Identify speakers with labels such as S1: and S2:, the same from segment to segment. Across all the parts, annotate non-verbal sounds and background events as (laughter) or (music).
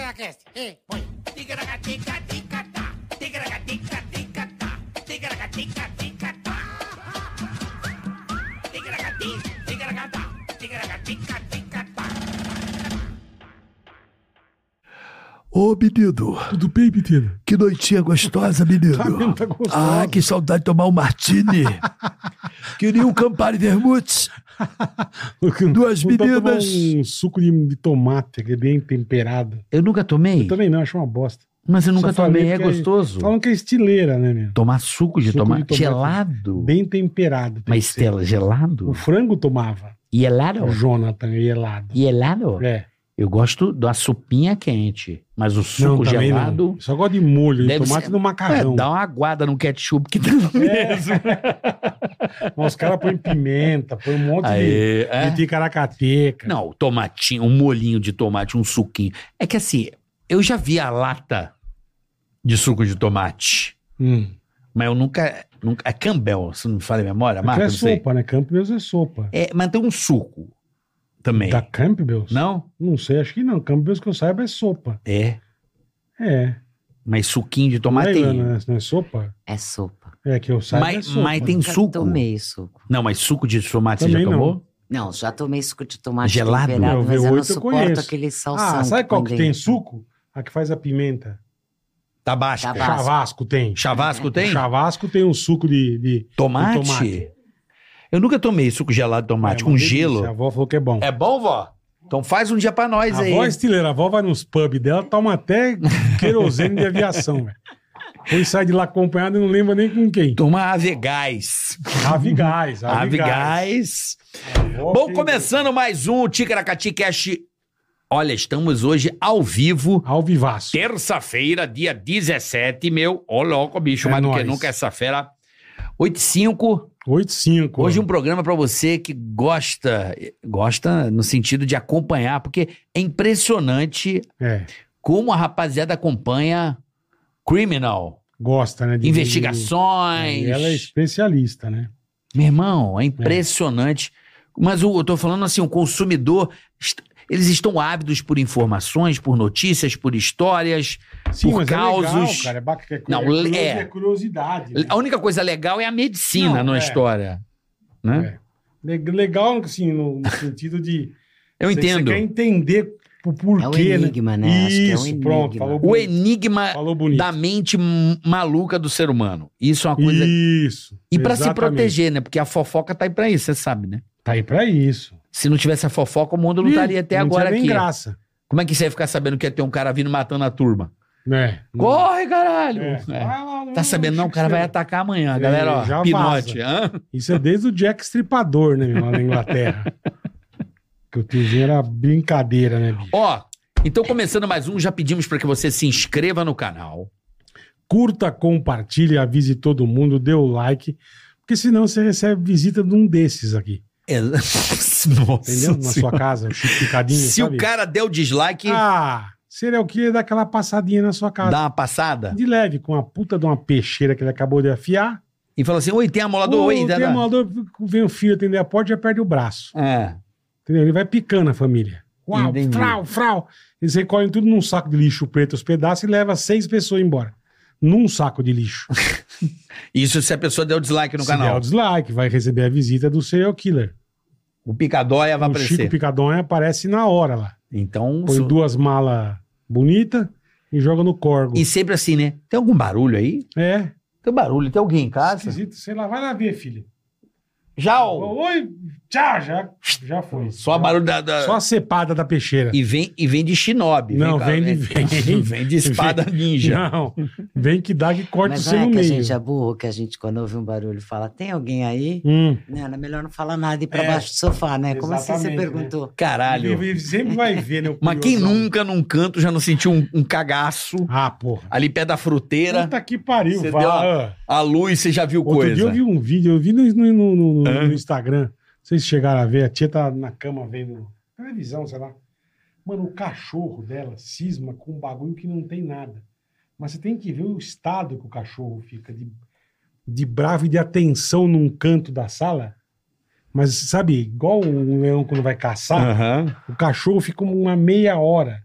S1: podcast. Ei, põe. Ticaragatica-ticatá. Ticaragatica-ticatá. Ticaragatica-ticatá. Ticaragati, ticaragatá. Ticaragatica-ticatá.
S2: Ô, menino,
S3: Tudo bem, menino? (laughs)
S2: que noitinha gostosa,
S3: Tá mesmo,
S2: menino.
S3: tá gostoso.
S2: Ah, que saudade de tomar um
S3: (laughs)
S2: martini. Queria um Campari Vermutes. duas
S3: Vontade de
S2: meninas.
S3: tomar Um suco de, de tomate, que é bem temperado.
S4: Eu nunca tomei,
S3: Eu também não, acho uma bosta.
S4: mas eu nunca
S3: Só falei
S4: tomei. É
S3: porque aí-
S4: gostoso.
S3: Falam que é estileira, né, meu?
S4: Tomar suco de
S3: Suco de
S4: tomate
S3: tomate.
S4: gelado.
S3: Bem temperado. tem
S4: Mas
S3: que ser.
S4: tela, gelado?
S3: O frango tomava.
S4: Gelado?
S3: O Jonathan e helado.
S4: Gelado?
S3: É.
S4: Eu gosto da supinha quente, mas o suco
S3: não, também
S4: gelado
S3: não. Só gosto de molho, de
S4: Deve
S3: tomate
S4: ser-
S3: e no
S4: é,
S3: macarrão. (laughs) É.
S4: dá uma aguada no ketchup que dá no mesmo.
S3: Os caras põem pimenta, põem um monte de,
S4: Aí, é.
S3: de ticaracateca.
S4: Não, o tomatinho, um molinho de tomate, um suquinho. É que assim, eu já vi a lata de suco de tomate,
S3: Hum.
S4: mas eu nunca. nunca é Campbell, se não me falha a memória, a marca,
S3: é
S4: não sei.
S3: sopa, né? Campbell's é sopa.
S4: É, mas tem um suco também.
S3: Da Campbell's?
S4: Não?
S3: Não sei, acho que não. Campbell's que eu saiba é sopa.
S4: É.
S3: É.
S4: Mas suquinho de
S3: Não é
S4: tomate tem.
S3: Não é, não é sopa?
S5: É sopa.
S3: É que eu saiba é
S4: Mas,
S3: sopa.
S4: mas tem
S5: Nunca
S4: suco.
S5: tomei suco.
S4: Não, mas suco de tomate você
S3: Também
S4: já
S3: não.
S4: tomou?
S5: Não, já tomei suco de tomate
S4: Gelado?
S5: temperado,
S3: Não,
S5: mas
S3: V8
S5: eu
S3: eu
S5: não suporto
S3: conheço.
S5: aquele salsão.
S3: Ah, sabe qual
S5: põe
S3: que tem
S5: dentro.
S3: suco? A que faz a pimenta.
S4: Tabasco.
S5: Tabasco.
S3: Chavasco, tem.
S4: Chavasco
S3: O
S4: tem?
S3: Chavasco tem um suco de... de
S4: Tomate?
S3: de tomate.
S4: Eu nunca tomei suco gelado de tomate
S3: É uma
S4: com
S3: delícia.
S4: gelo.
S3: A avó falou que é bom.
S4: É bom, vó? Então faz um dia pra nós
S3: a
S4: aí.
S3: avó é estileira. A avó vai nos pubs dela,
S4: (laughs)
S3: toma até querosene de aviação, velho. Depois sai de lá acompanhada e não lembra nem com quem.
S4: Toma avegás.
S3: Avigás.
S4: Avegás.
S3: Avó
S4: Bom,
S3: que-
S4: começando mais um Ticaracati Cast. Olha, estamos hoje ao vivo.
S3: Ao vivaço.
S4: Terça-feira, dia 17, meu. Ô, louco, bicho,
S3: É
S4: mais do que
S3: nóis.
S4: nunca essa fera. 8 e 5.
S3: 8,5.
S4: Hoje um programa pra você que gosta, gosta no sentido de acompanhar, porque é impressionante
S3: É,
S4: como a rapaziada acompanha criminal,
S3: gosta, né? de-
S4: investigações.
S3: E Ela é especialista, né?
S4: Meu irmão, é impressionante. Mas o- eu tô falando assim, o consumidor, est- eles estão ávidos por informações, por notícias, por histórias. Por
S3: é legal,
S4: causos-
S3: cara. É, bac- é,
S4: Não,
S3: é, curioso-
S4: é.
S3: é curiosidade. né?
S4: A única coisa legal é a medicina
S3: Não,
S4: na
S3: é.
S4: história. Né?
S3: Le- Legal, assim, no, no sentido de...
S4: (laughs) Eu
S3: É. você-
S4: entendo. um
S3: Você quer entender o
S5: É o
S3: porquê, né?
S5: enigma, né? Acho que é o
S3: Isso,
S5: enigma.
S3: pronto. Falou
S4: O
S3: bonito.
S4: enigma
S3: Falou bonito.
S4: da mente m- maluca do ser humano. Isso é uma coisa
S3: Isso.
S4: E pra se
S3: exatamente.
S4: proteger, né? Porque a fofoca tá aí pra isso, você sabe, né?
S3: Tá aí pra isso.
S4: Se não tivesse a fofoca, o mundo não
S3: Ih,
S4: estaria até
S3: não
S4: agora
S3: tinha
S4: aqui.
S3: nem graça.
S4: Como é que você ia ficar sabendo que ia ter um cara vindo matando a turma?
S3: Né?
S4: Corre, caralho!
S3: É.
S4: É.
S3: Vai lá,
S4: Tá sabendo não? O cara vai
S3: Chico.
S4: atacar amanhã,
S3: É,
S4: galera. Ó,
S3: já
S4: pinote. hã?
S3: Isso é desde o Jack Stripador, né, meu, lá
S4: (laughs)
S3: na Inglaterra. que o tiozinho era brincadeira, né, bicho?
S4: Ó, então começando mais um, já pedimos pra que você se inscreva no canal.
S3: Curta, compartilhe, avise todo mundo, dê o like, porque senão você recebe visita de um desses aqui, (laughs)
S4: Nossa (laughs)
S3: É, entendeu?
S4: Senhora.
S3: Na sua casa, o Chico Picadinho,
S4: Se
S3: sabe?
S4: o cara der o dislike,
S3: Ah, seria o que dá aquela passadinha na sua casa.
S4: dá uma passada
S3: De leve, com a puta de uma peixeira que ele acabou de afiar.
S4: e fala assim: Oi, tem amolador? Oi,
S3: o
S4: dá-
S3: tem amolador, vem o filho atender a porta e já perde o braço.
S4: É.
S3: Entendeu? Ele vai picando a família. Uau,
S4: Entendi.
S3: frau, frau. Eles recolhem tudo num saco de lixo preto, os pedaços, e leva seis pessoas embora. Num saco de lixo.
S4: Isso se a pessoa der o dislike no
S3: Se der
S4: canal.
S3: o dislike, vai receber a visita do serial killer.
S4: O picadóia vai
S3: o
S4: aparecer.
S3: Chico Picadonha aparece na hora lá.
S4: Então,
S3: Põe
S4: su-
S3: duas malas bonitas e joga no corgo.
S4: e sempre assim, né? Tem algum barulho aí?
S3: É,
S4: Tem um barulho, tem alguém em casa?
S3: esquisito. Sei lá, vai lá ver, filho.
S4: Já, ó,
S3: Oi, tchau, já, já foi.
S4: só barulho da... da-
S3: Só a cepada da peixeira.
S4: E, vem, e vem de shinobi.
S3: É. Não,
S4: cá,
S3: vem de- (laughs)
S4: (laughs)
S3: vem-
S4: vem de espada ninja.
S3: Não, vem que dá que corta
S5: Mas não
S3: o seu
S5: é
S3: no
S5: que a
S3: meio.
S5: gente é burro, que a gente, quando ouve um barulho, fala: tem alguém aí?
S3: Hum.
S5: Não, é melhor não falar nada e ir pra
S3: É,
S5: baixo do sofá, né? Como assim você
S3: exatamente, né?
S5: perguntou?
S4: Caralho.
S3: Ele, ele sempre vai ver, né? o
S4: Mas quem
S3: curiosão.
S4: nunca num canto já não sentiu um, um cagaço?
S3: Ah, porra.
S4: Ali pé da fruteira,
S3: Puta que pariu. Ah.
S4: Você
S3: vá.
S4: deu uma- a luz, você já viu
S3: Outro dia eu
S4: coisa.
S3: vi um vídeo, eu vi no, no- no- no- no
S4: Hã?
S3: Instagram. Não sei se chegaram a ver, a tia tá na cama vendo televisão, sei lá. Mano, o cachorro dela cisma com um bagulho que não tem nada. Mas você tem que ver o estado que o cachorro fica de, de bravo e de atenção num canto da sala. Mas sabe, igual um leão quando vai caçar,
S4: Aham.
S3: o cachorro fica uma meia hora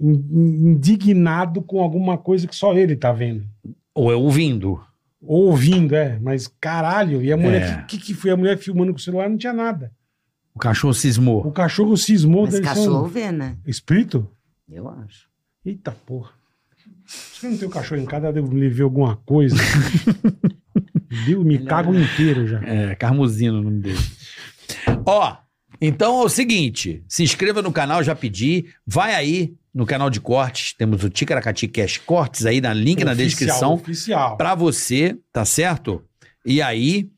S3: in- in- indignado com alguma coisa que só ele tá vendo.
S4: Ou é ouvindo.
S3: Ou Ouvindo, é. Mas caralho, e a mulher,
S4: É.
S3: o que, que foi? A mulher filmando com o celular não tinha nada.
S4: O cachorro cismou.
S3: O cachorro cismou
S5: Mas
S3: deve ser um
S5: cachorro vê, né?
S3: Espírito?
S5: Eu acho.
S3: Eita porra. Se eu não tenho cachorro em casa, devo me ver alguma
S4: (laughs)
S3: coisa. Deus, me
S5: Melhor
S3: cago inteiro já.
S4: É, Carmuzino o nome dele. (laughs) Ó, então é o seguinte: se inscreva no canal, já pedi. Vai aí no canal de cortes. Temos o Ticaracati Cash Cortes aí na link na
S3: Oficial,
S4: descrição
S3: Oficial.
S4: pra você, tá certo? E aí,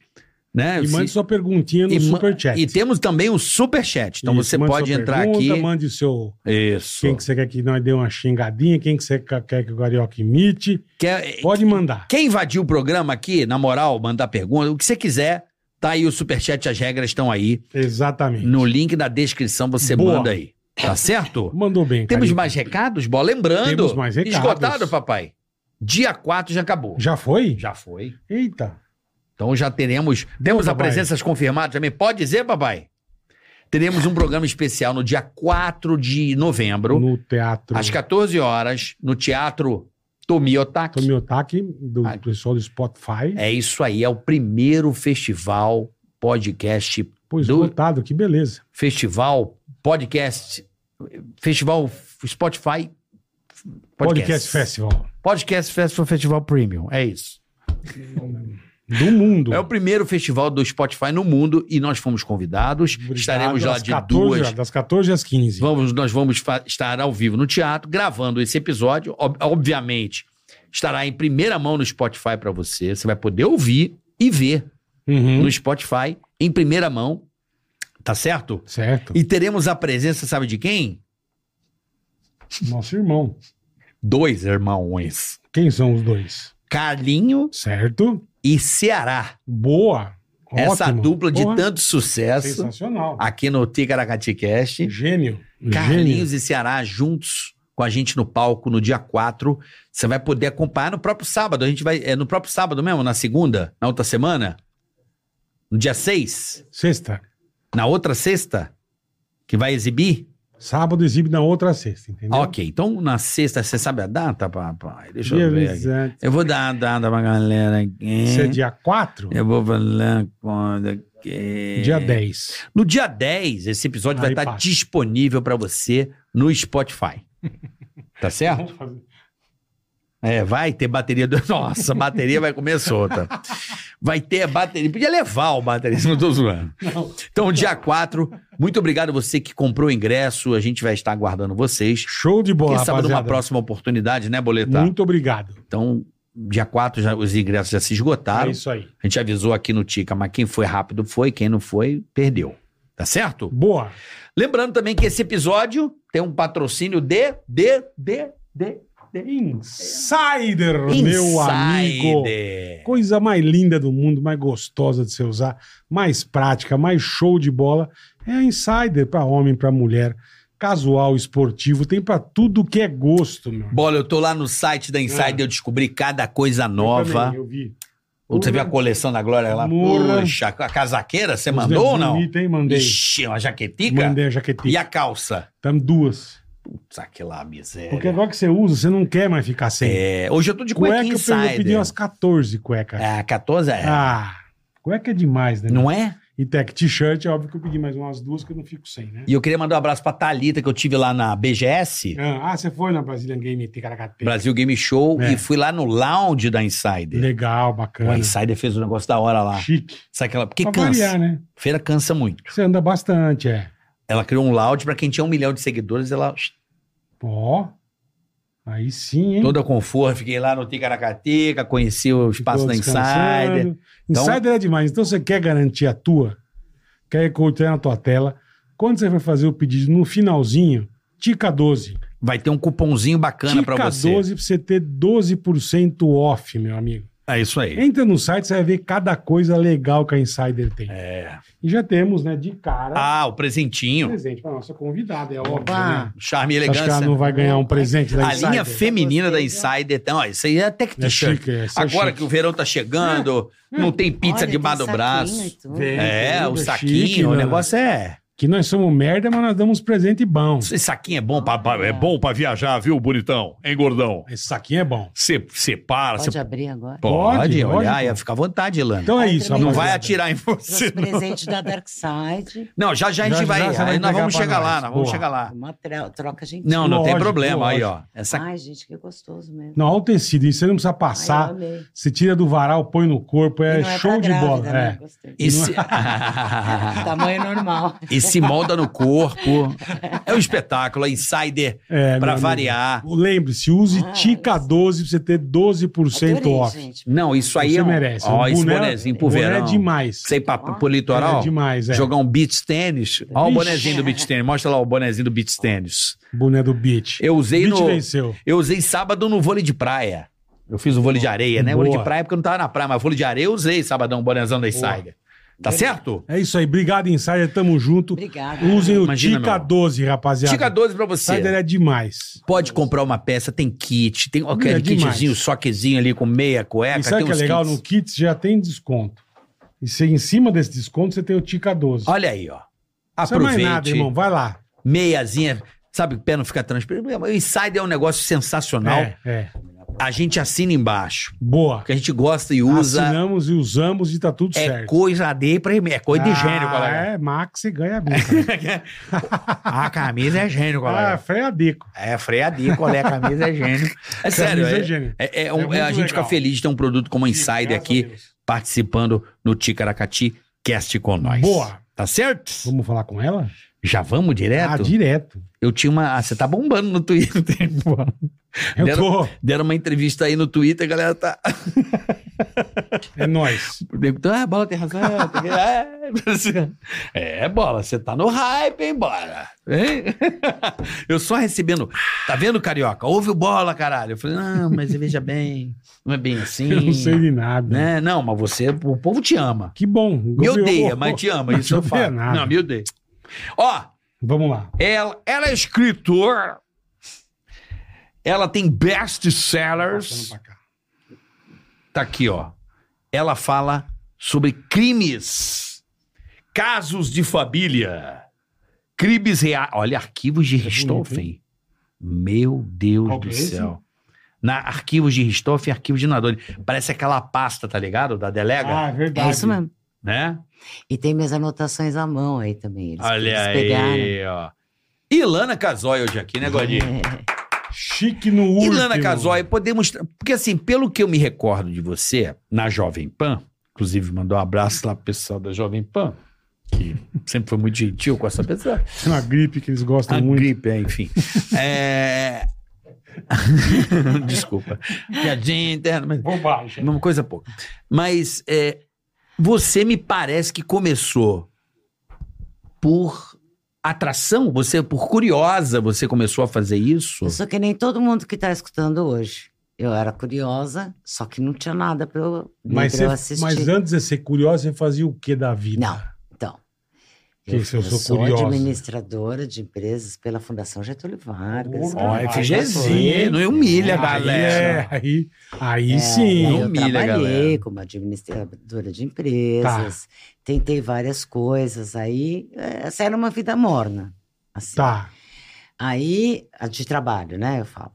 S4: né?
S3: E
S4: se-
S3: mande sua perguntinha no
S4: e ma-
S3: superchat.
S4: e temos também o superchat. Então
S3: Isso,
S4: você
S3: mande
S4: pode
S3: sua
S4: entrar
S3: pergunta,
S4: aqui.
S3: Mande o seu.
S4: Isso.
S3: Quem que você quer que nós dê uma xingadinha, quem que você ca- quer que o Carioca imite.
S4: Quer-
S3: Pode mandar.
S4: Quem invadiu o programa aqui, na moral, mandar pergunta, o que você quiser, tá aí o superchat, as regras estão aí.
S3: Exatamente.
S4: No link da descrição você
S3: Boa.
S4: manda aí. Tá certo?
S3: Mandou bem.
S4: Temos
S3: Carioca.
S4: mais recados? Bom, lembrando.
S3: Temos mais recados.
S4: Esgotado, papai. Dia 4 já acabou.
S3: Já foi?
S4: Já foi.
S3: Eita.
S4: Então já teremos. Temos a
S3: papai.
S4: presenças confirmadas também. Pode dizer, papai? Teremos um programa especial no dia 4 de novembro,
S3: No teatro.
S4: às 14 horas, no Teatro Tomiotaki.
S3: Tommy Otaki, do
S4: Ai.
S3: pessoal do Spotify.
S4: É isso aí, é o primeiro festival podcast,
S3: Pô,
S4: do-
S3: esgotado, que beleza.
S4: festival podcast, festival Spotify podcast,
S3: Podcast Festival.
S4: Podcast Festival Festival Premium, é isso.
S3: Do mundo.
S4: É o primeiro festival do Spotify no mundo e nós fomos convidados.
S3: Obrigado.
S4: Estaremos lá
S3: Das
S4: de
S3: 14
S4: duas.
S3: Das 14 às 15.
S4: Vamos, nós vamos fa- estar ao vivo no teatro, gravando esse episódio. Ob- obviamente, estará em primeira mão no Spotify para você. Você vai poder ouvir e ver
S3: Uhum.
S4: no Spotify em primeira mão. Tá certo?
S3: Certo.
S4: E teremos a presença, sabe de quem?
S3: Nosso irmão.
S4: Dois irmãos.
S3: Quem são os dois?
S4: Carlinho
S3: Certo.
S4: e Ceará.
S3: Boa.
S4: Essa
S3: Ótimo.
S4: dupla de
S3: Porra,
S4: tanto sucesso
S3: Sensacional.
S4: aqui no Ticaracati Cast.
S3: Gênio. Gênio.
S4: Carlinhos e Ceará juntos com a gente no palco no dia 4. Você vai poder acompanhar no próprio sábado. A gente vai. É no próprio sábado mesmo, na segunda, na outra semana? No dia 6?
S3: Sexta.
S4: Na outra sexta? Que vai exibir?
S3: Sábado exibe na outra sexta, entendeu?
S4: Ok, então na sexta, você sabe a data, papai? Deixa
S3: Dia
S4: eu ver. aqui.
S3: 27.
S4: Eu vou dar a data pra galera aqui.
S3: Isso é dia 4?
S4: Eu vou falar quando aqui.
S3: Dia 10.
S4: No dia 10, esse episódio vai
S3: Aí
S4: estar
S3: passa.
S4: disponível pra você no
S3: (laughs)
S4: Spotify. Tá certo?
S3: Vamos fazer-
S4: É, vai ter bateria. Do... (laughs) Nossa, a bateria vai comer solta. Vai ter bateria. Podia levar o bateria, não tô zoando.
S3: Não.
S4: Então, dia 4, muito obrigado a você que comprou o ingresso. A gente vai estar aguardando vocês.
S3: Show de bola,
S4: Quem sabe numa
S3: rapaziada. Hum.
S4: próxima oportunidade, né, Boletar?
S3: Muito obrigado.
S4: Então, dia 4, já- os ingressos já se
S3: É
S4: esgotaram.
S3: isso aí.
S4: a gente avisou aqui no Tica, mas quem foi rápido foi, quem não foi, perdeu. Tá certo?
S3: Boa.
S4: Lembrando também que esse episódio tem um patrocínio de, de, de, de,
S3: Insider, meu amigo.
S4: Insider.
S3: Coisa mais linda do mundo, mais gostosa de se usar, mais prática, mais show de bola. É a Insider para homem, para mulher, casual, esportivo, tem para tudo que é gosto, meu.
S4: Bola, eu tô lá no site da Insider, eu descobri cada coisa
S3: É. Eu
S4: nova.
S3: também, eu vi.
S4: Você viu a coleção da Glória lá?
S3: Porra.
S4: Puxa, a casaqueira, você
S3: Os
S4: mandou ou não?
S3: Bonito, hein? Mandei.
S4: Ixi, uma jaquetica?
S3: Mandei a
S4: E
S3: jaquetinha.
S4: a calça?
S3: Tamo duas.
S4: Putz, que lá, miséria.
S3: Porque agora que você usa, você não quer mais ficar sem.
S4: É, hoje eu tô de cueca,
S3: cueca, eu pe- eu
S4: Insider.
S3: pedi umas 14 cuecas.
S4: Ah, 14 é.
S3: Ah, cueca é demais, né?
S4: Não é?
S3: E tech t-shirt, é óbvio que eu pedi mais umas duas que eu não fico sem, né?
S4: E eu queria mandar um abraço pra Thalita, que eu tive lá na BGS,
S3: Ah, ah, você foi na Brazilian Game Ticaracate.
S4: Brasil Game Show,
S3: É.
S4: e fui lá no lounge da Insider.
S3: Legal,
S4: O
S3: bacana.
S4: Insider fez um negócio da hora lá.
S3: Chique.
S4: Sabe aquela. Porque
S3: pra
S4: cansa.
S3: variar, né?
S4: Feira cansa muito.
S3: Você anda bastante, é.
S4: Ela criou um lounge pra quem tinha um milhão de seguidores, ela
S3: Ó. Aí sim, hein?
S4: toda conforto, fiquei lá no Ticaracateca, conheci o
S3: Ficou
S4: espaço da
S3: descansando.
S4: Insider. Então-
S3: Insider é demais. Então você quer garantir a tua? Quer encontrar na tua tela? Quando você vai fazer o pedido no finalzinho, tica 12.
S4: Vai ter um cupomzinho bacana pra
S3: tica
S4: você.
S3: 12 pra você ter 12% off, meu amigo.
S4: É isso aí.
S3: Entra no site, você vai ver cada coisa legal que a Insider tem.
S4: É.
S3: E já temos, né, de cara,
S4: Ah, o
S3: um
S4: presentinho.
S3: presente para nossa convidada, é óbvio,
S5: Opa!
S3: né?
S4: Charme e
S3: Você acha que ela
S4: elegância.
S3: não vai ganhar um presente da
S4: A
S3: Insider?
S4: linha feminina da
S5: Gostei,
S4: Insider. Então, ó, isso aí é tech
S3: é
S4: t-shirt.
S3: chique, é, isso é
S4: Agora
S3: chique.
S4: que o verão tá chegando, não tem pizza
S5: Hum. Olha,
S4: debaixo
S5: tem
S4: do
S5: saquinho
S4: braço.
S5: e tudo.
S3: Vem,
S4: É,
S3: tudo
S4: o
S3: chique, né?
S4: saquinho, o
S3: mano.
S4: negócio é.
S3: Aqui nós somos merda, mas nós damos presente bom.
S4: Esse saquinho é bom pra, pra- é bom pra viajar, viu, bonitão? Hein, gordão?
S3: Esse saquinho é bom.
S4: Você separa,
S5: Pode
S4: você
S5: abrir
S4: (laughs)
S5: agora.
S4: pode,
S3: Pode,
S4: olhar,
S3: pode.
S4: ia ficar à vontade, Elana.
S3: Então é
S5: Ai,
S3: isso,
S5: tremendo.
S4: Não vai
S3: rapaziada.
S4: atirar em
S5: Trouxe
S4: você. não.
S5: presente da Dark Side.
S4: Não, já já a gente
S3: Já,
S4: vai.
S3: já você vai
S4: aí nós
S3: entregar
S4: vamos
S3: pra
S4: chegar
S3: nós.
S4: lá, nós vamos
S3: Boa.
S4: chegar lá.
S5: Uma tra- troca gentil.
S4: Não, não tem
S3: Lógico,
S4: problema. Aí, ó. Essa
S5: Ai, gente, que gostoso mesmo.
S3: Não, olha o tecido, isso você não precisa
S5: Ai,
S3: passar.
S5: eu amei.
S3: Você tira do varal, põe no corpo, é
S5: E não pra
S3: show de
S5: grávida,
S3: bola.
S5: né?
S3: É.
S5: Gostei. (laughs)
S4: Esse...
S3: (laughs)
S5: Tamanho normal.
S4: (laughs) e se molda no corpo. É um espetáculo, é insider,
S3: É, meu
S4: pra
S3: amigo.
S4: variar.
S3: Lembre-se, use
S5: Ah,
S3: Tica 12 pra você ter 12%
S5: Adorei,
S3: off.
S5: gente.
S4: Não, isso aí
S3: Você
S4: é um...
S3: merece.
S4: Ó,
S3: Um
S4: esse
S3: boné-
S4: bonézinho pro
S3: O boné
S4: verão.
S3: é demais.
S4: Sei pra, pro litoral.
S3: É demais, é.
S4: Jogar um beach tênis. Ó o
S3: Vixe.
S4: bonezinho do beach tênis. Mostra lá o bonezinho do beach tênis.
S3: Boné do Beat.
S4: Eu usei
S3: Beat
S4: no...
S3: venceu.
S4: Eu usei sábado no vôlei de praia. Eu fiz o vôlei de areia, né? Vôlei de
S3: Boa.
S4: praia porque eu não tava na praia, mas vôlei de areia eu usei sabadão, o bonezão da Insider. Tá certo?
S3: É isso aí. Obrigado, Insider. Tamo junto.
S5: Obrigada.
S3: Usem o
S4: Imagina,
S3: Tica
S4: meu.
S3: 12, rapaziada.
S4: Tica 12 pra
S3: Insider
S4: você.
S3: é demais.
S4: Pode comprar uma peça, tem kit, tem aquele
S3: É demais.
S4: kitzinho, soquezinho ali com meia, cueca,
S3: e sabe
S4: tem
S3: o que é
S4: uns
S3: legal?
S4: kits.
S3: No Kits já tem desconto. E você, em cima desse desconto, você tem o Tica 12.
S4: Olha aí, ó.
S3: Não precisa é mais
S4: Aproveite.
S3: nada, irmão. Vai lá.
S4: Meiazinha, sabe, o pé não fica transparente. O Insider é um negócio sensacional.
S3: É, é.
S4: A gente assina embaixo,
S3: Boa.
S4: porque a gente gosta e usa.
S3: Assinamos e usamos e tá tudo
S4: é
S3: certo.
S4: coisa de pra é coisa de gênio,
S3: ah,
S4: colega.
S3: É, Max e ganha bico.
S4: A camisa é gênio, (laughs) colega.
S3: ah, freia bico.
S4: É, freadinha, colega, camisa é gênio. É sério,
S3: Camisa
S4: é,
S3: é gênio.
S4: é- é um-
S3: É muito
S4: é- a gente
S3: legal.
S4: fica feliz de ter um produto como a Insider
S3: Graças
S4: aqui
S3: a Deus.
S4: participando no Ticaracati Cast com nós.
S3: Boa.
S4: Tá certo?
S3: Vamos falar com ela?
S4: Já vamos
S3: Ah,
S4: direto? (laughs)
S3: direto.
S4: Eu tinha uma. Ah, você tá bombando no Twitter. (laughs)
S3: Eu
S4: Deram-
S3: tô.
S4: Deram uma entrevista aí no Twitter, a galera tá.
S3: É nóis.
S4: Então, ah, bola tem razão. tem que- é, você- (laughs) É, bola, você tá no hype, hein, bola? Hein? (laughs) Eu só recebendo. Tá vendo, carioca? Ouve o bola, caralho. Eu falei, não, mas veja bem. Não é bem assim.
S3: Eu não sei de nada.
S4: né? Não, mas você, o povo te ama.
S3: Que bom.
S4: Me
S3: Eu- eu-
S4: odeia,
S3: eu-
S4: mas te ama.
S3: Não
S4: Isso eu
S3: odeia
S4: falo.
S3: nada.
S4: Não, me odeia. Ó,
S3: Vamos lá.
S4: ela, ela é escritora. Ela tem best
S3: Passando
S4: sellers.
S3: pra cá.
S4: Tá aqui, ó. Ela fala sobre crimes, casos de família, crimes reais. Olha, arquivos de
S3: É bonito,
S4: Richthofen. Meu Deus
S3: Qual
S4: do
S3: que é esse?
S4: céu. Na arquivos de Richthofen, arquivos de Nadoni. Parece aquela pasta, tá ligado? Da delega,
S3: Ah, é
S5: É
S3: verdade.
S5: isso mesmo.
S4: né?
S5: E tem minhas anotações à mão aí também. Eles,
S4: Olha
S5: eles
S4: aí, ó. Ilana Casoy hoje aqui, né, Godinho?
S5: É.
S3: Chique no último.
S4: Ilana Casoy, podemos. Porque, assim, pelo que eu me recordo de você, na Jovem Pan, inclusive mandou um abraço lá pro pessoal da Jovem Pan, que sempre foi muito gentil com essa pessoa.
S3: Uma gripe que eles gostam
S4: A
S3: muito.
S4: gripe, é, enfim. É... (laughs) Desculpa. Piadinha interna, mas.
S3: Bobagem.
S4: Uma É. coisa pouca. Mas é, você me parece que começou por atração, você por curiosa, você começou a fazer isso?
S5: Eu sou que nem todo mundo que está escutando hoje. Eu era curiosa, só que não tinha nada para eu, nem
S3: Mas,
S5: pra
S3: você-
S5: eu assistir.
S3: mas antes de ser curioso, você fazia o que da vida?
S5: Não, então.
S3: Que se eu sou
S5: sou
S3: curiosa?
S5: administradora de empresas pela Fundação Getúlio Vargas.
S3: Porra, Ó,
S4: é
S5: Aí
S3: FGZ,
S4: não humilha,
S3: Aí, é, aí, aí sim.
S5: eu
S4: humilha a
S5: trabalhei
S4: galera.
S5: como administradora de empresas,
S3: Tá.
S5: tentei várias coisas, aí eh, essa era uma vida morna. assim.
S3: Tá.
S5: Aí, a de trabalho, né, eu falo.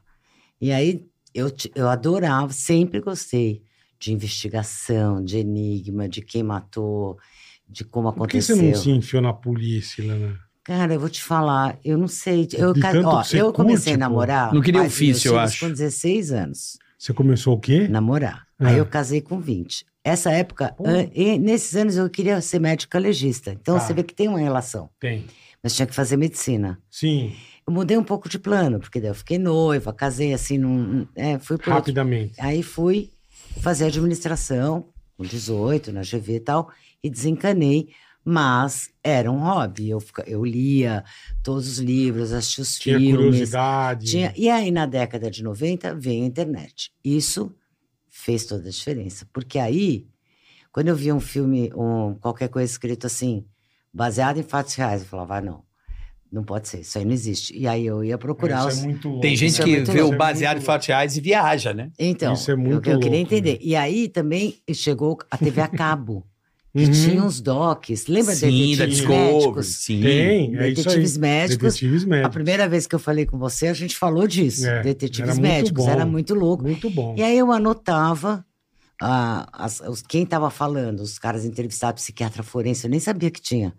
S5: E aí, eu, ti- eu adorava, sempre gostei de investigação, de enigma, de quem matou, de como
S3: Por que
S5: aconteceu.
S3: você não se enfiou na polícia, Lana?
S5: Cara, eu vou te falar, eu não sei. Eu,
S3: De
S5: ca-
S3: tanto
S5: ó,
S3: que você tipo,
S5: eu comecei
S3: curte,
S5: a
S3: pô.
S5: namorar.
S4: Não queria
S5: mas
S4: ofício, eu
S5: meus filhos
S4: acho.
S5: Com 16 anos,
S3: Você começou o quê?
S5: namorar.
S3: Ah.
S5: Aí eu casei com 20. Essa época,
S3: Pô.
S5: an- e nesses anos eu queria ser médica legista. Então
S3: Tá.
S5: você vê que tem uma relação.
S3: Tem.
S5: Mas tinha que fazer medicina.
S3: Sim,
S5: Eu mudei um pouco de plano, porque daí eu fiquei noiva, casei assim, num, é, fui pro outro
S3: rapidamente.
S5: Aí fui fazer administração, com 18, na GV e tal, e desencanei. Mas era um hobby. Eu, fica- eu lia todos os livros, assistia os
S3: Tinha
S5: filmes.
S3: curiosidade.
S5: Tinha, e aí, na década de 90, veio a internet. Isso fez toda a diferença. Porque aí, quando eu via um filme, um, qualquer coisa escrito assim, baseado em fatos reais, eu falava, ah, não, não pode ser, isso aí não existe. E aí eu ia procurar
S3: Isso
S5: os,
S3: é muito louco.
S4: Tem gente
S5: Isso é
S4: que
S5: muito
S4: vê
S5: louco.
S4: o baseado em fatos reais e viaja, né?
S5: Então,
S3: Isso é
S5: eu-
S3: muito
S5: eu,
S3: louco,
S5: queria entender. E aí também chegou a TV a cabo, que
S3: Uhum.
S5: tinha um uns docs. Lembra
S4: Sim, da
S5: detetives
S4: Discovery.
S5: médicos?
S4: Sim.
S3: Tem, é isso aí.
S5: Detetives médicos.
S3: Detetives
S5: A
S3: médicos.
S5: primeira vez que eu falei com você, a gente falou disso.
S3: É,
S5: detetives
S3: era muito
S5: médicos,
S3: bom.
S5: era muito louco.
S3: Muito bom.
S5: E aí eu anotava ah, as- os- quem estava falando, os caras entrevistados, psiquiatra forense, eu nem sabia que tinha.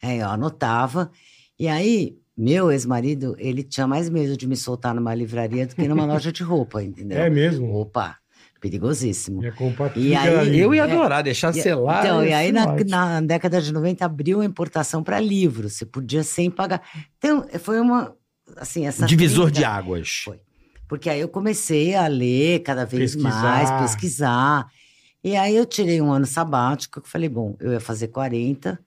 S5: Aí eu anotava. E aí, meu ex-marido, ele tinha mais medo de me soltar numa livraria do que numa loja de roupa, entendeu?
S3: É mesmo.
S5: Opa, perigosíssimo.
S3: É compatível.
S5: E aí-
S4: Eu ia
S5: É.
S4: adorar, deixar
S5: E-
S4: selar.
S5: então,
S3: é
S5: e
S4: ia
S5: aí
S4: ser
S5: na,
S4: ótimo.
S5: na década de 90 abriu a importação para livros, você podia sem pagar. Então, foi uma assim, essa
S4: Divisor de
S5: trinca,
S4: águas.
S5: Foi. Porque aí eu comecei a ler cada vez
S3: Pesquisar.
S5: mais, pesquisar. E aí eu tirei um ano sabático, que eu falei, bom, eu ia fazer
S3: (coughs)
S5: 40.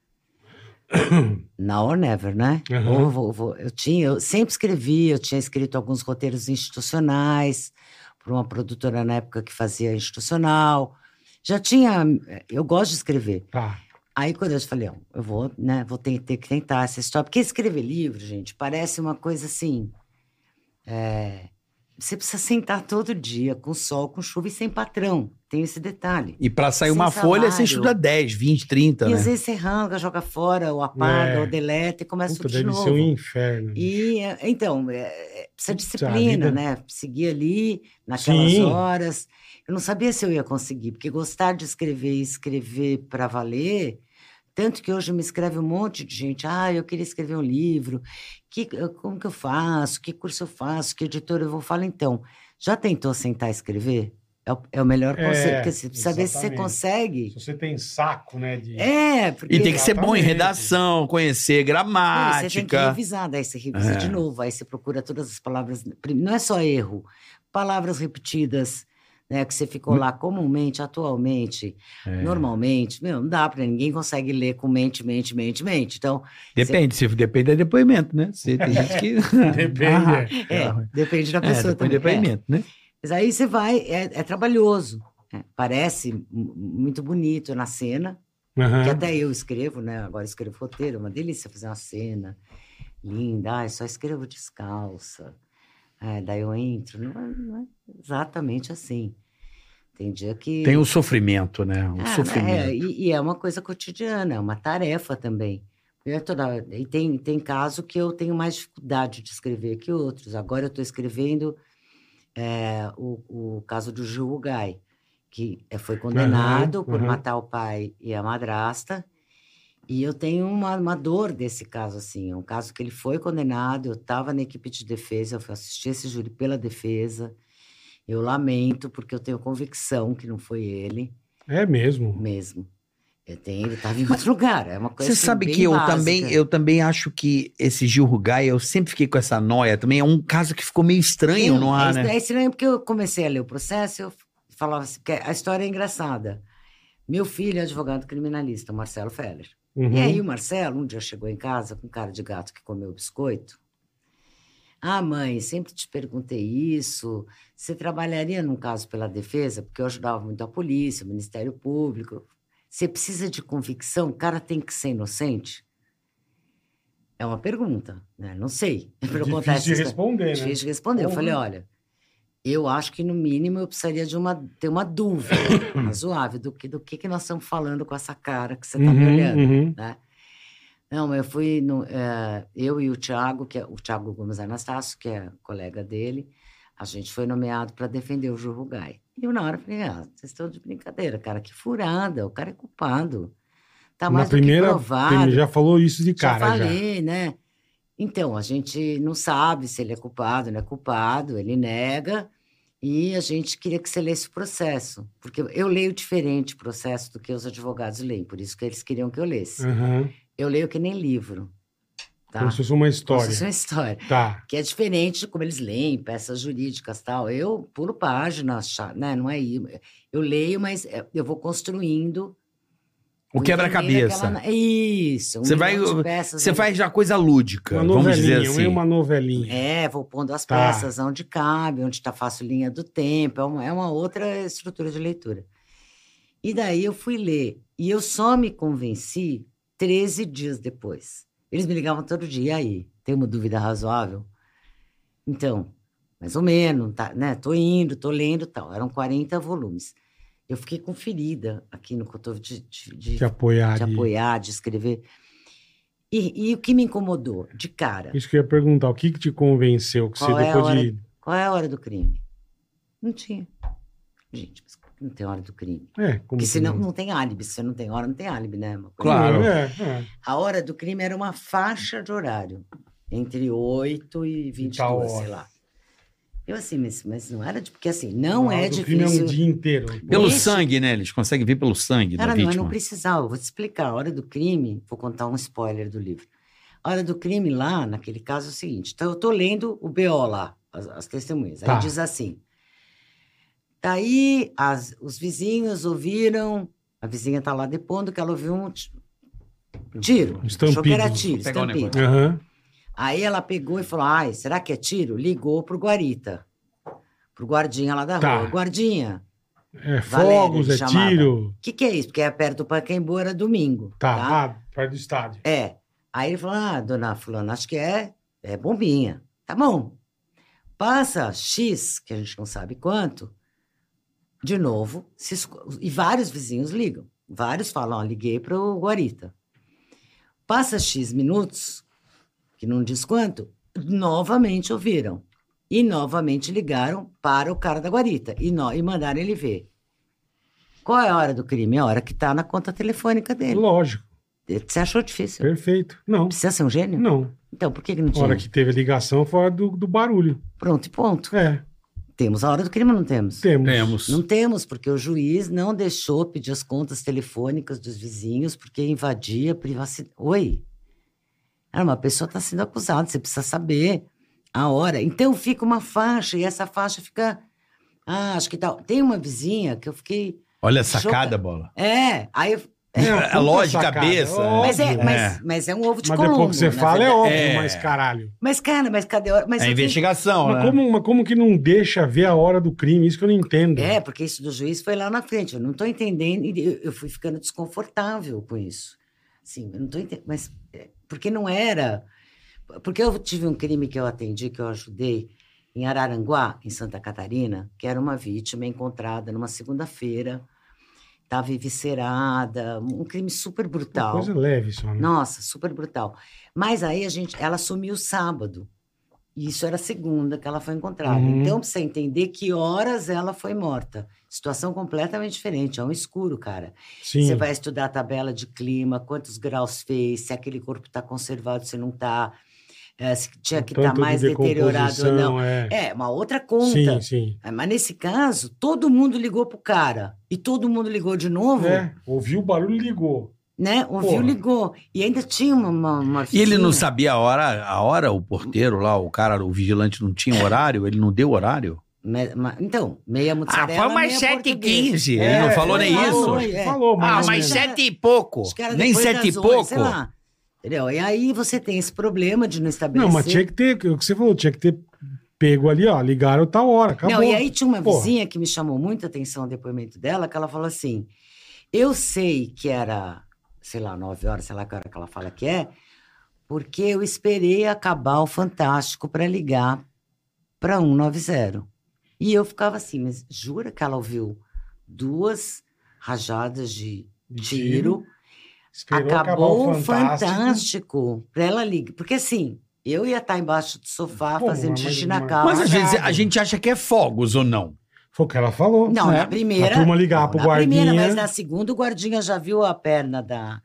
S5: Now or never, né?
S3: Aham.
S5: Ou eu vou- vou- eu tinha, eu sempre escrevi, eu tinha escrito alguns roteiros institucionais para uma produtora na época que fazia institucional. Já tinha, eu gosto de escrever.
S3: Tá.
S5: Aí quando eu falei, ó, eu vou, né, vou ter, ter que tentar essa história, porque escrever livro, gente, parece uma coisa assim, é, você precisa sentar todo dia, com sol, com chuva e sem patrão, tem esse detalhe.
S4: E pra sair
S5: Sem
S4: uma folha,
S5: salário.
S4: você estuda 10, 20, 30,
S5: e
S4: né?
S5: às vezes você arranca, joga fora, ou apaga,
S3: É.
S5: ou deleta e começa
S3: Puta,
S5: tudo de
S3: deve
S5: novo.
S3: ser um inferno.
S5: E, é, então, é, é, precisa de
S3: Puta
S5: disciplina,
S3: vida.
S5: né? Seguir ali, naquelas
S3: Sim.
S5: horas. Eu não sabia se eu ia conseguir, porque gostar de escrever e escrever para valer. Tanto que hoje me escreve um monte de gente. Ah, eu queria escrever um livro. Que, eh, como que eu faço? Que curso eu faço? Que editora eu vou? Falo, então, já tentou sentar e escrever? É o, é o melhor
S3: É,
S5: conselho, porque você precisa ver se você
S3: exatamente.
S5: consegue.
S3: Se você tem saco, né? De... (laughs)
S5: É, porque...
S4: E tem que ser bom em
S3: Exatamente.
S4: redação, conhecer
S5: Não, e Você tem que
S4: gramática.
S5: revisar, daí você revisa
S4: É.
S5: de novo, aí você procura todas as palavras. Não é só erro, palavras repetidas, né? Que você ficou lá comumente, atualmente,
S4: Hum. É.
S5: normalmente. Meu, não dá pra ninguém consegue ler com mente, mente, mente, mente. Então,
S4: Depende, se depende do depoimento, né? Se tem
S5: (laughs)
S4: gente que. (laughs) Ah,
S3: Depende.
S5: é,
S4: É.
S5: depende da
S4: é,
S5: pessoa
S4: depende do
S5: também. é.
S4: depoimento, né?
S5: Mas aí você vai, é, é trabalhoso. né? Parece mu- muito bonito na cena,
S3: é. Aham.
S5: Que até eu escrevo, né? Agora escrevo roteiro, uma delícia fazer uma cena linda. Ai, só escrevo descalça. É, daí eu entro. Não é, não é exatamente assim. Tem dia que.
S4: Tem o sofrimento, né? O
S3: um
S5: Ah, é,
S4: sofrimento.
S5: e, e é uma coisa cotidiana, é uma tarefa também. Eu toda hora- e tem, tem caso que eu tenho mais dificuldade de escrever que outros. Agora eu estou escrevendo é, o, o caso do Gil Gai, que é- foi condenado por
S3: aham.
S5: matar o pai e a madrasta. E eu tenho uma, uma dor desse caso, assim. É um caso que ele foi condenado, eu estava na equipe de defesa, eu fui assistir esse júri pela defesa. Eu lamento, porque eu tenho convicção que não foi ele.
S3: É mesmo.
S5: Mesmo. Eu tenho, ele estava em outro lugar. É uma coisa
S4: Você
S5: assim,
S4: sabe
S5: bem
S4: que eu
S5: básica.
S4: também, eu também acho que esse Gil Rugai, eu sempre fiquei com essa noia também. É um caso que ficou meio estranho no ar,
S5: é,
S4: né?
S5: é estranho porque eu comecei a ler o processo, eu falava assim, que a história é engraçada. Meu filho é advogado criminalista, o Marcelo Feller.
S3: Uhum.
S5: E aí o Marcelo um dia chegou em casa com cara de gato que comeu biscoito. Ah, mãe, sempre te perguntei isso. Você trabalharia num caso pela defesa? Porque eu ajudava muito a polícia, o Ministério Público. Você precisa de convicção? O cara tem que ser inocente? É uma pergunta, né? Não sei. (laughs) Pra eu contar essa
S3: Difícil de
S5: história.
S3: responder, né?
S5: Difícil de responder. Eu
S3: Porra.
S5: falei, olha, eu acho que no mínimo eu precisaria de uma, ter uma
S3: (coughs)
S5: dúvida razoável do que, do que, que nós estamos falando com essa cara que você está me
S3: Uhum,
S5: olhando.
S3: uhum.
S5: Não, eu fui no, eh, eu e o Thiago, que é o Thiago Gomes Anastácio, que é colega dele, a gente foi nomeado para defender o Júlio Gai. E eu na hora falei, ah, vocês estão de brincadeira, cara, que furada, o cara é culpado. Tá
S3: Na
S5: mais
S3: primeira,
S5: do que provado.
S3: primeira- já falou isso de
S5: Ah, Já
S3: cara já.
S5: falei, né? Então, a gente não sabe se ele é culpado, não é culpado, ele nega. E a gente queria que você lesse o processo, porque eu leio diferente o processo do que os advogados leem, por isso que eles queriam que eu lesse.
S3: Aham.
S5: Eu leio que nem livro. Tá?
S3: Como se fosse uma
S5: Como se
S3: história.
S5: fosse uma história.
S3: Tá.
S5: Que é diferente de como eles leem, peças jurídicas e tal. Eu pulo páginas, cha- né? Não é. i- Eu leio, mas é, eu vou construindo.
S4: O
S5: vou entendendo
S4: quebra-cabeça.
S5: aquela- É Isso. um
S4: Você vai-
S5: milhão de peças
S4: Você
S5: ali.
S4: faz já coisa lúdica,
S3: Uma
S4: vamos dizer
S3: novelinha,
S4: assim.
S3: é uma novelinha.
S5: um É, vou pondo as
S3: Tá.
S5: peças onde cabe, onde está fácil linha do tempo. É uma, é uma outra estrutura de leitura. E daí eu fui ler. E eu só me convenci 13 dias depois. Eles me ligavam todo dia. E aí? Tem uma dúvida razoável? Então, mais ou menos, tá, né? Tô indo, tô lendo e tal. Eram 40 volumes. Eu fiquei com ferida aqui no cotovelo de, de, de-
S3: Te apoiar.
S5: de
S3: ali.
S5: apoiar, de escrever. E, e o que me incomodou de cara?
S3: Isso que eu ia perguntar, o que que te convenceu que
S5: Qual
S3: você
S5: é a
S3: depois
S5: hora
S3: de...
S5: Qual é a hora do crime? Não tinha. Gente, mas não tem hora do crime.
S3: É, como
S5: Porque
S3: que
S5: senão
S3: não-
S5: não tem né? álibi. Se você não tem hora, não tem álibi, né? Uma coisa-
S4: Claro.
S3: É, é.
S5: A hora do crime era uma faixa de horário, entre 8 e 22,
S3: tal hora.
S5: sei lá. Eu assim, mas, mas não era de... Porque assim, não
S3: A
S5: é
S3: hora do crime é um
S5: difícil...
S3: dia inteiro.
S4: Pelo
S5: Esse-
S4: sangue, né? Eles conseguem ver pelo sangue
S5: Cara,
S4: da
S5: não, eu
S4: vítima.
S5: não precisava. Vou te explicar. A hora do crime, vou contar um spoiler do livro. A hora do crime lá, naquele caso, é o seguinte: então eu tô lendo o BO lá, as, as testemunhas. Aí
S3: Tá.
S5: diz assim. Daí as- os vizinhos ouviram. A vizinha tá lá depondo que ela ouviu um ti- tiro.
S3: Um
S5: Achou que era
S3: estampido.
S5: tiro,
S4: Pegar o
S5: estampido.
S4: negócio.
S3: Aham.
S5: Aí ela pegou e falou: ai, será que é tiro? Ligou pro guarita, pro guardinha lá da
S3: Tá.
S5: rua. Guardinha,
S3: É
S5: Valério,
S3: fogos, é
S5: ele chamava.
S3: tiro.
S5: o que, que é isso? Porque é perto do Pacaembu, era domingo.
S3: Tá, ah, perto do estádio.
S5: É. Aí ele falou: Ah, dona Fulana, acho que é, é bombinha. Tá bom. Passa X, que a gente não sabe quanto, de novo, se esco- e vários vizinhos ligam. Vários falam: Ó, liguei para o Guarita. Passa X minutos, que não diz quanto, novamente ouviram. E novamente ligaram para o cara da Guarita e, no- e mandaram ele ver. Qual é a hora do crime? É a hora que está na conta telefônica dele.
S3: Lógico,
S5: Você achou difícil?
S3: perfeito. Não,
S5: Precisa ser um gênio?
S3: não.
S5: Então, por que, que não
S3: A
S5: tinha?
S3: hora que teve a ligação foi a hora do, do barulho.
S5: Pronto e ponto.
S3: É,
S5: Temos a hora do crime ou não temos?
S3: temos.
S4: Temos.
S5: Não temos, porque o juiz não deixou pedir as contas telefônicas dos vizinhos porque invadia a privacidade. Oi? Era uma pessoa está sendo acusada, você precisa saber a hora. Então fica uma faixa e essa faixa fica. Ah, acho que tal. Tem uma vizinha que eu fiquei.
S4: Olha a sacada, bola.
S5: É, aí. eu-
S3: É,
S4: A lógica, a
S3: sacada,
S4: cabeça.
S3: óbvio.
S5: Mas é,
S4: Óbvio, é.
S5: mas, mas é um ovo de
S3: Mas
S5: colombo.
S3: depois que você
S5: na
S3: fala, é
S5: verdade.
S3: óbvio,
S4: É.
S3: mas caralho.
S5: Mas, cara, mas cadê a hora? Mas
S4: É a
S5: eu tenho-
S4: investigação,
S3: Mas
S4: né?
S3: como, mas como que não deixa ver a hora do crime? Isso que eu não entendo.
S5: É, porque isso do juiz foi lá na frente. Eu não estou entendendo. e Eu, eu fui ficando desconfortável com isso. Sim, eu não estou entendendo. Mas é, porque não era. Porque eu tive um crime que eu atendi, que eu ajudei em Araranguá, em Santa Catarina, que era uma vítima encontrada numa segunda-feira. Estava eviscerada, um crime super
S3: Uma
S5: brutal.
S3: coisa leve só, né?
S5: Nossa, super brutal. Mas aí a gente, ela sumiu sábado. E Isso era segunda que ela foi encontrada.
S3: Uhum.
S5: Então, pra você entender que horas ela foi morta. Situação completamente diferente, é um escuro, cara.
S3: Sim.
S5: Você vai estudar a tabela de clima, quantos graus fez, se aquele corpo está conservado, se não está, se tinha que estar
S3: Um Tanto de
S5: mais deteriorado ou não.
S3: decomposição, É.
S5: É, uma outra conta. É,
S3: Sim, sim.
S5: Mas nesse caso, todo mundo ligou pro cara. E todo mundo ligou de novo,
S3: É, ouviu o barulho e ligou.
S5: né? Ouviu,
S3: Porra.
S5: ligou. E ainda tinha uma, uma, uma
S4: E ele não
S5: vizinha.
S4: sabia a hora, a hora, o porteiro lá, o cara, o vigilante não tinha horário, ele não deu horário.
S5: Me- ma- então,
S4: Ah,
S5: meia mussarela, meia portuguesa.
S4: Ele não
S3: É,
S4: falou nem
S5: foi lá,
S4: isso.
S5: foi. é.
S3: Falou, mas.
S4: Ah,
S5: Os
S4: mas
S5: caras-
S4: sete e pouco.
S5: Os caras
S4: Nem
S5: depois
S4: sete e
S5: das oito, sei
S4: pouco.
S5: lá. Entendeu? E aí você tem esse problema de não estabelecer.
S3: é Não, mas tinha que ter, o que você falou, tinha que ter pego ali, ó, ligaram tal hora, acabou.
S5: Não, e aí tinha uma
S3: Porra.
S5: vizinha que me chamou muita atenção o depoimento dela, que ela falou assim: Eu sei que era, sei lá, nove horas, sei lá que hora que ela fala que é, porque eu esperei acabar o Fantástico para ligar para 190. E eu ficava assim, mas jura que ela ouviu duas rajadas de tiro
S3: Esperou
S5: acabou
S3: acabar
S5: o fantástico, pra ela ligar. Porque assim, eu ia estar embaixo do sofá
S3: Pô,
S5: fazendo
S3: mas-
S5: xixi na
S3: mas-
S5: cama.
S4: Mas às
S3: Ah,
S4: vezes
S3: cara.
S4: a gente acha que é fogos ou não.
S3: Foi o que ela falou.
S5: Não,
S3: né?
S5: na primeira.
S3: A turma ligar pro
S5: na primeira,
S3: guardinha.
S5: mas na segunda o guardinha já viu a perna da,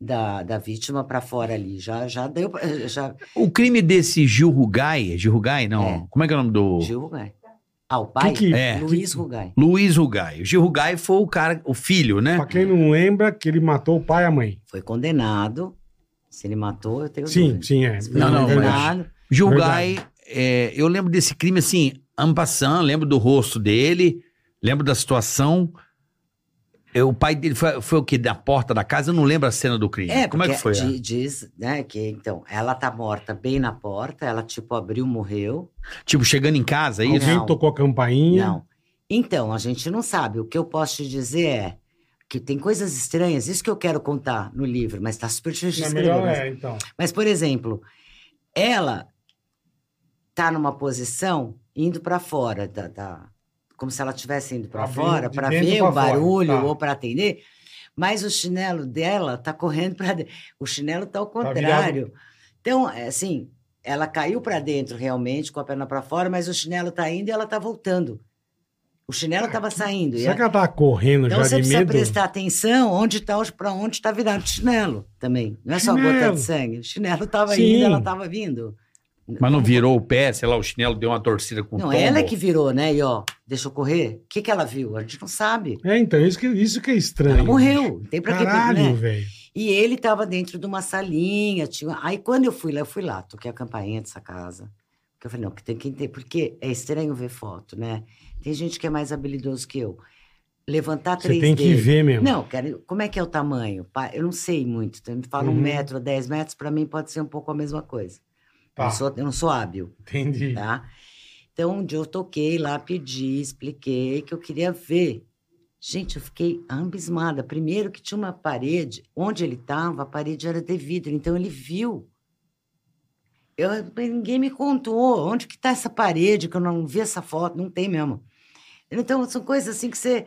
S5: da, da vítima pra fora ali. Já, já deu. pra- eh, Já,
S4: O crime desse Gil Rugai, Gil Rugai não,
S5: É.
S4: como é que é o nome do...
S5: Gil Rugai. Ah, o pai?
S3: Que que-
S4: É.
S5: Luiz Rugai.
S4: Luiz Rugai. O Gil Rugai foi o cara, o filho, né?
S3: Pra quem não lembra, que ele matou o pai e a mãe.
S5: Foi condenado. Se ele matou, eu tenho
S3: Sim,
S5: dúvida.
S3: sim, é.
S5: Se foi
S4: Não, não,
S3: Verdade.
S5: condenado.
S4: Gil
S3: Verdade.
S4: Rugai, é, eu lembro desse crime assim, ampassando, lembro do rosto dele, lembro da situação... É, o pai dele foi, foi o que? Da porta da casa? Eu não lembro a cena do crime.
S5: É,
S4: como é que
S5: porque
S4: foi?
S5: di- Diz, né, que então, ela tá morta bem na porta, ela tipo abriu, morreu.
S4: Tipo, chegando em casa, é isso?
S3: Alguém
S5: Não.
S3: tocou a campainha.
S5: Não. Então, a gente não sabe. O que eu posso te dizer é que tem coisas estranhas, isso que eu quero contar no livro, mas tá super difícil de
S3: Não,
S5: escrever.
S3: melhor
S5: Mas,
S3: é, então.
S5: mas, por exemplo, ela tá numa posição indo para fora da, da- como se ela estivesse indo para
S3: Pra ver
S5: fora,
S3: de
S5: para
S3: dentro
S5: ver
S3: pra
S5: o
S3: fora,
S5: barulho
S3: tá.
S5: ou para atender, mas o chinelo dela está correndo para dentro. O chinelo está ao
S3: Tá virado.
S5: contrário. Então, é assim, ela caiu para dentro realmente, com a perna para fora, mas o chinelo está indo e ela está voltando. O chinelo estava saindo. e
S3: Será
S5: a-
S3: que ela tá correndo
S5: é. Então
S3: já
S5: você
S3: de
S5: precisa
S3: medo?
S5: prestar atenção onde tá, para onde está virado o chinelo também. Não é só a gota
S3: Chinelo.
S5: de sangue. O chinelo estava
S3: Sim.
S5: indo, ela estava vindo.
S4: Mas não virou o pé, sei lá, o chinelo deu uma torcida com o
S5: é? Não,
S4: tombo.
S5: ela é que virou, né? E ó, deixa eu correr. O que, que ela viu? A gente não sabe.
S3: É, então, isso que, isso que é estranho.
S5: Ela morreu. Tem pra que
S3: Caralho,
S5: né?
S3: velho.
S5: E ele estava dentro de uma salinha. Tinha... Aí quando eu fui lá, eu fui lá, toquei a campainha dessa casa. Porque eu falei, não, que tem que entender. Porque é estranho ver foto, né? Tem gente que é mais habilidoso que eu. Levantar
S3: Você
S5: 3D.
S3: tem que ver mesmo.
S5: Não, cara, como é que é o tamanho? Pa- Eu não sei muito. Então, me fala
S3: Uhum.
S5: um metro, dez metros, para mim pode ser um pouco a mesma coisa.
S3: Tá.
S5: Eu, não sou, eu não sou hábil,
S3: Entendi.
S5: tá? Então, um dia eu toquei lá, pedi, expliquei que eu queria ver. Gente, eu fiquei abismada. Primeiro que tinha uma parede, onde ele estava, a parede era de vidro, então ele viu. Eu, ninguém me contou onde que está essa parede, que eu não vi essa foto, não tem mesmo. Então, são coisas assim que você,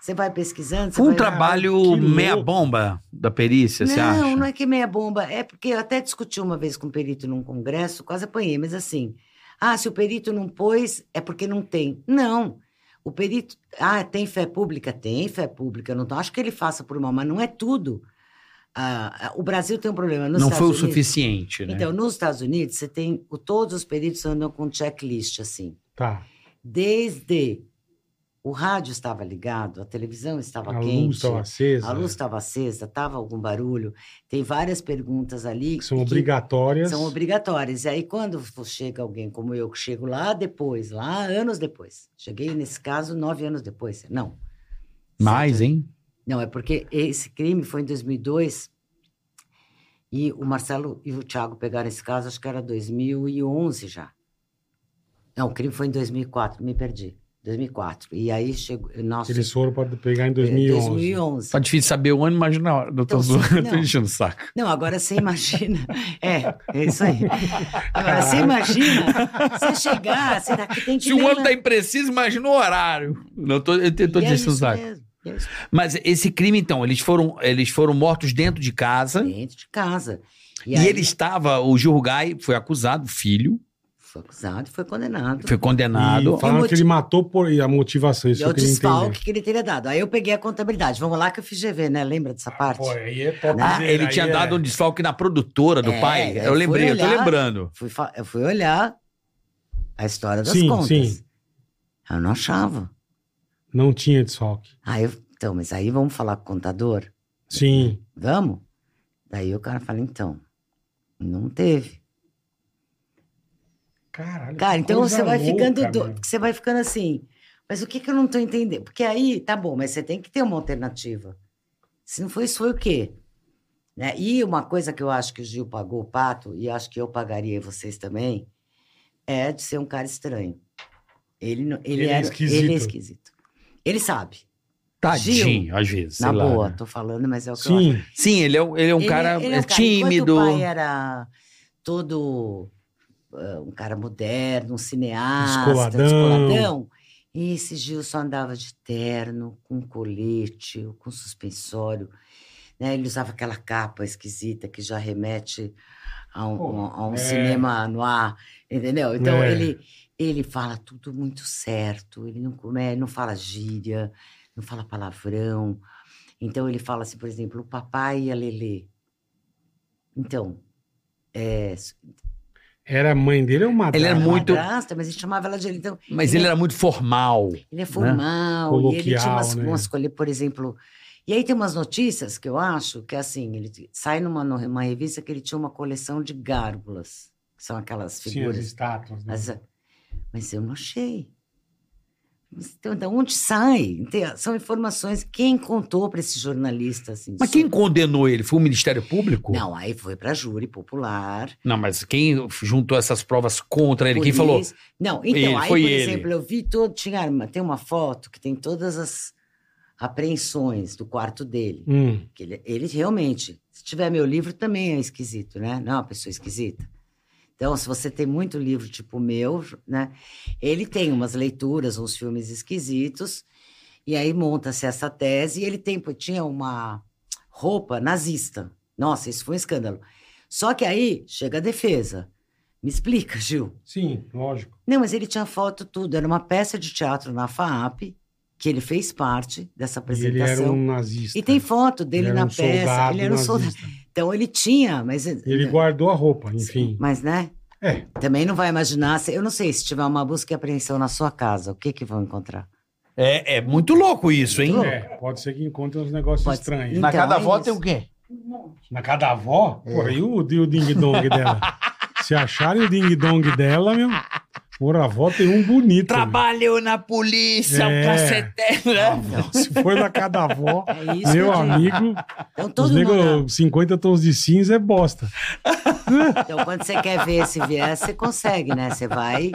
S5: você vai pesquisando. você
S4: Foi um
S5: vai-
S4: trabalho
S3: que louco.
S4: meia-bomba da perícia, você acha?
S5: não, não é que meia bomba. É porque eu até discuti uma vez com um perito num congresso, quase apanhei, mas assim. Ah, se o perito não pôs, é porque não tem. Não. O perito. Ah, tem fé pública? Tem fé pública. Eu Não tô- acho que ele faça por mal, mas não é tudo. Ah, ah, o Brasil tem um problema. Nos
S4: Não
S5: Estados
S4: foi o
S5: Unidos-
S4: suficiente, né?
S5: Então, nos Estados Unidos, você tem. o- Todos os peritos andam com checklist, assim
S3: Tá.
S5: desde o rádio estava ligado, a televisão estava
S3: A
S5: quente,
S3: luz estava acesa.
S5: a luz estava acesa, estava algum barulho. Tem várias perguntas ali
S3: que são
S5: que
S3: obrigatórias.
S5: são obrigatórias. E aí quando chega alguém como eu, que chego lá depois, lá anos depois. Cheguei nesse caso nove anos depois. Não.
S4: Mais, hein?
S5: Não, é porque esse crime foi em 2002 e o Marcelo e o Thiago pegaram esse caso, acho que era 2011 já. Não, o crime foi em 2004, me perdi. 2004. E aí chegou. Nossa,
S3: Eles foram para pegar em
S5: é,
S3: 2011.
S5: 2011.
S4: Tá difícil saber o ano, imagina a hora. Eu tô,
S5: Então,
S4: zoando,
S5: sim,
S4: eu tô
S5: não.
S4: enchendo o saco.
S5: Não, agora você
S4: (laughs)
S5: imagina. É, é isso aí. Agora você imagina. Você chegar, você daqui tem que
S4: Se o
S5: ver
S4: ano
S5: lá.
S4: tá impreciso, imagina o horário. Não, eu tô, eu te- tô
S5: né? E é
S4: enchendo o
S5: isso
S4: saco.
S5: mesmo, é isso.
S4: Mas esse crime, então, eles foram, eles foram mortos dentro de casa.
S5: Dentro de casa.
S4: E,
S5: aí
S4: ele estava, o Jurgai foi acusado, o filho,
S5: foi acusado e foi condenado.
S4: foi condenado.
S3: E falaram
S5: E o
S3: que ele matou por e a motivação, isso
S5: E
S3: que
S5: é
S3: eu
S5: o
S3: queria entender.
S5: desfalque que ele teria dado. Aí eu peguei a contabilidade. Vamos lá que eu fiz GV, né? Lembra dessa parte?
S3: Pô, aí é top.
S4: Ah,
S3: zero,
S4: ele
S3: aí
S4: tinha
S3: é-
S4: dado um desfalque na produtora do
S5: É,
S4: pai.
S5: eu
S4: Eu
S5: fui
S4: lembrei, eu tô
S5: olhar.
S4: lembrando.
S5: Fui fa- eu fui olhar a história das
S3: Sim,
S5: contas.
S3: sim.
S5: Eu não achava.
S3: Não tinha desfalque.
S5: Aí eu, então, mas aí vamos falar com o contador?
S3: Sim.
S5: Vamos? Daí o cara fala, então, não teve.
S3: Caralho.
S5: Cara,
S3: que
S5: então
S3: coisa
S5: você vai
S3: louca,
S5: ficando do...
S3: meu.
S5: você vai ficando assim. Mas o que que eu não tô entendendo? Porque aí, tá bom, mas você tem que ter uma alternativa. Se não foi isso, foi o quê? Né? E uma coisa que eu acho que o Gil pagou o pato, e acho que eu pagaria e vocês também, é de ser um cara estranho. Ele, não- ele,
S3: Ele é
S5: era,
S3: esquisito.
S5: ele é esquisito. Ele sabe.
S4: Tadinho, às vezes. sei
S5: na
S4: lá,
S5: boa,
S4: né?
S5: tô falando, mas é o que eu
S3: Sim.
S4: Sim, ele é, um- ele é um
S5: ele-
S4: cara
S5: ele é um cara-
S4: tímido.
S5: Enquanto o pai é era todo ah, um cara moderno, um cineasta,
S3: Descoladão.
S5: descoladão, esse Gil só andava de terno, com colete, com suspensório. Né? Ele usava aquela capa esquisita que já remete a um,
S3: Pô,
S5: a um
S3: é.
S5: cinema no ar, entendeu? Então
S3: É.
S5: ele, ele fala tudo muito certo, ele não come, ele não fala gíria, não fala palavrão. Então ele fala assim, por exemplo, o papai e a Lelê. Então, é,
S3: Era a mãe dele ou madrasta?
S4: Ele era muito-
S5: madrasta, mas ele chamava ela de Lelê. Então,
S4: Mas ele era muito formal.
S5: ele é formal, e ele tinha umas,
S3: Né? Coloquial, né?
S5: umas colhe- por exemplo. E aí tem umas notícias que eu acho que assim, ele t- sai numa, no- numa revista que ele tinha uma coleção de gárgulas, que são aquelas
S3: Sim, as
S5: figuras.
S3: estátuas. Né?
S4: Hum.
S5: Mas, mas eu não achei. Mas, Então, da onde sai? Ente- São informações. Quem contou para esse jornalista? Assim,
S4: Mas
S5: sobre-
S4: quem condenou ele? Foi o Ministério Público?
S5: Não, aí foi para júri popular.
S4: Não, mas quem juntou essas provas contra ele? Quem
S5: Por
S4: falou?
S5: isso- Não, então,
S4: Ele,
S5: aí,
S4: foi
S5: por
S4: ele.
S5: exemplo, eu vi todo. Tinha, arma- tem uma foto que tem todas as apreensões do quarto dele.
S3: Hum,
S5: Que ele, ele realmente, se tiver meu livro, também é esquisito, né? Não é uma pessoa esquisita. Então, se você tem muito livro tipo o meu, né? Ele tem umas leituras, uns filmes esquisitos, e aí monta-se essa tese. E ele tem, tinha uma roupa nazista. Nossa, isso foi um escândalo. Só que aí chega a defesa. Me explica, Gil.
S3: Sim, lógico.
S5: Não, mas ele tinha foto tudo. Era uma peça de teatro na FAAP, que ele fez parte dessa
S3: E ele era
S5: apresentação.
S3: um nazista.
S5: E tem foto dele
S3: Ele era
S5: na
S3: um
S5: peça.
S3: soldado
S5: Ele era um soldado.
S3: nazista.
S5: Então ele tinha, mas.
S3: Ele guardou a roupa, enfim.
S5: Mas, né?
S3: É.
S5: Também não vai imaginar. se- Eu não sei, se tiver uma busca e apreensão na sua casa, o que que vão encontrar?
S4: É, é muito louco isso, hein?
S3: É, pode ser que encontre uns negócios
S5: Pode-
S3: estranhos.
S5: Então,
S6: Na cada
S5: é
S6: avó
S5: isso.
S6: tem o quê?
S3: Na casa da avó?
S5: É.
S3: Porra, e o, e o ding-dong
S5: (laughs)
S3: dela? Se acharem o ding-dong dela, meu. Porra, a avó tem um bonito.
S4: Trabalho na polícia,
S3: É.
S4: um cacete. né?
S5: Então,
S3: meu. Se for na casa da avó,
S5: é isso
S3: meu
S5: que eu digo.
S3: amigo,
S5: Então,
S3: os
S5: todo
S3: nego,
S5: mundo.
S3: 50 tons de cinza é bosta.
S5: Então, quando você quer ver esse viés, você consegue, né? Você vai,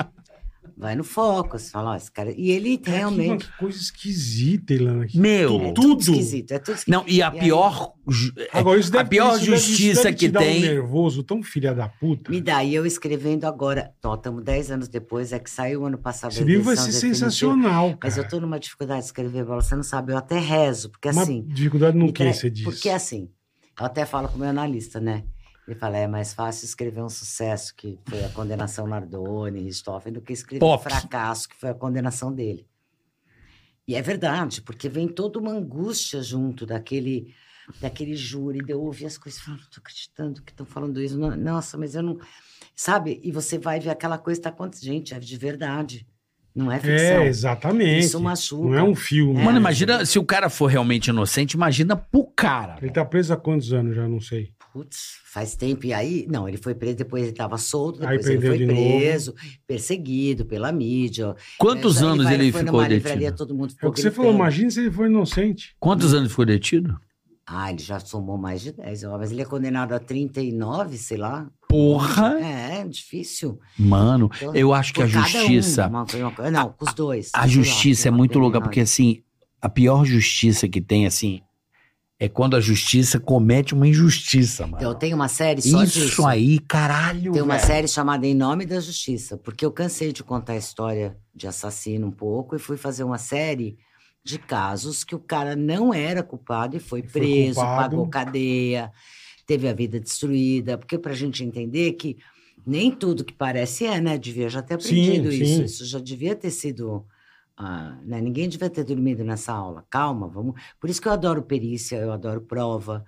S5: vai no foco. Você fala, ó, esse cara. E ele realmente.
S3: É, Que, que coisa esquisita, Ilana. que
S4: Meu.
S5: é
S3: tudo.
S5: esquisito. É tudo esquisito.
S4: Não, e a
S5: E aí?
S4: pior. ju- é,
S3: Agora, isso deve,
S4: a pior
S3: isso deve- isso
S4: justiça
S3: deve te
S4: que
S3: dar
S4: tem.
S3: Um nervoso tão filha da puta.
S5: Me dá, e eu escrevendo agora. Nós estamos 10 anos depois, é que saiu ano passado. a
S3: Esse livro vai
S5: edição
S3: ser
S5: definitiva.
S3: sensacional, cara.
S5: Mas eu tô numa dificuldade de escrever, Bola, você não sabe, eu até rezo, porque
S3: Uma
S5: assim.
S3: dificuldade no
S5: me
S3: que
S5: tra-
S3: você diz.
S5: Porque assim, eu até falo com o meu analista, né? Ele fala, é mais fácil escrever um sucesso, que foi a condenação Nardoni, Ristoffen, do que escrever um
S4: Pop.
S5: fracasso, que foi a condenação dele. E é verdade, porque vem toda uma angústia junto daquele, daquele júri, de eu ouvir as coisas, falando, não tô acreditando que estão falando isso, no- nossa, mas eu não... Sabe? E você vai ver aquela coisa que tá acontecendo, gente, é de verdade, não é ficção.
S3: É, exatamente.
S5: Isso machuca.
S3: Não é um filme.
S4: Mano,
S3: né?
S4: imagina se o cara for realmente inocente, imagina pro cara.
S3: Ele tá preso há quantos anos já? Não sei.
S5: Putz, faz tempo. E aí, não, ele foi preso, depois ele estava solto,
S3: Aí
S5: depois ele
S3: prendeu
S5: foi
S3: de novo.
S5: preso, perseguido pela mídia.
S4: Quantos
S5: Então,
S4: anos
S5: vai-
S4: ele
S5: foi
S4: ficou
S5: numa livraria,
S4: detido?
S5: todo mundo
S3: É
S5: ficou
S3: o que você falou,
S5: gritando.
S3: imagina se ele for inocente.
S4: Quantos anos ficou detido?
S5: Ah, ele já somou mais de 10 horas. Ele é condenado a 39, sei lá.
S4: Porra!
S5: É, é difícil.
S4: Mano,
S5: Então,
S4: eu acho que a
S5: por cada um,
S4: justiça.
S5: uma coisa- uma coisa- não, com os dois.
S4: A
S5: sei lá,
S4: justiça é
S5: tem uma
S4: muito
S5: pena
S4: louca,
S5: enorme.
S4: porque assim, a pior justiça que tem, assim, é quando a justiça comete uma injustiça, mano.
S5: Então, tem uma série só
S4: Isso
S5: disso.
S4: aí, caralho.
S5: Tem uma
S4: velho.
S5: série chamada Em Nome da Justiça, porque eu cansei de contar a história de assassino um pouco e fui fazer uma série de casos que o cara não era culpado e foi
S3: foi
S5: preso,
S3: culpado.
S5: pagou cadeia, teve a vida destruída, porque pra gente entender que nem tudo que parece é, né? Devia já ter
S3: Sim,
S5: aprendido isso,
S3: sim.
S5: isso já devia ter sido... ah, né? Ninguém devia ter dormido nessa aula. Calma, vamos... Por isso que eu adoro perícia, eu adoro prova,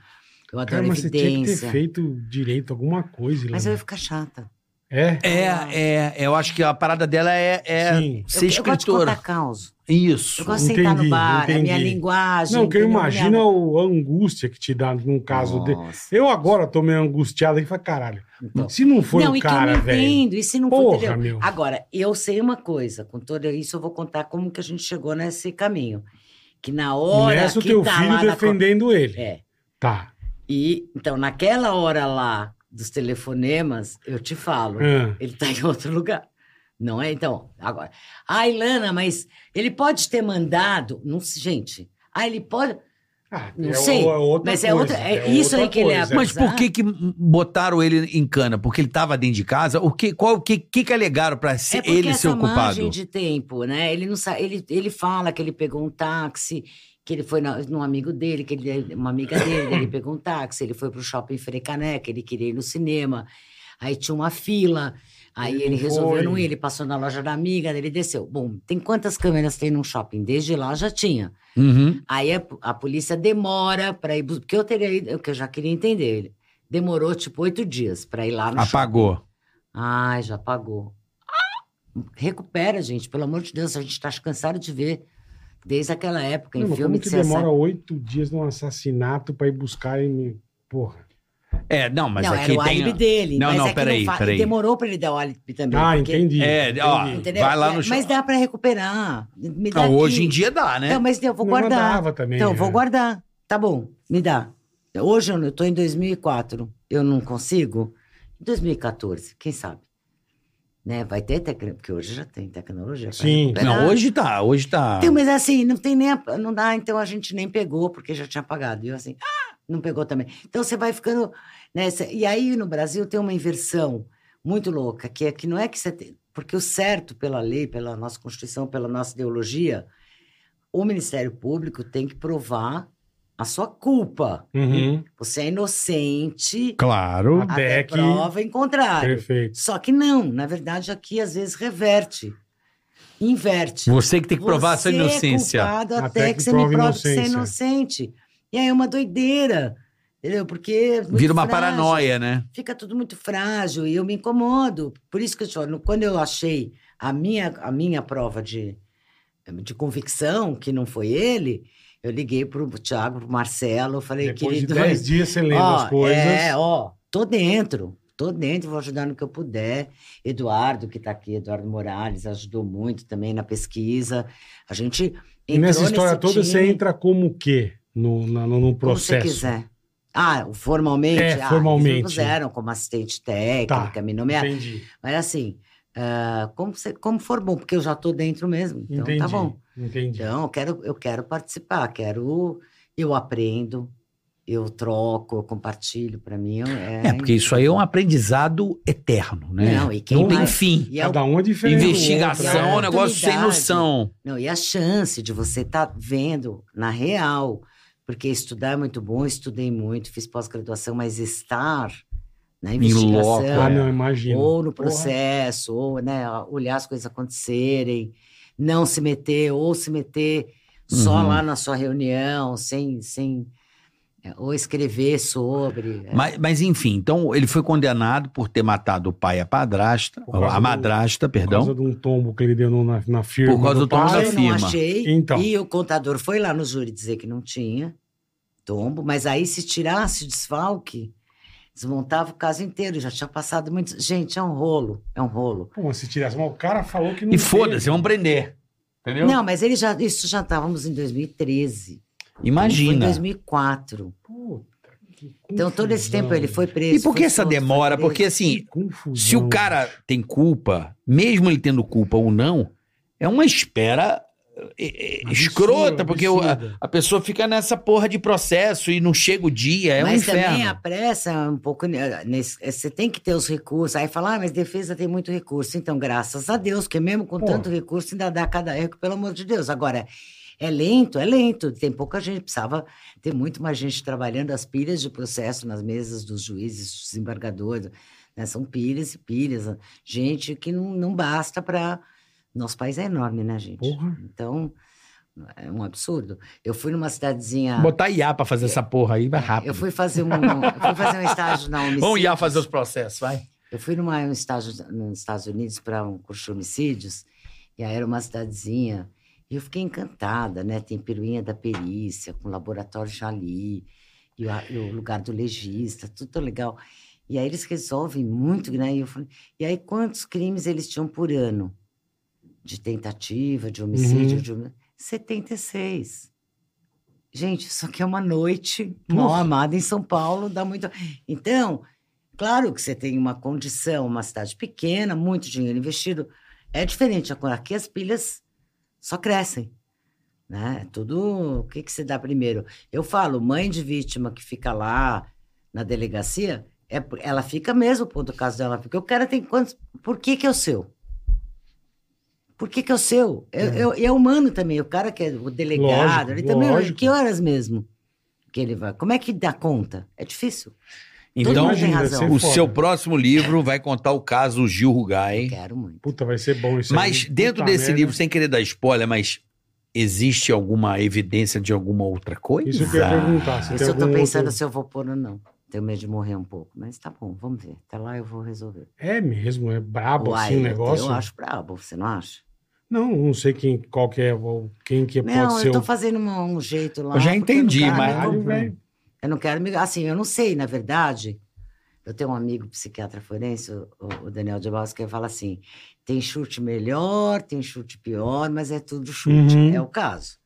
S5: eu
S3: Cara,
S5: adoro
S3: mas você tinha que ter
S5: evidência.
S3: feito né? direito alguma coisa.
S5: Mas eu
S3: Ilana.
S5: ia ficar chata.
S3: É?
S4: É, é, eu acho que a parada dela é, é
S3: Sim.
S4: ser
S5: eu, eu gosto de
S4: escritora.
S5: contar causa.
S4: Isso.
S5: Eu gosto de sentar no
S3: Entendi,
S5: bar, é a minha
S3: entendi.
S5: linguagem.
S3: Não, que eu
S5: entendeu?
S3: imagino
S5: Minha-
S3: a angústia que te dá num caso dele.
S5: Nossa.
S3: Eu agora tô meio angustiado aqui e falo, caralho,
S5: Então.
S3: se não foi
S5: não,
S3: o
S5: e
S3: cara,
S5: que eu não
S3: velho.
S5: entendo, e se não
S3: Porra,
S5: for, entendeu?
S3: meu.
S5: Agora, eu sei uma coisa, com todo isso eu vou contar como que a gente chegou nesse caminho. Que na hora
S3: Começa é o
S5: que
S3: teu
S5: tá
S3: filho
S5: lá na co-
S3: defendendo ele.
S5: É.
S3: Tá.
S5: E, então, naquela hora lá dos telefonemas, eu te falo,
S3: Ah,
S5: ele tá em outro lugar. Não é? Então, agora. Ah, Ilana, mas ele pode ter mandado. Não, se- gente. Ah, ele pode.
S3: Ah,
S5: Não
S3: é
S5: sei,
S3: o- é outra
S5: mas é
S3: coisa,
S5: outra- é isso aí
S3: outra
S5: que ele é
S3: coisa.
S4: Mas por que que botaram ele em cana? Porque ele tava dentro de casa? O que, qual, o que, que que alegaram pra se-
S5: é porque
S4: ele
S5: essa
S4: ser o culpado?
S5: margem de tempo, né? Ele não sabe, ele, ele fala que ele pegou um táxi, que ele foi na- num amigo dele, que ele, uma amiga dele,
S4: (coughs)
S5: ele pegou um táxi, ele foi pro shopping Frei Caneca, ele queria ir no cinema, aí tinha uma fila, aí
S3: Ele
S5: ele,
S3: não foi.
S5: resolveu não ir, ele passou na loja da amiga, ele desceu. Bom, tem quantas câmeras tem num shopping? Desde lá já tinha.
S4: Uhum.
S5: Aí a, a polícia demora para ir, bus- porque eu teria ido, eu que eu já queria entender ele. Demorou tipo oito dias para ir lá no shopping.
S4: Apagou.
S5: Ai, já pagou. Ah! Recupera, gente, pelo amor de Deus, a gente tá cansado de ver. Desde aquela época, em
S3: Não, mas
S5: filme
S3: como
S5: de
S3: que
S5: CSI.
S3: demora oito dias num assassinato pra ir buscarem... Porra.
S4: É, não, mas
S5: não,
S4: aqui
S5: era o
S4: tem...
S5: álibi dele.
S4: Não,
S5: mas
S4: não,
S5: é que
S4: peraí,
S5: fa-
S4: peraí.
S5: Demorou pra ele dar o álibi também.
S3: Ah,
S5: porque-
S3: entendi.
S4: É, ó,
S3: entendi.
S5: Entendeu?
S4: Vai lá no
S5: É, Mas dá pra recuperar. Me dá
S4: Não, hoje
S5: aqui.
S4: em dia dá, né?
S5: Não, mas eu vou
S3: Não
S5: guardar.
S3: mandava também,
S5: então,
S3: né?
S5: vou guardar. Tá bom, me dá. Hoje eu não- eu tô em 2004. Eu não consigo? Em 2014, quem sabe? Né? Vai ter tecnologia, porque hoje já tem tecnologia. pra
S3: Sim.
S5: recuperar.
S4: Não, hoje tá, hoje tá.
S5: Então, mas assim, não tem nem. a- Não dá, então a gente nem pegou, porque já tinha pagado. E eu assim, né, ah, não pegou também. Então você vai ficando nessa. E aí no Brasil tem uma inversão. muito louca, que é que não é que você tem, porque o certo pela lei, pela nossa Constituição, pela nossa ideologia, o Ministério Público tem que provar a sua culpa.
S3: Uhum.
S5: Você é inocente
S2: Claro.
S5: até
S3: Até que-
S5: prova em contrário.
S3: Perfeito.
S5: Só que não, na verdade aqui às vezes reverte. Inverte.
S4: Você que tem que provar
S5: Você
S4: a sua
S5: É
S4: inocência.
S5: culpado até, que, você me
S3: prove
S5: prove que você é
S3: inocência.
S5: inocente. E aí é uma doideira, entendeu? Porque é muito
S4: Vira uma
S5: frágil,
S4: paranoia, né?
S5: Fica tudo muito frágil e eu me incomodo. Por isso que eu te falo, quando eu achei a minha, a minha prova de, de convicção, que não foi ele, eu liguei pro Thiago, pro Marcelo, eu falei,
S3: Depois de
S5: querido... né?
S3: 10 dias você lendo
S5: ó,
S3: as coisas.
S5: É, ó, tô dentro. Tô dentro, vou ajudar no que eu puder. Eduardo, que tá aqui, Eduardo Morales, ajudou muito também na pesquisa. A gente
S3: e nessa história toda você
S5: time
S3: entra como o quê no, na- no, no
S5: como você
S3: processo?
S5: quiser. Ah, formalmente?
S3: É,
S5: Ah, eles
S3: formalmente.
S5: me puseram como assistente técnica,
S3: Tá.
S5: me nomearam.
S3: Entendi.
S5: Mas assim, ah, como, você- como for bom, porque eu já tô dentro mesmo. Então
S3: Entendi.
S5: tá bom.
S3: Entendi.
S5: Então, eu quero, eu quero participar, quero. Eu aprendo, eu troco, eu compartilho. Para mim, eu- é,
S4: É, porque isso aí é um aprendizado eterno, né?
S5: Não, e quem
S4: tem
S5: mais-
S4: fim.
S5: E é o-
S3: Cada um é diferente. do outro,
S4: Investigação é um
S3: né?
S4: negócio sem
S5: Oportunidade.
S4: noção.
S5: não, e a chance de você estar vendo na real, porque estudar é muito bom, estudei muito, fiz pós-graduação, mas estar na
S4: loco,
S3: Ah,
S5: investigação,
S3: não, imagina.
S5: ou no
S3: Porra.
S5: processo, ou né, olhar as coisas acontecerem, não se meter, ou se meter só
S4: Uhum.
S5: lá na sua reunião, sem, sem é, ou escrever sobre. é.
S4: Mas, mas, enfim, então ele foi condenado por ter matado o pai e a padrasta,
S3: Por causa
S4: a
S3: do-
S4: madrasta,
S3: Por
S4: perdão.
S3: causa de um tombo que ele deu no- na, na firma.
S4: Por causa do tombo da
S3: pai.
S5: Ah, eu
S4: firma.
S5: não achei.
S3: Então.
S5: E o contador foi lá no júri dizer que não tinha tombo, mas aí se tirasse o desfalque, desmontava o caso inteiro. Já tinha passado muito. Gente, é um rolo. É um rolo.
S3: Pô, se tirasse, mas o cara falou que não
S4: E
S3: teve.
S4: foda-se, vamos prender. Entendeu?
S5: Não, mas ele já, isso já estávamos em 2013. Foi em
S4: Imagina.
S5: 2004.
S3: Puta, que
S5: Então, todo esse
S3: confusão,
S5: tempo ele foi preso.
S4: E por que
S5: foi
S4: essa
S5: solto, foi
S4: demora?
S5: preso.
S4: Porque assim,
S3: Que confusão.
S4: Se o cara tem culpa, mesmo ele tendo culpa ou não, é uma espera é, é,
S3: Absurdo,
S4: escrota, porque o- a,
S3: absurdo.
S4: a pessoa fica nessa porra de processo e não chega o dia, é um
S5: mas também
S4: inferno.
S5: a pressa é um pouco. ne- nesse- Você tem que ter os recursos. Aí fala, ah, mas defesa tem muito recurso. Então, graças a Deus, que mesmo com
S3: Pô.
S5: tanto recurso, ainda dá cada erro, que, pelo amor de Deus. Agora, é lento, é lento. Tem pouca gente, precisava ter muito mais gente trabalhando as pilhas de processo nas mesas dos juízes, dos desembargadores. né? São pilhas e pilhas. né? Gente que não, não basta para. Nosso país é enorme, né, gente?
S3: Porra.
S5: Então, é um absurdo. Eu fui numa cidadezinha.
S4: Botar IA pra fazer essa porra aí vai rápido.
S5: É, Eu fui fazer um, eu fui fazer um estágio
S4: (laughs)
S5: na homicídios.
S4: Vamos IA fazer os processos, vai.
S5: Eu fui numa, um estágio nos Estados Unidos para um curso de homicídios, e aí era uma cidadezinha. E eu fiquei encantada, né? Tem peruinha da perícia, com laboratório Jali, e o, a- e o lugar do legista, tudo tão legal. E aí eles resolvem muito, né? E, eu falei, e aí quantos crimes eles tinham por ano? De tentativa, de homicídio,
S3: Uhum.
S5: de homi- 76. Gente, isso aqui é uma noite
S3: Porra.
S5: mal amada em São Paulo, dá muito. Então, claro que você tem uma condição, uma cidade pequena, muito dinheiro investido. É diferente. Agora, Aqui as pilhas só crescem. Né? É Tudo. O que, que você dá primeiro? Eu falo, mãe de vítima que fica lá na delegacia, é, por- ela fica mesmo, pô, do caso dela, porque o cara tem quantos. Por que, que é o seu? Por que, que é o seu? É,
S3: É.
S5: é- é humano também. O cara que é o delegado,
S3: Lógico,
S5: ele também.
S3: lógico.
S5: Que horas mesmo que ele vai? Como é que dá conta? É difícil. Todo
S4: Então,
S5: mundo tem razão.
S4: o seu próximo livro vai contar o caso Gil Rugai.
S5: Quero muito.
S3: Puta, vai ser bom isso
S4: Mas
S3: aí.
S4: dentro
S3: Puta
S4: desse
S3: merda.
S4: livro, sem querer dar spoiler, mas existe alguma evidência de alguma outra coisa?
S3: Isso que eu ia perguntar. Se
S5: Isso
S3: tem
S5: eu tô
S3: algum
S5: pensando
S3: outro-
S5: se eu vou pôr ou não. Tenho medo de morrer um pouco, mas tá bom, vamos ver. Até lá eu vou resolver.
S3: É mesmo, é brabo
S5: Uai,
S3: assim o
S5: eu-
S3: negócio.
S5: Eu acho brabo, você não acha?
S3: Não, não sei quem, qual que é, ou quem que
S5: não,
S3: pode ser
S5: eu tô
S3: o...
S5: fazendo uma- um jeito lá.
S4: Eu já
S5: porque não
S4: entendi,
S5: quero me
S4: mas-
S3: Caralho,
S5: comprometer.
S3: velho.
S5: Eu não quero me. Assim, eu não sei, na verdade. Eu tenho um amigo psiquiatra forense, o, o Daniel de Barros, que fala assim: tem chute melhor, tem chute pior, mas é tudo chute.
S3: Uhum.
S5: É o caso.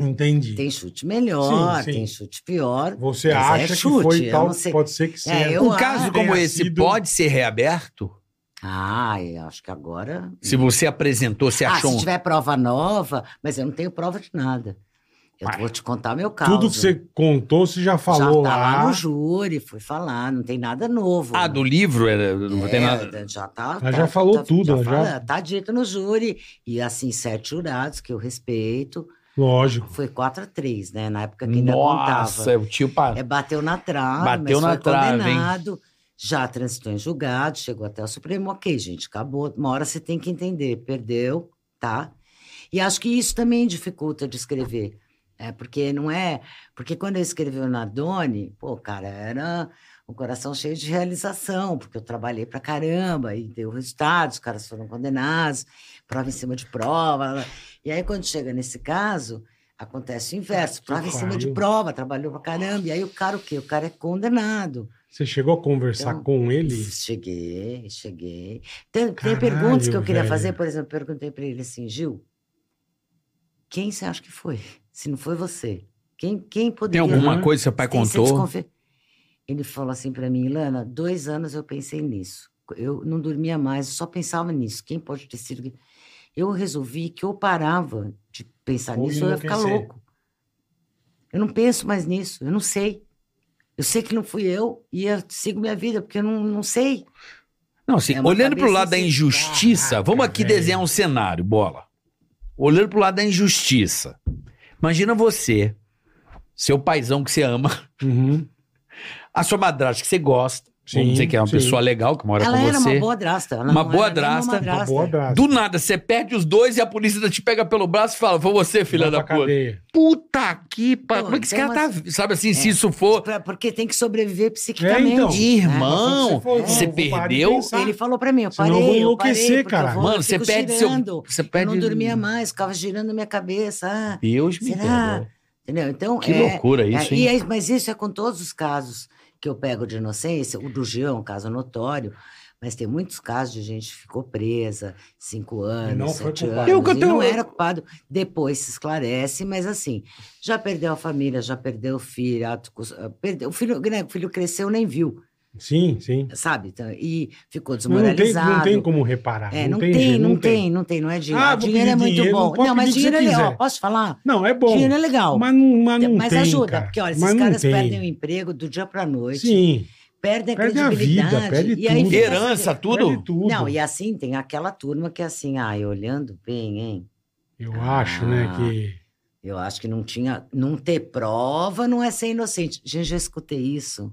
S3: Entendi.
S5: né? Tem chute melhor,
S3: Sim, sim.
S5: tem chute pior.
S3: Você
S5: Mas é
S3: acha que
S5: chute,
S3: foi
S5: eu
S3: tal,
S5: não sei. É,
S3: pode ser que seja.
S5: eu-
S4: Um
S5: acho
S4: caso
S5: que
S4: como
S3: tenha
S4: esse
S3: sido-
S4: pode ser reaberto?
S5: Ah, eu acho que agora.
S4: Se você apresentou, você
S5: Hum. ah,
S4: achou
S5: se
S4: um.
S5: tiver prova nova, mas eu não tenho prova de nada. Eu
S3: Vai.
S5: vou te contar meu caso.
S3: Tudo que você contou, você já falou
S5: já tá
S3: lá.
S5: lá no júri, fui falar, não tem nada novo.
S4: Ah, do livro? era- Não
S5: É,
S4: tem nada.
S5: Já tá.
S3: Ela
S5: tá-
S3: já falou
S5: tá-
S3: tudo, ela já-
S5: fala- Tá dito no júri. E assim, sete jurados que eu respeito.
S3: Lógico.
S5: Foi 4 a 3 né? Na época que ainda
S4: Nossa,
S5: contava.
S4: o tio pa-
S5: É, bateu na trave,
S4: Bateu
S5: mas
S4: na
S5: foi
S4: trave, hein?
S5: condenado. Já transitou em julgado, chegou até o Supremo. Ok, gente, acabou. Uma hora você tem que entender. Perdeu, tá? E acho que isso também dificulta de escrever. É, porque não é... Porque quando eu escrevi o Nadone, pô, cara, era um coração cheio de realização, porque eu trabalhei pra caramba e deu resultado, os caras foram condenados, prova em cima de prova. lá, lá. E aí, quando chega nesse caso, acontece o inverso,
S3: Que
S5: prova em cima de
S3: pariu.
S5: prova, trabalhou pra caramba. E aí, o cara o quê? O cara é condenado.
S3: Você chegou a conversar
S5: Então,
S3: com ele?
S5: Cheguei, cheguei. Tem, tem
S3: Caralho,
S5: perguntas que eu queria
S3: velho.
S5: fazer, por exemplo, perguntei pra ele assim, Gil, quem você acha que foi? Se não foi você, quem, quem
S4: Tem
S5: poderia...
S4: alguma coisa que seu pai
S5: Tem que ser
S4: contou?
S5: desconfi- Ele falou assim pra mim, Ilana, dois anos eu pensei nisso. Eu não dormia mais, eu só pensava nisso. Quem pode ter sido? que- Eu resolvi que eu parava de pensar
S3: Ou
S5: nisso, eu ia ficar
S3: enlouquecer.
S5: louco. Eu não penso mais nisso, eu não sei. Eu sei que não fui eu e eu sigo minha vida, porque eu não, não sei.
S4: Não, assim,
S5: É uma
S4: olhando pro
S5: cabeça
S4: lado da
S5: assim,
S4: injustiça,
S3: caraca,
S4: vamos aqui
S3: velho.
S4: desenhar um cenário, bola. Olhando pro lado da injustiça. Imagina você, seu paizão que você ama,
S3: Uhum.
S4: a sua madrasta que você gosta,
S3: Sim,
S4: vamos dizer que é uma
S3: sim.
S4: pessoa legal que mora
S5: ela
S4: com
S5: era uma
S4: você.
S5: boa drasta. Ela
S4: Uma
S5: não
S4: boa
S5: era nenhuma
S4: drasta. Uma
S3: Um bom abraço.
S4: Do nada, você perde os dois e a polícia ainda te pega pelo braço e fala: Foi você, filha
S3: Vai
S4: da
S3: pra
S4: puta.
S3: cadeia.
S4: Puta que pariu.
S5: Pô, É.
S4: Como é que esse
S5: tem
S4: cara tá. Sabe assim, se isso for.
S5: Pra- Porque tem que sobreviver psiquicamente.
S3: então.
S5: né?
S4: Irmão,
S3: Mas quando
S5: você
S3: eu vou parar de
S4: perdeu?
S3: pensar.
S5: Ele falou pra mim, eu
S3: Senão eu
S5: parei,
S3: vou
S5: eu parei,
S3: enlouquecer,
S5: porque eu
S3: cara.
S5: vou-
S4: mano,
S5: eu
S4: você
S5: fico
S4: perde
S5: girando.
S4: seu. Você perde.
S5: Eu não dormia mais, ficava girando minha cabeça. ah,
S4: Deus me
S5: Será?
S4: perdoa.
S5: entendeu? Então,
S4: Que
S5: é,
S4: loucura isso,
S5: é,
S4: hein?
S5: e aí- mas isso é com todos os casos que eu pego de inocência. O do Jean é um caso notório, mas tem muitos casos de gente que ficou presa cinco anos,
S3: não foi
S5: sete
S3: culpado.
S5: anos,
S4: Eu que
S5: e não
S4: tenho-
S5: era culpado. Depois se esclarece, mas assim, já perdeu a família, já perdeu o filho, ato cus- perdeu, o filho, né, o filho cresceu nem viu,
S3: Sim, sim.
S5: sabe? Então, e ficou
S3: Não tem,
S5: desmoralizado.
S3: Ah, não tem como reparar.
S5: É, não, tem,
S3: jeito,
S5: não tem, não tem, não é dinheiro.
S3: Ah, vou
S5: dinheiro é
S3: pedir
S5: muito
S3: dinheiro, não
S5: bom.
S3: pode
S5: Não, mas
S3: pedir o que
S5: dinheiro é
S3: você
S5: legal.
S3: quiser.
S5: Posso falar?
S3: Não, é bom.
S5: Dinheiro é legal. Mas,
S3: Mas não, mas não tem,
S5: ajuda,
S3: cara.
S5: porque olha, esses
S3: Mas não
S5: caras
S3: tem.
S5: perdem o emprego do dia pra noite,
S3: Sim.
S5: perdem a
S3: Perde a vida,
S5: credibilidade.
S3: perde
S5: e aí
S3: tudo.
S5: fica- assim,
S4: Herança, tudo?
S3: Perde tudo.
S5: Não, e assim tem aquela turma que é assim, ai, olhando bem, hein?
S3: Eu acho, né,
S5: Ah.
S3: que...
S5: Eu acho que não tinha. Não ter prova não é ser inocente. Gente, já escutei isso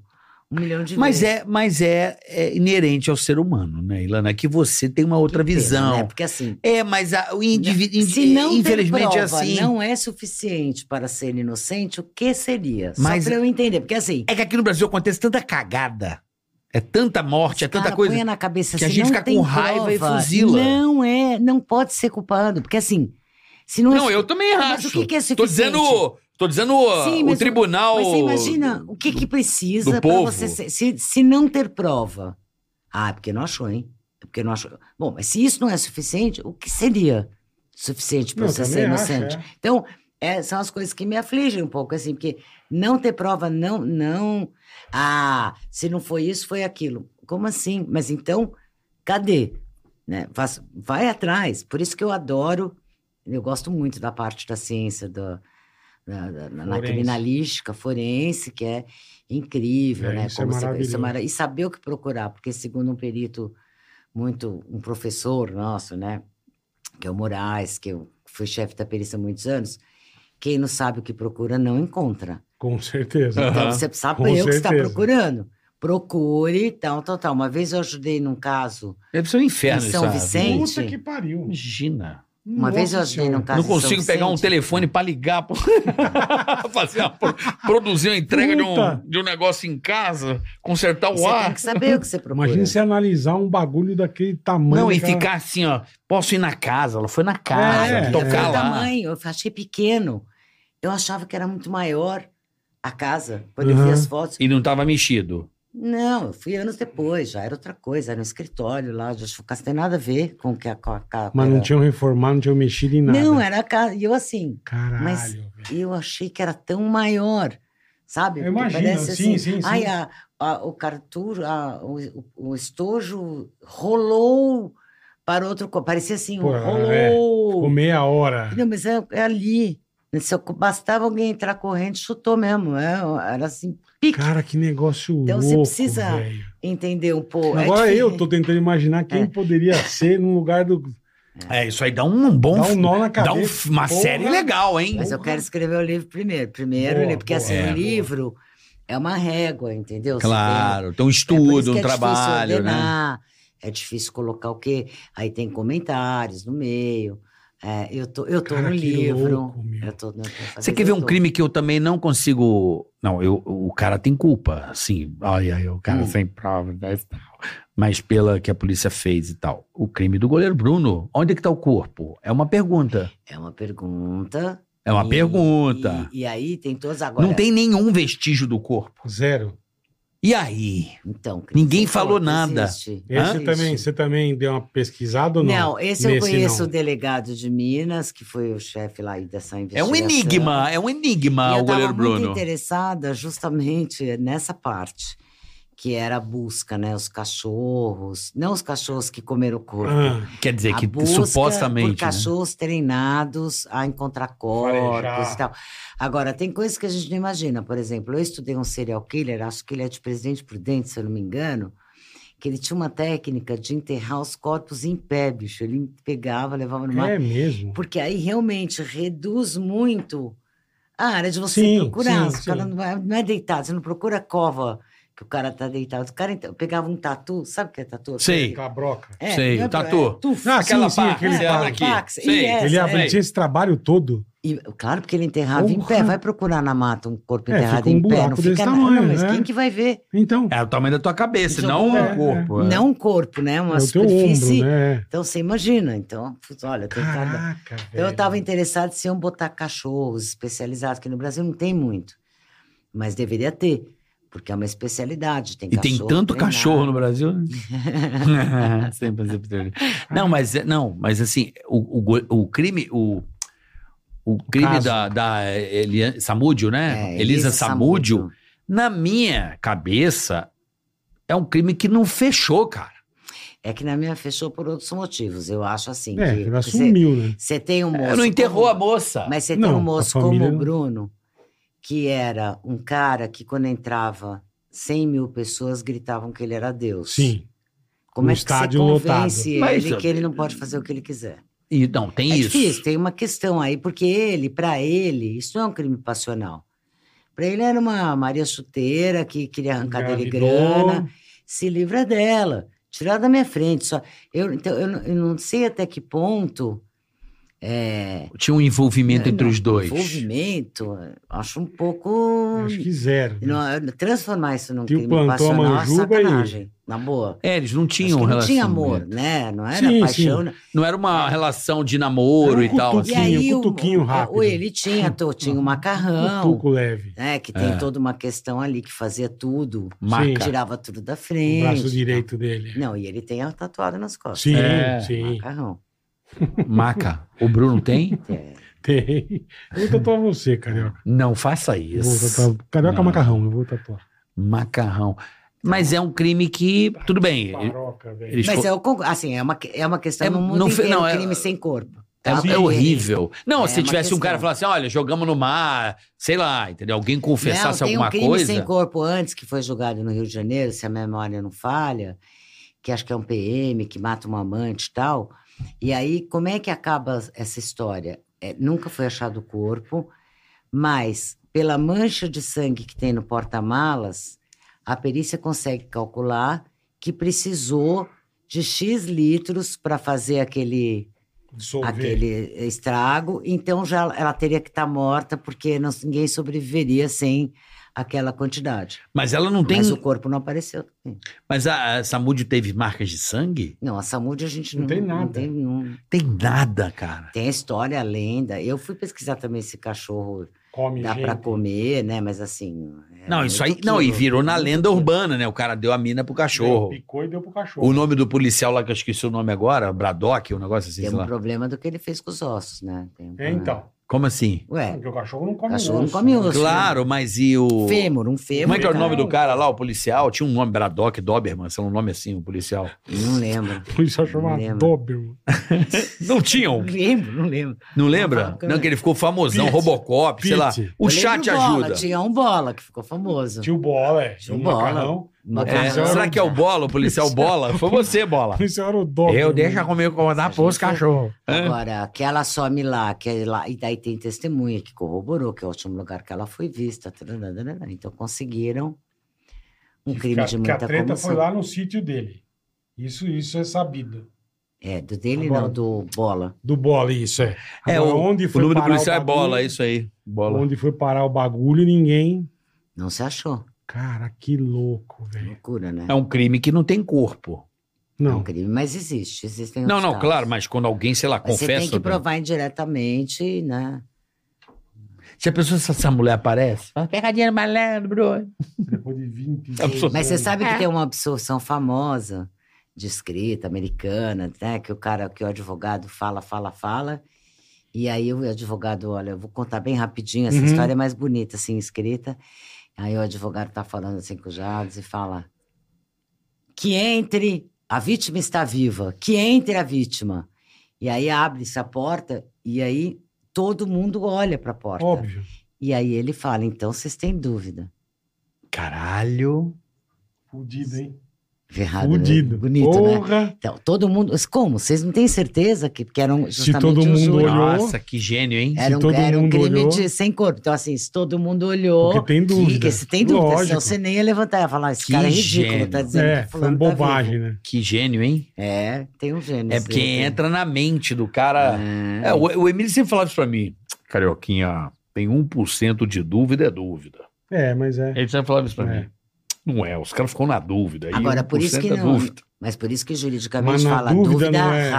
S5: um milhão de
S4: Mas
S5: vezes.
S4: é, mas é, é inerente ao ser humano, né, Ilana? Que você tem uma outra
S5: Que pena,
S4: visão.
S5: né? Porque assim,
S4: É, mas a, o indivíduo,
S5: Se não
S4: infelizmente
S5: ter
S4: é
S5: prova
S4: assim.
S5: não é suficiente para ser inocente, o que seria?
S4: Mas-
S5: Só para eu entender, porque assim,
S4: É que aqui no Brasil acontece tanta cagada, é tanta morte, é
S5: os
S4: tanta
S5: cara
S4: coisa.
S5: põe na cabeça
S4: que a
S5: se
S4: gente
S5: não
S4: fica
S5: tem
S4: com raiva e
S5: prova,
S4: fuzila.
S5: Não é, não pode ser culpado, porque assim, se não, é
S4: Não,
S5: su-
S4: eu também
S5: Mas
S4: acho.
S5: o que, que é suficiente?
S4: Tô dizendo, tô dizendo ó,
S5: Sim,
S4: o
S5: mas o-
S4: tribunal.
S5: Mas você imagina o que que precisa
S4: do
S5: para
S4: povo.
S5: você ser- se, se não ter prova? Ah, é porque não achou, hein? É porque não achou. Bom, mas se isso não é suficiente, o que seria suficiente para
S3: Não,
S5: tipo, você
S3: também
S5: ser
S3: acho,
S5: inocente?
S3: é.
S5: Então, é, são as coisas que me afligem um pouco, assim, porque não ter prova, não, não. Ah, se não foi isso, foi aquilo. Como assim? Mas então, cadê? Né? Faz- Vai atrás. Por isso que eu adoro, eu gosto muito da parte da ciência, da, da- da- na
S3: Forense.
S5: criminalística forense, que é incrível,
S3: É,
S5: né?
S3: isso é
S5: Como você-
S3: maravilhoso.
S5: mara- E saber o que procurar, porque segundo um perito muito, um professor nosso, né? Que é o Moraes, que eu fui chefe da perícia há muitos anos, quem não sabe o que procura não encontra.
S3: Com certeza.
S5: Então
S4: Aham.
S5: você precisa
S3: Com
S5: saber o que está
S3: certeza.
S5: procurando. Procure, tal, tal, tal. Uma vez eu ajudei num caso
S4: Deve ser um inferno
S5: Em
S4: isso.
S5: São
S4: sabe?
S5: Vicente.
S3: Puta que pariu.
S4: Imagina.
S5: Uma vez tá- eu ajudei num caso
S4: Não
S5: em São
S4: consigo pegar um
S5: Vicente.
S4: telefone pra ligar. (laughs) pô. Fazer uma pro- produzir uma entrega de um,
S3: Puta.
S4: de um negócio em casa, consertar o
S5: Você
S4: ar.
S5: tem que saber o que você procura.
S3: Tá (laughs) Imagina você analisar um bagulho daquele tamanho.
S4: Não, e
S3: daquela-
S4: ficar assim, ó. Posso ir na casa? Ela foi na casa,
S3: É,
S4: tocar
S5: o
S4: lá.
S5: tamanho, eu achei pequeno. Eu achava que era muito maior a casa, quando eu vi
S3: Uhum.
S5: as fotos.
S4: E não tava mexido.
S5: Não, eu fui anos depois, já era outra coisa, era um escritório lá, já acho que não tem nada a ver com o que a casa.
S3: Mas não tinham reformado, não tinham mexido em nada.
S5: Não, era a casa. E eu assim,
S3: Caralho,
S5: Mas-
S3: velho.
S5: eu achei que era tão maior, sabe?
S3: Eu
S5: Porque
S3: imagino,
S5: parece
S3: sim,
S5: assim,
S3: sim, sim.
S5: Ai, a- a- o cartur, a- o, o estojo rolou para outro. co- Parecia assim,
S3: Pô, é,
S5: rolou.
S3: Ficou meia hora.
S5: Não, mas é, é ali. Se eu- bastava alguém entrar correndo, chutou mesmo. né? Era assim, pique.
S3: Cara, que negócio
S5: Então você
S3: louco,
S5: precisa-
S3: velho.
S5: Entender um pouco. É
S3: Agora
S5: difícil.
S3: eu tô tentando imaginar quem
S5: É.
S3: poderia ser no lugar do.
S4: É, isso aí dá um bom.
S3: Dá um nó na
S4: dá
S3: cabeça.
S4: um- uma
S3: Porra.
S4: série legal, hein?
S5: Mas é eu quero escrever o livro primeiro. Primeiro,
S3: Boa,
S5: né? porque
S3: boa,
S5: assim,
S4: é,
S5: o
S4: boa.
S5: livro é uma régua, entendeu? Você
S4: Claro, tem um
S5: tem- é por
S4: estudo,
S5: isso que
S4: um
S5: é difícil
S4: trabalho, né?
S5: ordenar, É difícil colocar o quê? Aí tem comentários no meio. É, eu tô, eu tô
S3: Cara,
S5: no
S3: que
S5: livro.
S3: louco, meu.
S5: eu tô, eu tô-
S4: Você quer ver
S5: eu
S4: um
S5: tô.
S4: crime que eu também não consigo. Não, eu, o cara tem culpa, assim. Olha, aí, o cara
S5: Hum.
S4: sem prova, né, e tal. Mas pela que a polícia fez e tal. O crime do goleiro Bruno. Onde é que tá o corpo? É uma pergunta.
S5: É uma pergunta.
S4: É uma
S5: e-
S4: pergunta.
S5: E, e aí tem todas agora.
S4: Não tem nenhum vestígio do corpo.
S3: Zero.
S4: E aí?
S5: Então, Cris,
S4: Ninguém
S5: você
S4: falou
S5: que
S4: nada.
S5: existe,
S3: Esse
S5: existe.
S3: também, você também deu uma pesquisada ou não?
S5: Não, esse eu
S3: Nesse
S5: conheço
S3: não.
S5: o delegado de Minas, que foi o chefe lá aí dessa
S4: É
S5: investigação.
S4: um enigma, é um
S5: e
S4: enigma o
S5: eu
S4: goleiro
S5: estava muito
S4: Bruno.
S5: interessada justamente nessa parte, que era a busca, né? Os cachorros, não os cachorros que comeram o corpo.
S3: Ah,
S4: Quer dizer,
S5: a
S4: que
S5: busca
S4: supostamente. né?
S5: por cachorros treinados a encontrar corpos
S3: Farejar.
S5: e tal. Agora, tem coisas que a gente não imagina. Por exemplo, eu estudei um serial killer, acho que ele é de Presidente Prudente, se eu não me engano, que ele tinha uma técnica de enterrar os corpos em pé, bicho. Ele pegava, levava no mar.
S3: é mesmo.
S5: Porque aí realmente reduz muito a área de você
S3: Sim,
S5: procurar.
S3: sim,
S5: o cara
S3: sim.
S5: não é, não é deitado, você não procura a cova que o cara tá deitado. O cara então, pegava um tatu, sabe o que é tatu?
S4: Sei.
S3: Aquela broca.
S5: É,
S4: Sei,
S5: não é-
S4: tatu.
S5: é tufo.
S3: Ah,
S4: Aquela
S3: sim, sim,
S4: pá,
S3: aquele
S5: é,
S3: pá.
S5: abre aqui. Pax, e essa,
S3: Ele
S5: é.
S3: abre- tinha esse trabalho todo.
S5: E, claro, porque ele enterrava em
S3: Porra.
S5: pé. Vai procurar na mata um corpo
S3: É,
S5: enterrado
S3: fica um
S5: em pé. Não
S3: buraco desse
S5: fica nada.
S3: tamanho,
S5: não, mas
S3: né?
S5: quem que vai ver?
S3: Então,
S4: É o tamanho da tua cabeça,
S5: Então,
S4: não
S3: é,
S4: o corpo. é.
S5: Não um corpo, né?
S3: é
S5: Uma
S3: o teu
S5: superfície.
S3: ombro, né?
S5: Então você imagina. Então, putz, olha, tem cada.
S3: Caraca,
S5: Então,
S3: velho.
S5: eu estava interessado se iam botar cachorros especializados, que no Brasil não tem muito. Mas deveria ter, porque é uma especialidade. Tem
S4: E tem
S5: cachorro
S4: tanto
S5: treinado.
S4: cachorro
S5: (laughs)
S4: no Brasil. (laughs) né? Sempre, sempre, sempre. Não, mas é- não, mas assim, o, o, go- o crime, o, o crime
S3: Caso.
S4: da, da Elia- Samúdio, né?
S5: É,
S4: Elisa Samúdio, na minha cabeça, é um crime que não fechou, cara.
S5: É que na minha fechou por outros motivos. Eu acho assim.
S3: É,
S5: que
S3: ele
S5: você,
S3: assumiu, né?
S5: você tem um moço.
S4: É, Ela não enterrou
S5: como-
S4: a moça.
S5: Mas você tem
S3: Não,
S5: um
S3: a
S5: moço
S3: família
S5: como o
S3: não-
S5: Bruno, que era um cara que, quando entrava 100 mil pessoas, gritavam que ele era Deus.
S3: Sim.
S5: Como
S3: no
S5: é que você
S3: estádio lotado.
S5: convence
S4: Mas,
S5: ele
S4: ó,
S5: que ele não pode fazer o que ele quiser?
S4: E não, tem
S5: É
S4: isso.
S5: difícil, tem uma questão aí, porque ele, para ele, isso não é um crime passional. Para ele era uma Maria Chuteira que queria arrancar dele
S3: Engravidou.
S5: grana, se livra dela, tirar da minha frente. Só eu, então, eu, não- eu não sei até que ponto é,
S4: Tinha um envolvimento entre os dois.
S5: envolvimento. Acho um pouco
S3: Acho que zero. né?
S5: não, transformar isso num
S3: Tio
S5: crime
S3: plantou a
S5: passional é
S3: Manjuba e-
S5: sacanagem, na boa.
S4: É, eles não
S5: Acho
S4: tinham
S5: que não tinha
S4: relacionamento.
S5: amor, É. né? Não era
S3: um Sim, sim.
S5: paixão.
S4: Não era uma relação de namoro
S3: Era um
S4: e tal.
S3: cutuque.
S5: E
S4: assim.
S5: aí
S3: Cutuquinho,
S5: o,
S3: cutuquinho
S5: o-
S3: rápido.
S5: o- ele tinha, to-
S3: (laughs)
S5: tinha o macarrão,
S3: Cutuco Um leve.
S5: né? Que tem
S4: É.
S5: toda uma questão ali que fazia tudo,
S4: Marca.
S5: tirava tudo da
S3: O
S5: frente. né?
S3: braço direito dele.
S5: Não, e ele tem a tatuada nas costas.
S3: Sim,
S4: É.
S3: sim.
S5: Macarrão.
S4: Maca. O
S5: (laughs)
S4: Bruno tem?
S5: É.
S3: Tem. Eu vou tatuar você, carioca.
S4: Não faça
S3: Eu Vou
S4: isso.
S3: tatuar. Carioca
S4: Não.
S3: macarrão, eu vou tatuar.
S4: Macarrão. Mas é um crime que. Tudo bem.
S3: Paroca, velho.
S4: eles
S5: Mas
S4: fo-
S5: eu concordo, assim, é uma, que- é uma questão
S4: É,
S5: no mundo
S4: não fe-
S5: inteiro,
S4: não, é-
S5: crime sem corpo.
S4: É,
S5: tá?
S4: é
S5: Porque-
S4: horrível. Não,
S5: É
S4: se
S5: uma
S4: tivesse
S5: questão.
S4: um cara e falasse, olha, jogamos no mar, sei lá, entendeu? Alguém confessasse
S5: não, tem
S4: alguma
S5: um crime
S4: coisa.
S5: sem corpo antes que foi julgado no Rio de Janeiro, se a memória não falha, que acho que é um PM que mata uma amante e tal. E aí, como é que acaba essa história? É, nunca foi achado o corpo, mas pela mancha de sangue que tem no porta-malas, a perícia consegue calcular que precisou de X litros para fazer aquele
S3: Dissolver.
S5: aquele estrago, então já ela teria que estar morta porque não- ninguém sobreviveria sem aquela quantidade.
S4: Mas ela não tem.
S5: Mas
S4: Mas,
S5: o corpo não apareceu. também.
S4: a, a Samúdio teve marcas de sangue?
S5: Não, a Samúdia a gente
S3: Não
S5: não,
S3: tem nada.
S5: Não tem, não-
S4: Tem nada, cara.
S5: tem a história, a lenda. Eu fui pesquisar também se cachorro
S3: Come
S5: dá
S3: gente.
S5: para comer, né? Mas assim. é
S4: não, isso aí.
S5: muito
S4: Não, e
S5: quilo,
S4: virou na
S5: muito
S4: lenda
S5: quilo.
S4: urbana, né? O cara deu a mina pro
S3: Deu,
S4: cachorro.
S3: Picou e deu pro cachorro.
S4: O nome do policial lá que eu esqueci o nome agora, Bradock, um negócio assim,
S5: Tem
S4: sei
S5: um
S4: lá.
S5: problema do que ele fez com os ossos, né? Tem um
S3: É,
S5: problema.
S3: então.
S4: Como assim?
S5: Ué,
S3: Porque o cachorro não come
S5: É. Cachorro não
S3: osso. né?
S5: come osso.
S4: Claro, mas e o.
S5: fêmur, um fêmur.
S4: Como é que é o
S5: tá?
S4: nome do cara lá, o policial? Tinha um nome, Bradock, Doberman, sei lá, um nome assim, o policial.
S5: Não lembro.
S3: Por isso chama
S5: Lembra.
S3: Doberman.
S4: Não
S5: Não
S4: tinham.
S5: lembro, não lembro.
S4: Não lembra?
S5: Bacana.
S4: Não, que ele ficou famosão,
S3: Pete.
S4: Robocop, sei lá.
S3: Pete.
S4: O
S5: Eu
S4: chat
S5: lembro Bola,
S4: ajuda.
S5: Tinha um bola que ficou famoso.
S3: Tio Bola, é.
S5: Tio
S3: O
S5: Bola.
S3: Macarrão.
S5: Macarrão.
S4: É,
S3: Policial era
S4: será
S3: o-
S4: que é o Bola, o policial Bola? Foi você, Bola.
S3: Isso era o Doberman.
S4: comigo comandar pros cachorros.
S3: É.
S5: Agora, aquela some lá, que lá, e daí tem testemunha que corroborou que é o último lugar que ela foi vista. tarararara. Então conseguiram um
S3: Que
S5: crime
S3: a-
S5: de
S3: que
S5: muita
S3: a treta
S5: comoção.
S3: foi lá no sítio dele. Isso, isso é sabido.
S5: É, do dele
S3: Agora-
S5: não, do bola.
S3: Do Bola, isso é.
S4: É,
S3: Agora,
S4: o, o nome do
S3: parar
S4: policial é
S3: bagulho-
S4: Bola, é isso aí. Bola.
S3: Onde foi parar o bagulho, ninguém...
S5: Não se achou.
S3: Cara, que louco, velho.
S5: Loucura, né?
S4: É um crime que não tem corpo.
S5: É um
S3: Não,
S5: crime, mas existe. Existem
S4: Não,
S5: outros
S4: não,
S5: casos.
S4: claro, mas quando alguém, sei lá,
S5: Mas Você
S4: confessa.
S5: tem
S3: né?
S5: que provar indiretamente, né?
S4: Se a pessoa, se essa mulher aparece, fala, pegadinha do malandro.
S3: depois
S5: (laughs)
S3: de 20...
S4: É absurdo.
S5: Mas você sabe que tem uma absorção famosa de escrita americana, né? Que o cara, que o advogado fala, fala, fala. E aí o advogado, olha, eu vou contar bem rapidinho, essa
S3: Uhum.
S5: história é mais bonita, assim, escrita. Aí o advogado tá falando assim com o Jardim e fala que entre, a vítima está viva, que entre a vítima. E aí abre-se a porta e aí todo mundo olha para a porta.
S3: Óbvio.
S5: E aí ele fala, então vocês têm dúvida.
S4: Caralho.
S3: Fudido, hein?
S5: Ferrado, né?
S3: Fudido.
S5: Bonito, né?
S3: Porra.
S5: Então, todo mundo. mas Como? Vocês não têm certeza que, que eram
S3: Se
S5: justamente
S3: todo
S5: os
S3: mundo
S5: júris?
S3: olhou.
S4: Nossa, que gênio, hein?
S3: É.
S5: Era
S3: se todo
S5: um, era um
S3: mundo
S5: crime
S3: olhou.
S5: de sem corpo. Então, assim, se todo mundo olhou.
S3: Porque tem dúvida.
S5: Porque se tem dúvida,
S3: Lógico.
S5: senão você nem ia levantar e ia falar, esse
S4: Que
S5: cara é ridículo,
S4: gênio.
S5: tá dizendo
S3: É,
S5: que
S3: foi uma
S5: fulano tá vivo.
S3: bobagem, né?
S4: Que gênio, hein?
S5: É, tem um gênio.
S4: É
S5: sim,
S4: porque
S5: tem.
S4: entra na mente do cara.
S5: É.
S4: É, o, o Emílio sempre falava isso pra mim. Carioquinha, tem 1% de dúvida, é dúvida.
S3: É, mas é.
S4: Ele sempre falava isso pra
S3: É.
S4: mim. Não é, os caras ficam na dúvida. aí
S5: Agora, por isso
S4: 1%
S5: que
S4: é
S5: não-
S4: dúvida.
S5: Mas por isso que
S3: Mas
S5: juridicamente
S3: na
S5: fala
S3: dúvida
S5: dúvida,
S3: não é.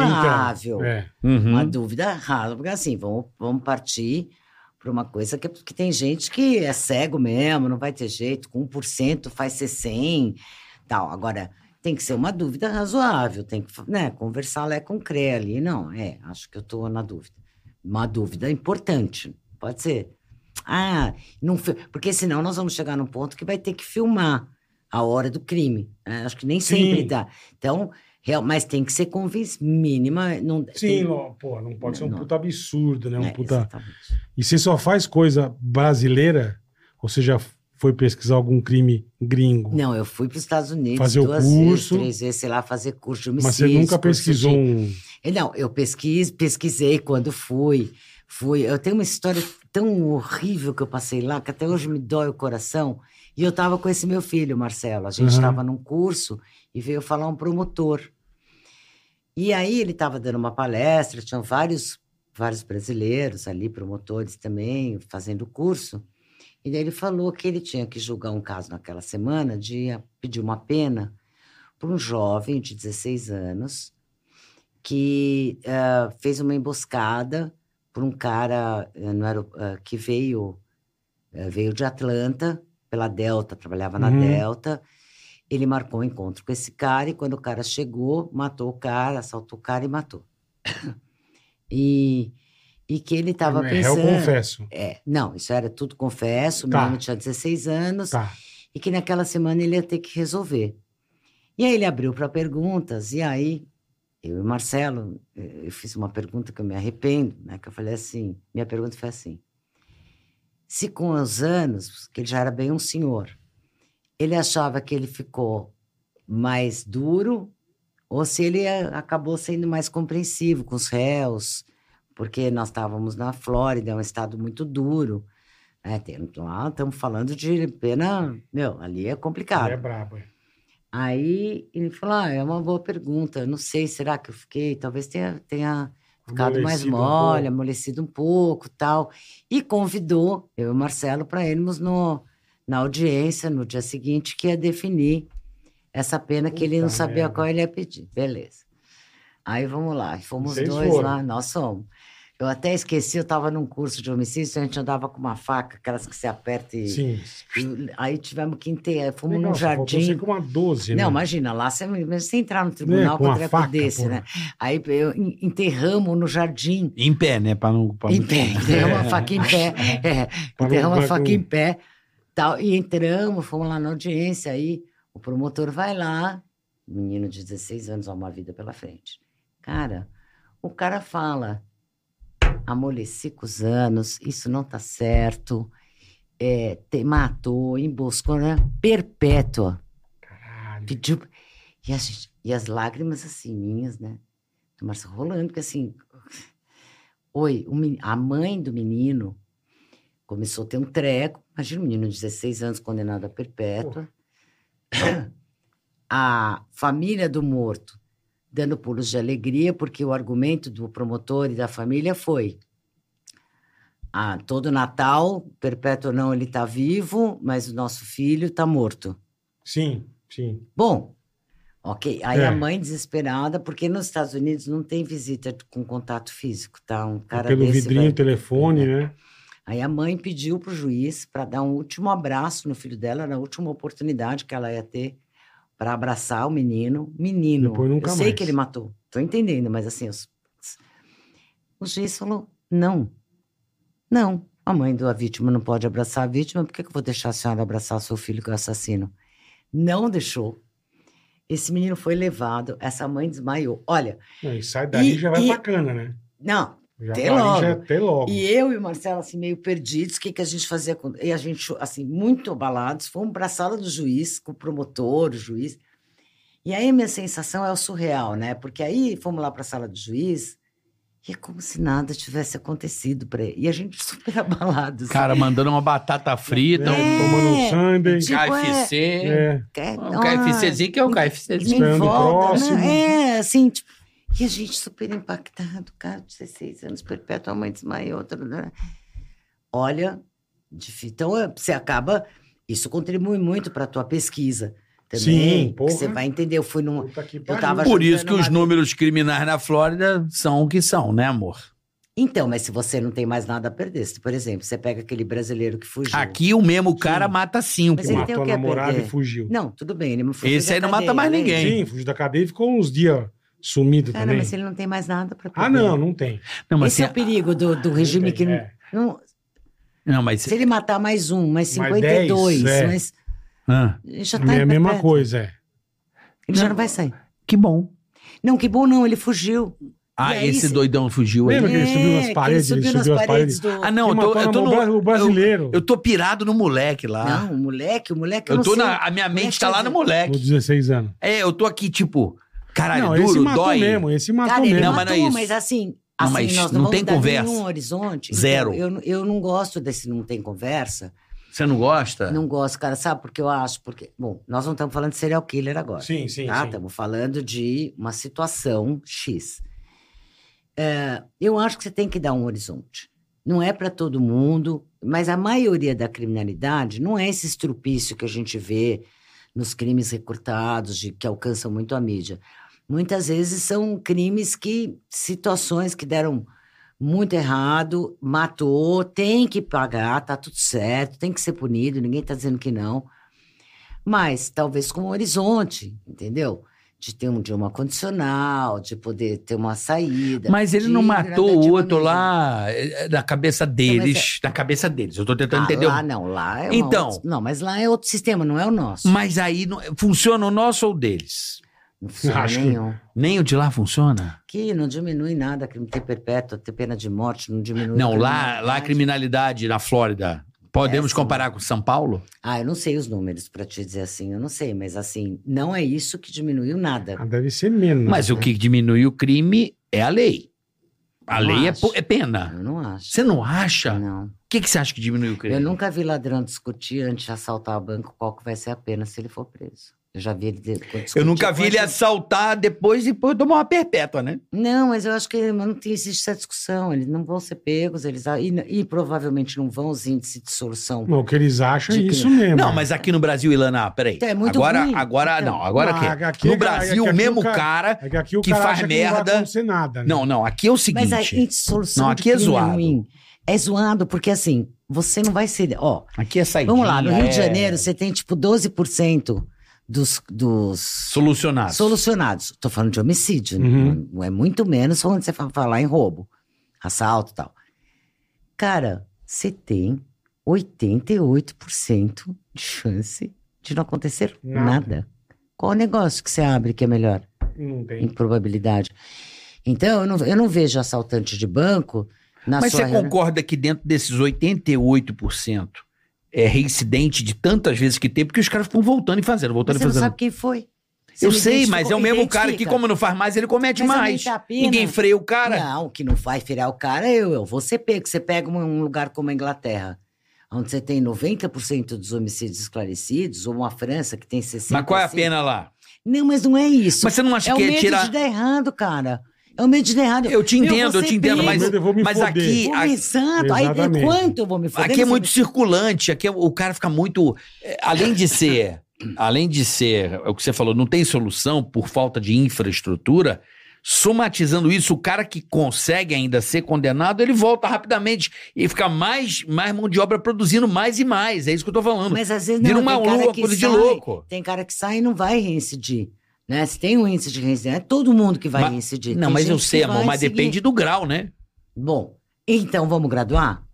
S5: razoável.
S3: É.
S4: Uhum.
S5: Uma dúvida razoável. Porque assim, vamos, vamos partir para uma coisa que, que tem gente que é cego mesmo, não vai ter jeito, com 1% faz ser 100, tal. Agora, tem que ser uma dúvida razoável, tem que né, conversar lá com o CRE ali. Não, é, acho que eu estou na dúvida. Uma dúvida importante, pode ser. Ah, não fi- porque senão nós vamos chegar num ponto que vai ter que filmar a hora do crime. né? Acho que nem
S3: Sim.
S5: sempre dá. Então, real, mas tem que ser convincente, mínima. Não,
S3: Sim,
S5: tem-
S3: não, pô, não pode ser um
S5: Não.
S3: puta absurdo, né? Um
S5: é,
S3: puta...
S5: exatamente.
S3: E você só faz coisa brasileira? Ou você já foi pesquisar algum crime gringo?
S5: Não, eu fui para os Estados Unidos
S3: Fazer o
S5: duas vezes,
S3: curso.
S5: três vezes, sei lá, fazer curso de homicídio.
S3: Mas você nunca
S5: curso
S3: pesquisou
S5: de-
S3: um.
S5: Eh, Não, eu pesquis, pesquisei quando fui. Fui. Eu tenho uma história tão horrível que eu passei lá, que até hoje me dói o coração. E eu estava com esse meu filho, Marcelo. A gente
S3: Aham.
S5: estava num curso e veio falar um promotor. E aí ele estava dando uma palestra, tinham vários, vários brasileiros ali, promotores também, fazendo o curso. E daí ele falou que ele tinha que julgar um caso naquela semana de a- pedir uma pena para um jovem de 16 anos que eh, fez uma emboscada por um cara eh, no aero- eh, que veio, eh, veio de Atlanta, pela Delta, trabalhava na
S3: Uhum.
S5: Delta. Ele marcou um encontro com esse cara e quando o cara chegou, matou o cara, assaltou o cara e matou. E, e que ele estava
S3: é,
S5: pensando...
S3: Eu confesso.
S5: É, não, isso era tudo confesso, o
S3: Tá.
S5: menino tinha 16 anos
S3: Tá.
S5: e que naquela semana ele ia ter que resolver. E aí ele abriu para perguntas, e aí eu e Marcelo, eh, eu fiz uma pergunta que eu me arrependo, né? Que eu falei assim, minha pergunta foi assim: se com os anos, que ele já era bem um senhor, ele achava que ele ficou mais duro ou se ele eh, acabou sendo mais compreensivo com os réus, porque nós estávamos na Flórida, é um estado muito duro. né, tem- lá estamos falando de pena, meu, ali é complicado.
S3: Ele é brabo. é.
S5: Aí ele falou: ah, é uma boa pergunta. Eu Não sei, será que eu fiquei? Talvez tenha, tenha ficado mais
S3: Amolecido um
S5: mole,
S3: pouco.
S5: amolecido um pouco tal. E convidou eu e o Marcelo para irmos no, na audiência no dia seguinte, que ia definir essa pena que ele não
S3: Puta
S5: sabia
S3: merda.
S5: qual ele ia pedir. Beleza. Aí vamos lá. E Fomos
S3: Vocês
S5: dois
S3: foram.
S5: lá, nós somos. Eu até esqueci, eu estava num curso de homicídio, a gente andava com uma faca, aquelas que se aperta e.
S3: Sim.
S5: e- aí tivemos que enterrar, fomos
S3: Legal,
S5: num
S3: só faltou você
S5: jardim.
S3: com uma 12, né?
S5: Não, imagina, lá você, mas você entrar no tribunal
S3: É, com
S5: com um
S3: a
S5: treco
S3: faca,
S5: desse,
S3: pô.
S5: né? Aí eu, en- enterramos no jardim.
S4: Em pé, né? Pra não. Pra
S5: Em
S4: não- (laughs)
S5: pé,
S3: (laughs)
S5: enterramos a faca em pé. É,
S3: Pra não-
S5: enterramos
S3: pra
S5: a faca
S3: não-
S5: em pé. Tal, e entramos, fomos lá na audiência. Aí o promotor vai lá, menino de 16 anos, ó, uma vida pela frente. Cara, o cara fala: amoleci com os anos, isso não tá certo. É, te- matou, emboscou, né? Perpétua
S3: Caralho.
S5: pediu. E, a gente- e as lágrimas assim, minhas, né? Do Márcio rolando, porque assim. Oi, o meni- a mãe do menino começou a ter um treco. Imagina um menino de 16 anos condenado a perpétua. (coughs) a família do morto dando pulos de alegria, porque o argumento do promotor e da família foi. Ah, todo Natal, perpétua ou não, ele está vivo, mas o nosso filho está morto.
S3: Sim, sim.
S5: Bom, ok. Aí
S3: É.
S5: a mãe desesperada, porque nos Estados Unidos não tem visita com contato físico, tá? Um cara
S3: É Pelo
S5: desse É.
S3: vidrinho,
S5: vai-
S3: telefone, né?
S5: Aí a mãe pediu pro juiz para dar um último abraço no filho dela, na última oportunidade que ela ia ter para abraçar o menino. Menino,
S3: Depois nunca
S5: eu sei
S3: mais.
S5: que ele matou, tô entendendo, mas assim, os... o juiz falou: não, não, a mãe da vítima não pode abraçar a vítima, por que, que eu vou deixar a senhora abraçar seu filho que é assassino? Não deixou. Esse menino foi levado, essa mãe desmaiou. Olha,
S3: Não, E sai daí
S5: E-
S3: já vai
S5: e-
S3: pra cana, né?
S5: não,
S3: Já
S5: Até
S3: vai-
S5: logo.
S3: Já, é até logo. Né?
S5: E eu e o Marcelo, assim, meio perdidos, o que, que a gente fazia? Com... E a gente, assim, muito abalados, fomos para a sala do juiz, com o promotor, o juiz. E aí a minha sensação é o surreal, né? Porque aí fomos lá para a sala do juiz e é como se nada tivesse acontecido para ele. E a gente (laughs) super abalados. assim,
S4: Cara, mandando uma batata frita,
S5: então,
S3: Né? Tomando um sundae.
S5: É, Tipo,
S4: KFC.
S3: É,
S5: É, ah,
S4: Um KFCzinho que é um
S5: me
S4: KFCzinho.
S3: Esperando o
S5: envolve,
S3: próximo.
S5: né? É, assim, tipo, e a gente super impactado, cara, 16 anos, perpétua, a mãe desmaiou. tá, tá, tá. Olha, difí- então é, você acaba, isso contribui muito para a tua pesquisa também.
S3: Sim,
S5: que
S3: porra.
S5: Você vai entender, eu fui num...
S3: puta que
S5: Eu
S3: pariu.
S5: tava-
S4: Por isso que
S5: Ajudando
S4: os
S5: uma-
S4: números criminais na Flórida são o que são, né, amor?
S5: Então, mas se você não tem mais nada a perder, se, por exemplo, você pega aquele brasileiro que fugiu.
S4: Aqui o mesmo cara mata cinco.
S5: Mas ele
S4: mano.
S5: tem
S3: Matou
S5: o que
S3: a
S5: a
S3: namorada e
S5: perder.
S3: fugiu.
S5: Não, tudo bem, ele não fugiu
S4: Esse
S5: da
S4: aí não mata mais
S5: né?
S4: ninguém.
S3: Sim, fugiu da cadeia e ficou uns dias sumido
S5: Cara,
S3: também.
S5: mas ele não tem mais nada para perder.
S3: Ah, não, não tem.
S4: Não, mas,
S5: Esse é o
S4: se-
S5: perigo do, do regime
S3: Não tem,
S5: que não-
S3: é.
S5: não,
S4: não, mas-
S5: é Se ele matar mais um, mais
S3: Mais
S5: 52,
S3: dez, é.
S5: mas
S4: Ah,
S5: ele já tá
S3: É a mesma
S5: perto.
S3: coisa, é.
S5: Ele já não vai sair.
S4: que bom.
S5: Não, que bom não, ele fugiu.
S4: Ah,
S5: E aí, se-
S4: esse doidão fugiu aí.
S3: Lembra que ele subiu nas
S5: É, que
S3: paredes? Ele
S5: nas
S3: subiu as paredes.
S5: do-
S4: Ah, não,
S3: Quem
S4: eu tô,
S3: matou
S4: eu tô
S3: na
S4: no-
S3: mão brava- o brasileiro.
S4: Eu tô pirado no moleque lá.
S5: Não, o moleque, o moleque, eu,
S4: eu
S5: não é
S4: tô
S5: sei.
S4: na, a minha mente
S5: Moleque
S4: tá lá
S5: faz-
S4: no
S3: Com
S4: moleque.
S3: 16 anos.
S4: É, eu tô aqui tipo, caralho,
S3: não, esse
S4: duro,
S3: matou
S4: dói.
S3: mesmo, esse matou
S5: Cara, ele
S4: Não,
S3: mesmo.
S4: mas
S5: matou,
S4: não
S5: mas,
S4: é isso.
S5: assim,
S4: Não,
S5: assim,
S4: mas
S5: nós
S4: não
S5: não, vamos
S4: tem
S5: dar
S4: conversa.
S5: nenhum horizonte.
S4: Zero.
S5: Então, eu, eu não gosto desse não tem conversa.
S4: Você não gosta?
S5: Não gosto, cara. Sabe por que eu acho? Porque, bom, nós não estamos falando de serial killer agora.
S3: Sim, sim,
S5: tá?
S3: sim.
S5: Estamos falando de uma situação X. É, eu acho que você tem que dar um horizonte. Não é para todo mundo, mas a maioria da criminalidade não é esse estrupício que a gente vê nos crimes recortados, de, que alcançam muito a mídia. Muitas vezes são crimes que, situações que deram muito errado, matou, tem que pagar, tá tudo certo, tem que ser punido, ninguém tá dizendo que não mas talvez com um horizonte, entendeu? De ter um de uma condicional, de poder ter uma saída.
S4: Mas ele não
S5: de
S4: matou o outro
S5: gradativamente.
S4: lá é, é, na cabeça deles. Na cabeça deles. Eu tô tentando
S5: é- Ah,
S4: entender.
S5: Lá não, lá é uma
S4: Então.
S5: outra- não, mas lá é outro sistema, não é o nosso.
S4: Mas aí não- funciona o nosso ou o deles?
S5: Não funciona
S3: Acho que-
S5: nenhum.
S4: Nem o de lá funciona?
S5: Que não diminui nada, crime ter perpétuo, ter pena de morte, não diminui.
S4: Não, lá,
S5: criminalidade.
S4: lá é a criminalidade na Flórida. Podemos
S5: Péssimo.
S4: comparar com São Paulo?
S5: Ah, eu não sei os números pra te dizer assim, eu não sei, mas assim, não é isso que diminuiu nada.
S3: Ah, deve ser menos.
S4: Mas o
S3: né?
S4: que diminui o crime é a lei. A
S5: Não
S4: lei é,
S5: acho.
S4: po- é pena.
S5: Eu não acho.
S4: Você não acha? O
S5: Não.
S4: que, que você acha que diminui o crime?
S5: Eu nunca vi ladrão discutir antes de assaltar o banco qual que vai ser a pena se ele for preso. Eu já vi ele. de-
S4: Eu nunca
S5: discutir
S4: vi ele
S5: coisa-
S4: assaltar depois e pô, tomar uma perpétua, né?
S5: Não, mas eu acho que mas não tem existe essa discussão. Eles não vão ser pegos, eles a- e, e provavelmente não vão os índices de solução.
S3: Não, o que eles acham é
S5: De que-
S3: isso mesmo.
S4: Não, mas aqui no Brasil, Ilana, ah, peraí.
S5: É muito
S4: agora,
S5: ruim.
S4: agora
S5: Então.
S4: não, agora
S3: Não,
S4: que
S3: aqui-
S4: no Brasil,
S3: aqui-
S4: o
S3: aqui
S4: mesmo
S3: o ca-
S4: cara,
S3: É que aqui o
S4: que
S3: cara
S4: faz
S3: acha que não
S4: merda-
S3: vai acontecer nada. né?
S4: Não, não, aqui é o
S5: Mas a
S4: seguinte.
S5: índice de solução
S4: Não,
S5: de
S4: aqui é
S5: crime
S4: zoado.
S5: ruim. É zoado, porque assim, você não vai ser. Ó,
S4: Aqui é saída.
S5: vamos lá, no Rio de Janeiro você tem tipo 12% dos, dos
S4: Solucionado.
S5: solucionados. Tô falando de homicídio, né?
S3: Uhum.
S5: não é muito menos quando você fa- falar em roubo, assalto e tal. Cara, você tem 88% de chance de não acontecer
S3: Nada.
S5: nada. Qual o negócio que você abre que é melhor
S3: Não
S5: em
S3: tem.
S5: probabilidade? Então, eu não, eu não vejo assaltante de banco na
S4: Mas
S5: sua...
S4: você concorda que dentro desses 88% é reincidente de tantas vezes que tem, porque os caras ficam voltando e fazendo,
S5: Mas
S4: voltando
S5: você
S4: e
S5: não
S4: fazendo.
S5: sabe quem foi. Você
S4: Eu
S5: não
S4: sei,
S5: identifica-
S4: mas é o mesmo cara que,
S5: identifica.
S4: como não faz mais, ele comete
S5: Mas
S4: mais.
S5: aumenta a pena.
S4: Ninguém freia o cara.
S5: Não, que não vai virar o cara é eu, eu vou ser pego. Você pega um- um lugar como a Inglaterra, onde você tem 90% dos homicídios esclarecidos, ou uma França que tem 60%.
S4: Mas qual é a pena lá?
S5: Não, mas não é isso.
S4: Mas você não acha
S5: é o
S4: que
S5: medo
S4: é tirar.
S5: de dar errado, cara. É o medo de dar errado.
S4: Eu te entendo, eu te entendo, mas,
S3: Eu vou me
S4: mas
S3: foder.
S4: aqui,
S5: Pô,
S4: a-
S5: Exato. Aí
S3: Exatamente.
S5: quanto eu vou me foder?
S4: aqui é
S5: Mas
S4: muito circulante, aqui é- o cara fica muito. é, Além de ser. Além de ser, é o que você falou, não tem solução por falta de infraestrutura. Somatizando isso, o cara que consegue ainda ser condenado, ele volta rapidamente e fica mais, mais mão de obra produzindo mais e mais. É isso que eu tô falando.
S5: Mas às vezes
S4: Vira
S5: não,
S4: uma
S5: tem cara
S4: lua,
S5: que
S4: coisa de
S5: sai,
S4: louco.
S5: Tem cara que sai e não vai reincidir. Né? Se tem um índice de reincidência, é todo mundo que vai
S4: Mas-
S5: reincidir.
S4: não,
S5: Tem
S4: mas eu
S5: gente que
S4: sei, amor,
S5: vai
S4: mas
S5: seguir.
S4: depende do grau, né?
S5: Bom, então vamos graduar?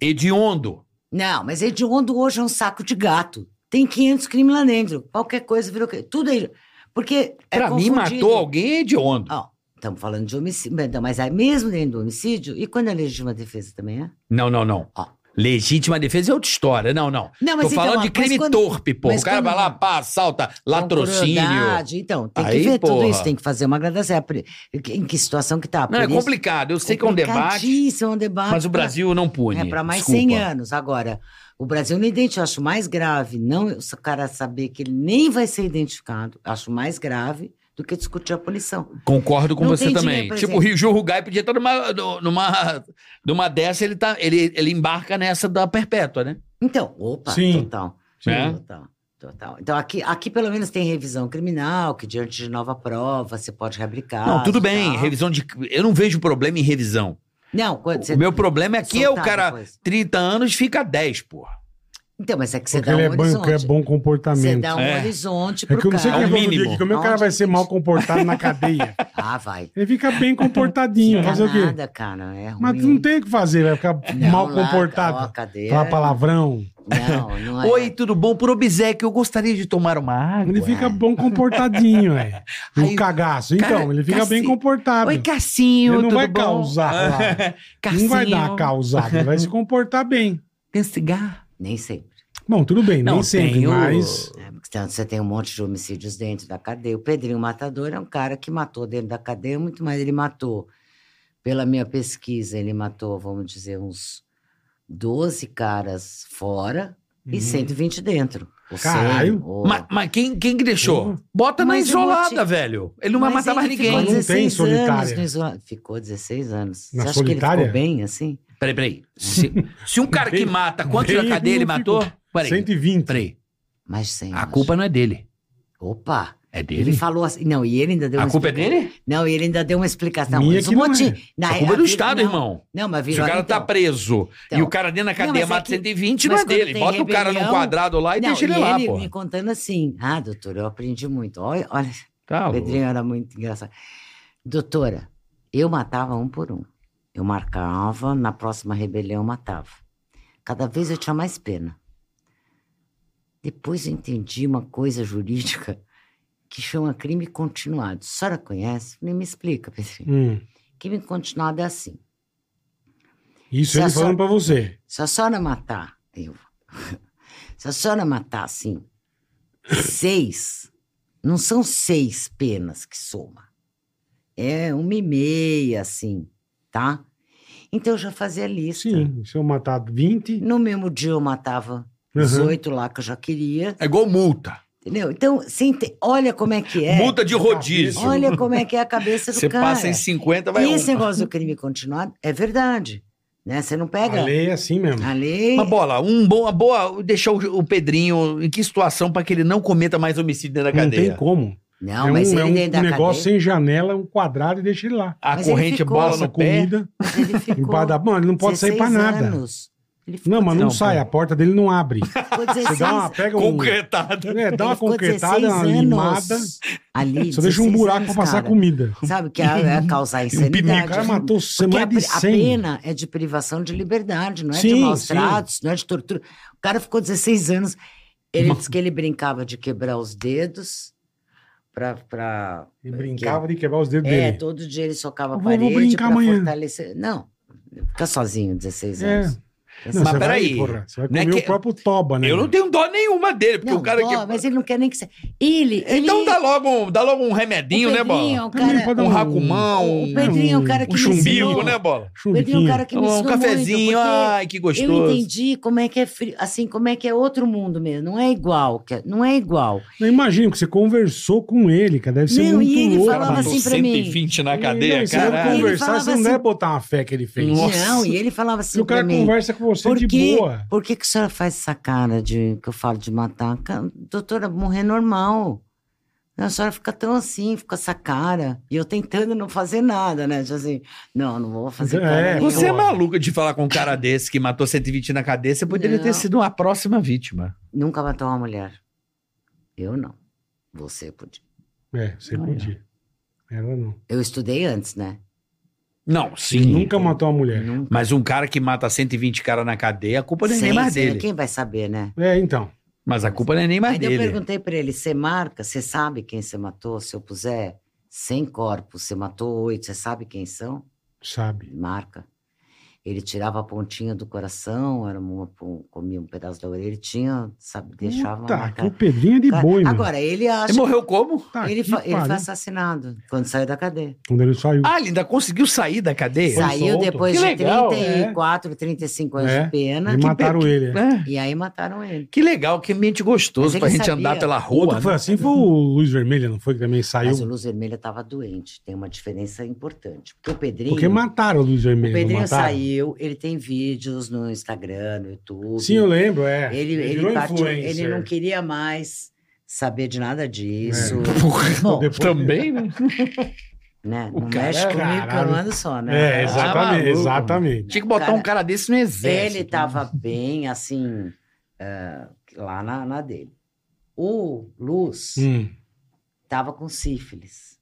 S4: Hediondo.
S5: Não, mas hediondo hoje é um saco de gato. Tem 500 crimes lá dentro. Qualquer coisa virou... cri- Tudo aí... Porque é
S4: pra mim,
S5: confundido.
S4: matou alguém é hediondo.
S5: Ó, estamos falando de homicídio. mas não, Mas aí mesmo dentro do homicídio... E quando é legítima defesa também é?
S4: Não, não, não. Ah,
S5: Ó.
S4: Legítima defesa é outra história. Não, não.
S5: Não,
S4: Tô falando
S5: ó,
S4: de
S5: mas
S4: crime
S5: quando-
S4: torpe, pô.
S5: mas
S4: O cara
S5: quando-
S4: vai lá, pá, assalta, latrocínio.
S5: Concordade, Então, tem
S4: Aí,
S5: que ver tudo
S4: porra.
S5: isso. Tem que fazer uma gradação. é pre- Em que situação que tá?
S4: Não,
S5: por
S4: é
S5: isso-
S4: complicado. Eu sei que é um debate,
S5: Complicadíssimo, é um debate.
S4: mas o
S5: pra-
S4: Brasil não pune.
S5: É para mais
S4: Desculpa.
S5: 100 anos. Agora, o Brasil não identifica, eu acho mais grave não o cara saber que ele nem vai ser identificado, acho mais grave do que discutir a punição.
S4: Concordo com
S5: Não
S4: você
S5: tem
S4: também.
S5: dinheiro, por
S4: tipo, o
S5: exemplo.
S4: Rio João Rugai podia estar numa, do- numa, numa dessa, ele, tá, ele, ele embarca nessa da perpétua, né? É.
S5: Então, opa,
S3: Sim. É.
S5: total.
S4: Sim.
S5: Total. Total. Então, aqui, aqui pelo menos tem revisão criminal, que diante de nova prova você pode reaplicar.
S4: não, tudo bem.
S5: Ah, tal.
S4: Revisão de. Eu não vejo problema em revisão.
S5: Não, quando você.
S4: o meu problema é que o
S5: soltar
S4: cara,
S5: depois.
S4: 30 anos, fica 10, porra.
S5: Então, mas é que você
S3: Porque
S5: dá um
S3: ele é bom,
S5: horizonte.
S3: que é bom
S5: você
S3: comportamento.
S5: dá um
S4: É.
S5: horizonte
S3: É
S5: pro
S3: que é eu não sei
S4: É
S3: quem
S5: cara.
S3: é
S4: o
S3: bom do
S4: mínimo.
S3: dia, que como é que o cara vai ser mal comportado
S4: (laughs)
S3: na cadeia?
S5: Ah, vai.
S3: Ele fica bem comportadinho, fazer o quê?
S5: nada, cara. É ruim.
S3: Mas não tem o que fazer, vai ficar
S5: Não,
S3: mal
S5: lá, ó, a
S3: comportado.
S5: cadeia-
S3: Falar palavrão.
S5: Não,
S4: (laughs)
S5: não é.
S4: Oi, tudo bom? Por obséquio, eu gostaria de tomar uma água.
S3: Ele fica bom comportadinho, é.
S4: (laughs) Aí,
S3: O cagaço. Então,
S4: cara,
S3: ele fica bem
S4: cacete.
S3: comportado.
S4: Oi,
S3: Ele
S4: Cassinho,
S3: não
S4: tudo
S3: vai
S4: bom? (laughs) Ah,
S3: causar lá. Não
S4: Cassinho,
S3: vai dar causada, ele
S4: (laughs)
S3: vai se comportar bem.
S4: Tem cigarro?
S5: Nem sempre.
S3: Bom, tudo bem,
S4: Não,
S3: nem sempre,
S4: tem o-
S3: mas.
S5: É, porque tem- você tem um monte de homicídios dentro da cadeia. O Pedrinho Matador é um cara que matou dentro da cadeia muito mais. Ele matou, pela minha pesquisa, ele matou, vamos dizer, uns 12 caras fora
S3: Uhum.
S5: e 120 dentro. Ou
S3: Caralho.
S5: 100, ou-
S4: Uhum. Mas, mas quem, quem que deixou?
S3: Uhum.
S4: Bota na
S5: Mas eu vou
S4: isolada,
S5: te-
S4: velho. Ele não vai
S5: Mas
S4: matar mais
S5: ele ficou
S4: ninguém.
S3: Mas não tem
S5: 16 anos
S3: solitária.
S5: no isola- Ficou 16 anos.
S3: Na
S5: você acha
S3: solitária?
S5: que ele ficou bem assim?
S4: Peraí, peraí. Se, se um cara que
S3: Bem-
S4: mata, quantos
S3: bem
S4: na cadeia ele
S3: não
S4: matou?
S3: ficou.
S4: Peraí,
S3: 120.
S4: peraí.
S5: Mais de 100
S4: A
S5: anos.
S4: culpa não é dele.
S5: Opa!
S4: É
S5: Ele
S4: dele.
S5: falou assim. Não, e ele ainda deu
S4: A
S5: uma
S4: culpa é
S5: explica-
S4: dele?
S5: Não, e ele ainda deu uma explicação.
S3: Minha
S5: Mas um
S3: que não
S5: monte-
S3: é.
S5: na-
S4: A culpa é do
S5: virou-
S4: Estado,
S5: não.
S4: irmão.
S5: Não, mas
S4: Se o
S5: virou.
S4: cara tá
S5: então,
S4: preso
S5: Então.
S4: e o cara dentro da cadeia
S5: mas é
S4: mata
S5: que-
S4: 120, não
S5: mas
S4: é
S5: quando
S4: dele.
S5: tem
S4: Bota o cara num
S5: rebelião-
S4: quadrado lá e
S5: não,
S4: deixa ele
S5: e
S4: lá,
S5: ele
S4: pô.
S5: me contando assim, ah, doutora, eu aprendi muito. Olha, olha
S4: Tá
S5: o
S4: louco.
S5: Pedrinho era muito engraçado. Doutora, eu matava um por um. Eu marcava, na próxima rebelião eu matava. Cada vez eu tinha mais pena. Depois eu entendi uma coisa jurídica que chama crime continuado. A senhora conhece? Nem me explica, Pedrinho.
S3: Hum,
S5: Crime continuado é assim.
S3: Isso
S5: Se
S3: ele
S5: a sua-
S3: falando pra você.
S5: Se a senhora matar, eu. (laughs) Se a senhora matar, assim, seis, não são seis penas que soma. É uma e meia, assim, tá? Então eu já fazia lista.
S3: Sim, se eu matar 20.
S5: No mesmo dia eu matava
S3: Uhum.
S5: 18 lá que eu já queria.
S4: É igual multa.
S5: Entendeu? Então, você ente- olha como é que é.
S4: Multa de rodízio.
S5: Olha como é que é a cabeça do
S4: Você
S5: cara.
S4: passa em 50, vai
S5: e esse
S4: um.
S5: negócio do crime continuado é verdade. Né? Você não pega
S3: A lei é assim mesmo.
S5: a lei.
S4: Uma bola, um bom, uma boa, deixar o, o Pedrinho em que situação pra que ele não cometa mais homicídio dentro da
S3: Não
S4: cadeia?
S3: tem como.
S5: Não,
S3: é um,
S5: mas ele
S3: é um
S5: dentro da
S3: negócio
S5: cadeia,
S3: sem janela, um quadrado e deixa ele lá.
S4: A
S5: Mas ele
S4: corrente
S5: ficou.
S4: bola
S5: Passa
S4: no
S3: Nossa,
S4: pé.
S3: comida.
S5: ele ficou
S3: Guarda... Mano, ele não pode sair pra
S5: 16
S3: nada.
S5: anos. Ele ficou
S3: Não, mas não,
S4: Não,
S3: sai,
S4: pô.
S3: a porta dele não abre.
S5: Ficou 16
S3: Você dá uma, pega um,
S4: Concretada.
S3: é, dá uma
S5: Ele ficou
S3: concretada, uma
S5: 16 anos
S3: limada,
S5: Ali,
S3: só deixa um
S5: 16
S3: buraco
S5: anos,
S3: pra passar
S5: cara.
S3: comida.
S5: Sabe que é, é
S3: (laughs)
S5: causar
S3: O
S5: insanidade.
S3: cara matou
S5: Porque a,
S3: mais de
S5: pre- a
S3: 100.
S5: pena é de privação de liberdade, não é de
S3: Sim,
S5: maus
S3: sim.
S5: tratos, não é de tortura. O cara ficou 16 anos. Ele disse que ele brincava de quebrar os dedos pra. pra...
S3: E brincava de quebrar os dedos
S5: É,
S3: dele.
S5: todo dia ele socava a
S3: Eu vou- vou
S5: parede
S3: brincar
S5: pra
S3: amanhã.
S5: fortalecer. Não, fica sozinho 16
S3: É.
S5: anos.
S3: Não,
S4: Mas
S3: você vai,
S4: peraí,
S3: porra, Você vai
S4: não é
S3: comer
S4: que-
S3: o próprio toba, né?
S4: Eu não tenho dó nenhuma dele, porque
S5: Não,
S4: o cara
S5: dó,
S4: que.
S5: mas ele não quer nem que você. Ele, ele
S4: Então dá logo, um, dá logo um
S5: o
S4: remedinho, né,
S5: Pedrinho é
S4: Bola?
S5: um
S3: Também
S5: cara-
S3: pode dar
S4: Um racumão,
S5: O Pedrinho é um cara que
S4: um
S5: me
S4: chumbico,
S5: ensinou.
S4: né, Bola?
S5: O Pedrinho é um
S3: Chumbiquinho.
S5: cara que me ensinou
S4: Um cafezinho,
S5: muito, porque-
S4: ai, que
S5: Eu
S4: gostoso.
S5: entendi como é que é frio, assim, como é que é outro mundo mesmo. Não é igual, que- não é igual.
S3: Não, imagina que você conversou com ele, cara. Deve ser
S5: Não, e
S3: muito
S5: ele
S3: louco.
S5: falava
S3: mano.
S5: assim pra mim. é
S4: 120 na
S3: Não,
S4: cadeia,
S3: e você vai
S5: Ele
S4: caralho.
S5: conver-
S3: conversar,
S5: falava
S3: você não deve
S5: assim-
S3: botar uma fé que ele fez.
S4: Nossa.
S5: Não, e ele falava assim
S3: Se o cara
S5: pra mim.
S3: conversa com você
S5: por
S3: de
S5: que,
S3: boa.
S5: por que que a senhora faz essa cara de que eu falo de matar? Ca- Doutora, morrer é normal. A senhora fica tão assim, fica com essa cara. E eu tentando não fazer nada, né? Tipo assim, não, não vou fazer
S3: É,
S5: cara nenhuma.
S4: Você é
S3: Boa.
S4: maluca de falar com um cara desse que matou 120 na cadeia, você poderia
S5: Não.
S4: ter sido uma próxima vítima.
S5: Nunca matou uma mulher. Eu não. Você podia.
S3: É, você
S4: Ah,
S3: podia. Ela não.
S5: Eu estudei antes, né?
S4: Não, sim.
S3: Nunca matou uma mulher.
S5: Nunca.
S4: Mas um cara que mata 120 caras na cadeia, a culpa não é nem
S5: Sem-
S4: mais
S5: sem-
S4: dele.
S5: Quem vai saber, né?
S3: É, então.
S4: Mas a culpa não é nem mais
S5: Aí eu
S4: dele.
S5: perguntei pra ele, você marca, você sabe quem você matou? Se eu puser 100 corpos, você matou oito, você sabe quem são?
S3: Sabe.
S5: Ele Marca. Ele tirava a pontinha do coração, era uma, pon- comia um pedaço da orelha, ele tinha, sabe, deixava uma
S3: Puta, que o
S5: marca.
S3: Pedrinho é de
S5: Cara,
S3: boi, mano.
S5: Agora, ele acha...
S4: Ele morreu como?
S3: Tá
S5: ele,
S3: que
S5: fa- ele
S3: pariu.
S5: foi assassinado quando saiu da cadeia.
S3: Quando ele saiu.
S4: Ah, ele ainda conseguiu sair da cadeia?
S3: Foi
S5: saiu
S3: solto.
S5: depois
S4: Que
S5: de
S4: legal,
S5: 34, 35 anos
S3: É.
S5: de pena.
S3: Ele mataram
S4: pe-
S3: ele. é.
S4: É.
S5: E aí mataram ele.
S4: Que legal, que ambiente
S5: Mas
S4: gostoso
S5: ele
S4: pra gente
S5: sabia.
S4: andar pela
S3: Outro
S4: rua.
S3: foi
S4: né?
S3: assim, foi o Luiz Vermelho, não foi? Que também
S5: Mas o
S3: saiu.
S5: Luz Vermelha estava doente. Tem uma diferença importante. Porque o Pedrinho...
S3: Porque mataram o Luiz
S5: O
S3: Vermelho. não
S5: Pedrinho
S3: mataram?
S5: saiu, ele tem vídeos no Instagram, no YouTube.
S3: Sim, eu lembro, é.
S5: ele, ele,
S3: virou
S5: partiu-
S3: influencer.
S5: ele não queria mais saber de nada disso.
S3: É.
S4: Porra,
S5: Bom,
S3: Depois-
S4: Também, né?
S5: né?
S4: o
S5: Não
S4: cara-
S5: mexe comigo que eu
S3: Caralho.
S5: não ando só, né?
S3: É,
S4: Ah,
S3: exatamente,
S4: maluco.
S3: exatamente.
S4: Tinha que botar
S5: Cara,
S4: um cara desse no exército. né?
S5: Ele estava bem, assim, ah, lá na, na dele. O Luz
S3: Hum.
S5: estava com sífilis.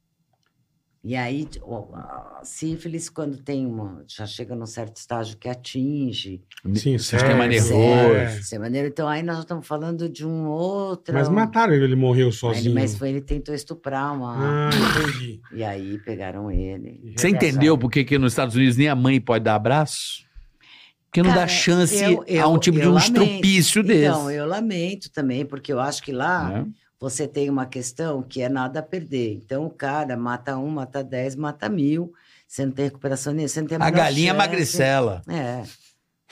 S5: E aí, o- a sífilis, quando tem uma. Já chega num certo estágio que atinge.
S3: Sim,
S5: é,
S4: Sistema
S3: certo,
S4: nervoso.
S3: é.
S5: Dessa maneira. Então, aí nós estamos falando de um outro.
S3: Mas mataram ele, ele morreu
S5: Mas
S3: sozinho.
S5: ele, mas foi, ele tentou estuprar uma.
S3: Ah, entendi.
S5: E aí pegaram ele.
S4: Você entendeu por que que nos Estados Unidos nem a mãe pode dar abraço? Porque não
S5: Cara,
S4: dá chance
S5: eu-
S4: a um
S5: eu-
S4: tipo de
S5: eu
S4: um
S5: lamento.
S4: estrupício desse.
S5: Então, eu ah, lamento também, porque eu acho que lá
S4: né?
S5: você tem uma questão que é nada a perder. Então, o cara mata um, mata dez, mata mil. Você não tem recuperação nenhuma. Você não tem
S4: A
S5: menor
S4: galinha
S5: chance.
S4: magricela.
S5: É.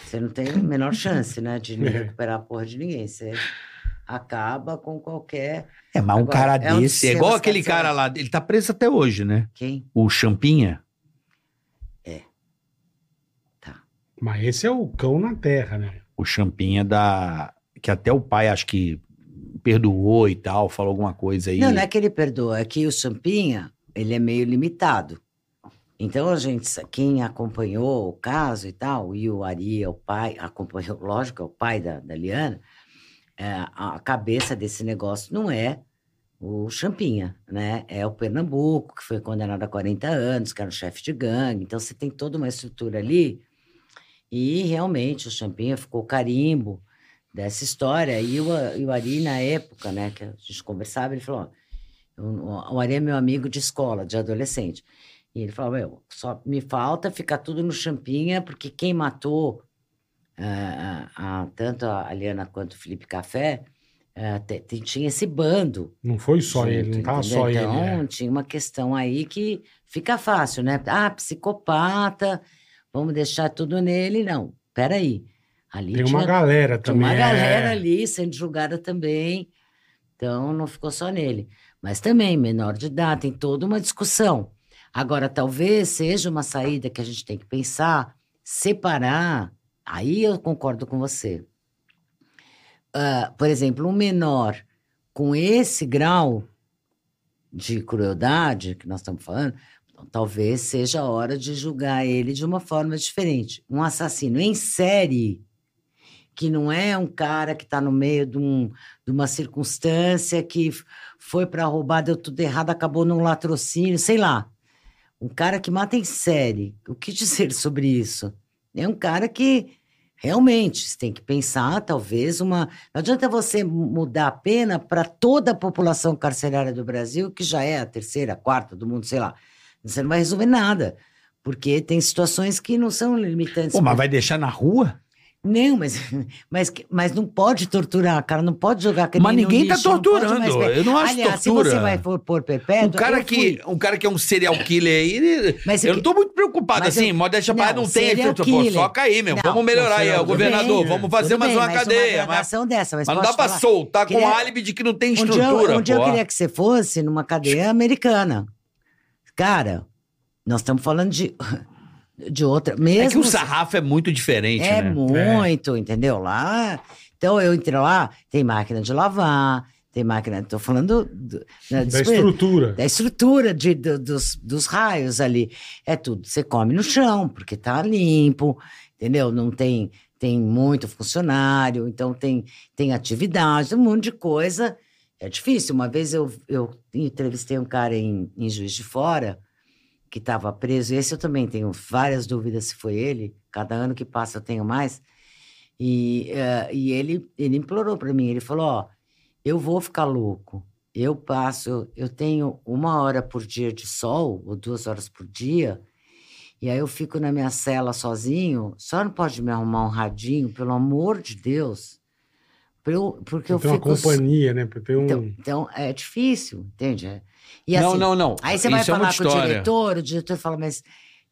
S5: Você não tem a menor chance, né, de
S3: É.
S5: recuperar a porra de ninguém. Você acaba com qualquer.
S4: É, mas um
S5: Agora,
S4: cara
S5: é um
S4: desse. É
S5: sistema
S4: igual aquele
S5: estatal.
S4: cara lá. Ele tá preso até hoje, né?
S5: Quem?
S4: O Champinha.
S3: Mas esse é o cão na terra, né?
S4: o Champinha da. Que até o pai acho que perdoou e tal, falou alguma coisa aí.
S5: Não, não é que ele perdoa, é que o Champinha, ele é meio limitado. Então, a gente, sa- quem acompanhou o caso e tal, e o Ari é o pai, acompanhou, (laughs) lógico, é o pai da, da Liana, é, a a cabeça desse negócio não é o Champinha, né? É o Pernambuco, que foi condenado a 40 anos, que era o chefe de gangue. Então, você tem toda uma estrutura ali. E, realmente, o Champinha ficou carimbo dessa história. E o, A- e o Ari, na época, né, que a gente conversava, ele falou: ó, o- o Ari é meu amigo de escola, de adolescente. E ele falou: meu, só me falta ficar tudo no Champinha, porque quem matou ah, ah, ah, tanto a Aliana quanto o Felipe Café ah, te- te- tinha esse bando.
S3: Não foi só ele, não
S5: Junto,
S3: tava
S5: entendeu?
S3: só
S5: então,
S3: ele. é.
S5: tinha uma questão aí que fica fácil, né? Ah, psicopata, vamos deixar tudo nele. Não, peraí. Ali
S3: Tem
S5: tinha
S3: uma galera
S5: tinha
S3: também.
S5: uma
S3: é.
S5: galera ali sendo julgada também. Então não ficou só nele. Mas também, menor de idade, tem toda uma discussão. Agora, talvez seja uma saída que a gente tem que pensar, separar. Aí eu concordo com você. Ah, por exemplo, um menor com esse grau de crueldade que nós estamos falando, então, talvez seja a hora de julgar ele de uma forma diferente. Um assassino em série, que não é um cara que está no meio de, um- de uma circunstância que f- foi para roubar, deu tudo errado, acabou num latrocínio, sei lá. Um cara que mata em série. O que dizer (laughs) sobre isso? É um cara que realmente você tem que pensar, talvez, uma. Não adianta você mudar a pena para toda a população carcerária do Brasil, que já é a terceira, a quarta do mundo, sei lá. Você não vai resolver nada. Porque tem situações que não são limitantes.
S4: Pô, mas vai deixar na rua?
S5: Não, mas, (laughs) mas, que- mas não pode torturar, cara. Não pode jogar aquele
S4: mas ninguém
S5: no
S4: tá
S5: lixo, não pode
S4: torturando.
S5: mais pe-
S4: Eu não acho
S5: Aliás,
S4: tortura.
S5: se você vai pôr, pôr perpétua...
S4: um cara
S5: eu
S4: que,
S5: fui.
S4: um cara que é um serial killer aí, ele-
S5: Mas
S4: eu
S5: que-
S4: não tô muito preocupado
S5: mas
S4: assim,
S5: eu-
S4: modéstia à parte
S5: não,
S4: não tem
S5: serial
S4: efeito, pô,
S5: killer.
S4: soca aí, meu.
S5: Não,
S4: vamos melhorar aí, ó,
S5: tudo
S4: governador,
S5: bem,
S4: vamos fazer
S5: tudo
S4: mais
S5: bem,
S4: uma
S5: mas
S4: cadeia,
S5: Uma
S4: mas,
S5: gradação dessa, mas,
S4: mas não dá
S5: posso
S4: pra
S5: falar?
S4: soltar com
S5: Queria-
S4: o álibi de que não tem
S5: Um dia,
S4: estrutura,
S5: um dia eu
S4: pô.
S5: queria que você fosse numa
S4: (laughs)
S5: cadeia americana. Cara, nós estamos falando de, (laughs) de outra... Mesmo
S4: É que o
S5: se-
S4: sarrafo é muito diferente,
S5: É
S4: né?
S5: muito, entendeu? Lá. Então eu entrei lá, tem máquina de lavar, tem máquina. Estou falando do- né, da,
S3: Da
S5: dispe-
S3: estrutura.
S5: da estrutura de, do- dos, dos raios ali. É tudo. Você come no chão, porque tá limpo, entendeu? Não tem tem muito funcionário, então tem, tem atividade, um monte de coisa. É difícil. Uma vez eu, eu entrevistei um cara em, em Juiz de Fora que estava preso. Esse eu também tenho várias dúvidas se foi ele. Cada ano que passa eu tenho mais. E, eh, e ele, ele implorou para mim. Ele falou, ó, eu vou ficar louco. Eu passo, eu tenho uma hora por dia de sol, ou duas horas por dia, e aí eu fico na minha cela sozinho. Só não pode me arrumar um radinho, pelo amor de Deus. Pra eu- porque eu
S3: Tem uma
S5: fico.
S3: companhia, né? Tem um...
S5: Então, então, é difícil, entende? É. E
S4: não,
S5: assim,
S4: não, não.
S5: Aí você
S4: Isso
S5: vai
S4: é uma
S5: falar com o
S4: história.
S5: diretor, o diretor fala, mas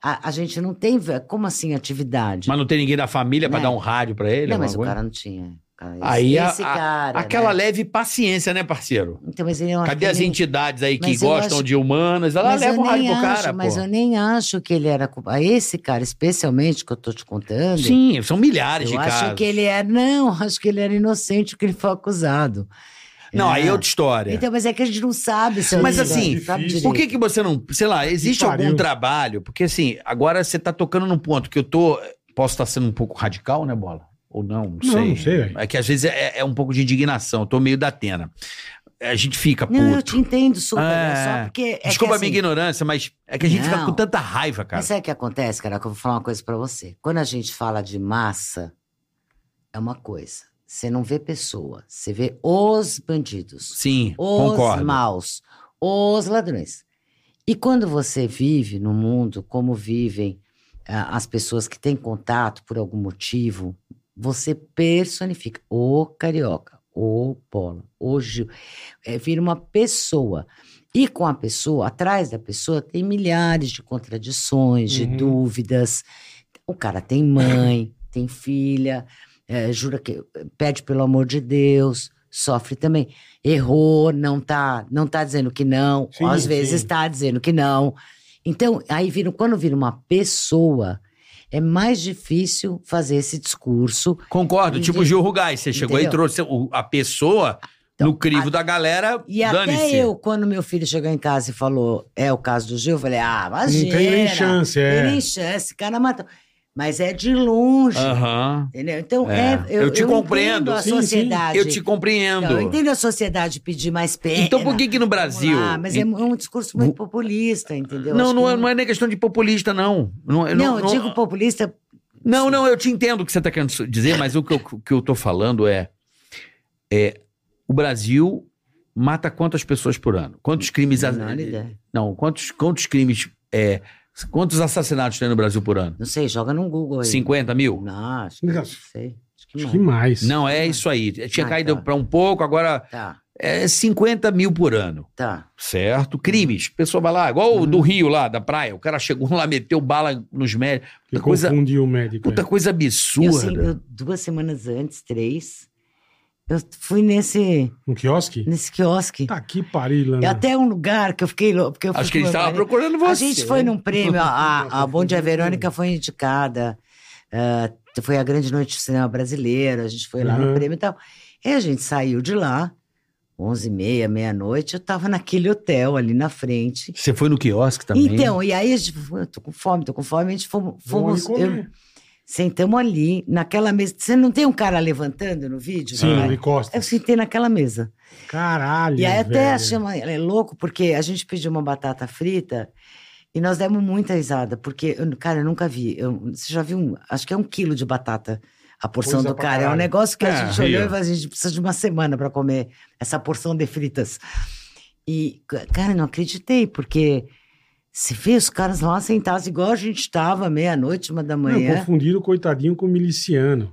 S5: a, a gente não tem. ve- Como assim atividade?
S4: Mas não tem ninguém da família pra
S5: Né?
S4: dar um rádio pra ele?
S5: não, mas o
S4: alguma coisa?
S5: cara não tinha. Cara, esse-
S4: Aí a-
S5: esse
S4: a-
S5: cara.
S4: Aquela
S5: né?
S4: leve paciência, né, parceiro?
S5: Então, mas ele é um
S4: Cadê as
S5: arqueiro-
S4: entidades aí que
S5: Mas eu
S4: gostam
S5: acho-
S4: de humanas? Ela
S5: Mas eu
S4: leva um rádio
S5: nem
S4: pro
S5: acho,
S4: cara,
S5: Mas eu
S4: pô.
S5: nem acho que ele era culpado. Esse cara, especialmente, que eu tô te contando.
S4: Sim, são milhares de
S5: Eu
S4: casos.
S5: acho que ele é. Não, (laughs) acho que ele era inocente porque ele foi acusado.
S4: Não, aí
S5: É.
S4: é outra história.
S5: Então, mas é que a gente não sabe se é
S4: Mas,
S5: inocente,
S4: assim,
S5: não sabe
S3: difícil.
S4: Por que,
S5: direito.
S4: que você não. Sei lá, existe
S3: Que pariu.
S4: algum trabalho? Porque assim, agora você tá tocando num ponto que eu tô. Posso estar sendo um pouco radical, né, Bola? Ou não? Não sei.
S3: Não, não sei, velho.
S4: É que às vezes é, é um pouco de indignação. Eu tô meio da Atena. A gente fica é puto.
S5: Não, eu te entendo super.
S4: É.
S5: É... Só porque. é
S4: Desculpa
S5: que, assim,
S4: a minha ignorância, mas é que a gente fica
S5: Não.
S4: com tanta raiva, cara.
S5: Mas é sabe o que acontece, cara? Que eu vou falar uma coisa pra você. Quando a gente fala de massa, é uma coisa. Você não vê pessoa, você vê os bandidos,
S4: Sim,
S5: os
S4: concordo.
S5: maus, os ladrões. E quando você vive no mundo como vivem ah, as pessoas que têm contato por algum motivo, você personifica o carioca, o bola, o Gil. É, vira uma pessoa. E com a pessoa, atrás da pessoa, tem milhares de contradições, de
S3: Uhum.
S5: dúvidas. O cara tem mãe, tem filha, é, jura que pede pelo amor de Deus, sofre também. Errou, não tá, não tá dizendo que não,
S3: Sim,
S5: às
S3: sim.
S5: vezes está dizendo que não. Então, aí vira, quando vira uma pessoa, é mais difícil fazer esse discurso.
S4: Concordo, tipo o
S5: Entendi.
S4: Gil Rugais. Você chegou aí e
S5: Entendeu?
S4: trouxe o- a pessoa
S5: Então,
S4: no crivo
S5: a-
S4: da galera.
S5: E até
S4: Dane-se.
S5: eu, quando meu filho chegou em casa e falou, é o caso do Gil, eu falei, ah, imagina.
S3: Não tem nem chance, é.
S5: Tem nem chance, esse cara matou. Mas é de longe,
S4: Aham.
S5: entendeu? Então,
S4: Ah. É.
S5: é,
S4: Eu te compreendo.
S5: entendo a
S3: Sim, sim.
S5: sociedade.
S4: Eu te compreendo.
S5: Então, eu entendo a sociedade pedir mais pena.
S4: Então por que que no
S5: vamos
S4: Brasil...
S5: lá, mas é um discurso muito populista, entendeu?
S4: Não,
S5: Acho
S4: não,
S5: que
S4: é- não é nem questão de populista, não. Não, eu
S5: Não, eu digo populista.
S4: não, não, eu te entendo o que você está querendo dizer, mas o que eu, o que eu tô falando é, é, o Brasil mata quantas pessoas por ano? Quantos crimes... a- é,
S5: Menor ideia.
S4: Não, quantos, quantos crimes... é, quantos assassinatos tem no Brasil por ano?
S5: Não sei, joga num Google aí.
S4: 50 mil?
S5: Não, acho que não sei. Acho que
S3: Acho
S5: mais.
S3: que mais.
S4: Não, é isso aí. Tinha
S5: Ah,
S4: caído
S5: tá.
S4: para um pouco, agora
S5: Tá,
S4: é 50 mil por ano.
S5: tá.
S4: Certo? Crimes.
S5: Hum.
S4: A pessoa vai lá, igual o do Rio lá, da praia. O cara chegou lá, meteu bala nos médicos.
S3: Que
S4: Puta coisa-
S3: confundiu o médico.
S4: Puta
S3: é.
S4: coisa
S5: assim, Eu,
S4: absurda.
S5: assim, eu- duas semanas antes, três, Eu fui nesse,
S3: Um quiosque?
S5: nesse quiosque.
S3: Tá aqui, pariu,
S5: É
S3: Lana.
S5: até um lugar que eu fiquei louco. porque eu fui
S4: Acho que a
S5: com
S4: gente
S5: meu
S4: tava
S5: marido.
S4: procurando você.
S5: A gente foi num prêmio,
S3: (laughs)
S5: a, a Bom Dia
S3: Uhum.
S5: Verônica foi indicada, eh, foi a grande noite do cinema brasileiro, a gente foi lá
S3: Uhum.
S5: no prêmio e tal. E a gente saiu de lá, 11h30, meia-noite, eu tava naquele hotel ali na frente.
S4: Você foi no quiosque também?
S5: Então, e aí a gente, eu tô com fome, tô com fome, a gente fomos,
S3: Vamos
S5: fomos
S3: ali
S5: eu-
S3: comer.
S5: sentamos ali, naquela mesa. Você não tem um cara levantando no vídeo?
S3: Sim,
S5: Cara?
S3: Lana Costa.
S5: Ah. Eu sentei naquela mesa.
S3: Caralho.
S5: E aí até
S3: velho.
S5: achei uma- é louco, porque a gente pediu uma batata frita e nós demos muita risada, porque, eu- cara, eu nunca vi. Eu- você já viu, um, acho que é um quilo de batata a porção
S3: Coisa
S5: do
S3: pra
S5: cara. É um
S3: caralho.
S5: negócio que
S4: É,
S5: a gente olhou
S4: Rio.
S5: e falou, a gente precisa de uma semana para comer essa porção de fritas. E, c- cara, eu não acreditei, porque se vê os caras lá sentados igual a gente estava, meia-noite, uma da
S3: Não,
S5: manhã.
S3: confundiram o coitadinho com o miliciano.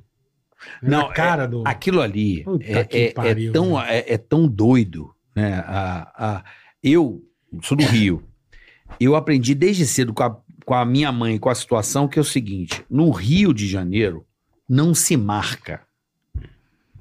S3: É
S4: Não,
S3: na cara do.
S4: Aquilo ali
S3: Puta
S4: é,
S3: que
S4: é- é
S3: pariu,
S4: tão, é, é tão doido, né? A, a- eu sou do Rio. Eu aprendi desde cedo com a, com a minha mãe, com a situação, que é o seguinte: no Rio de Janeiro não se marca.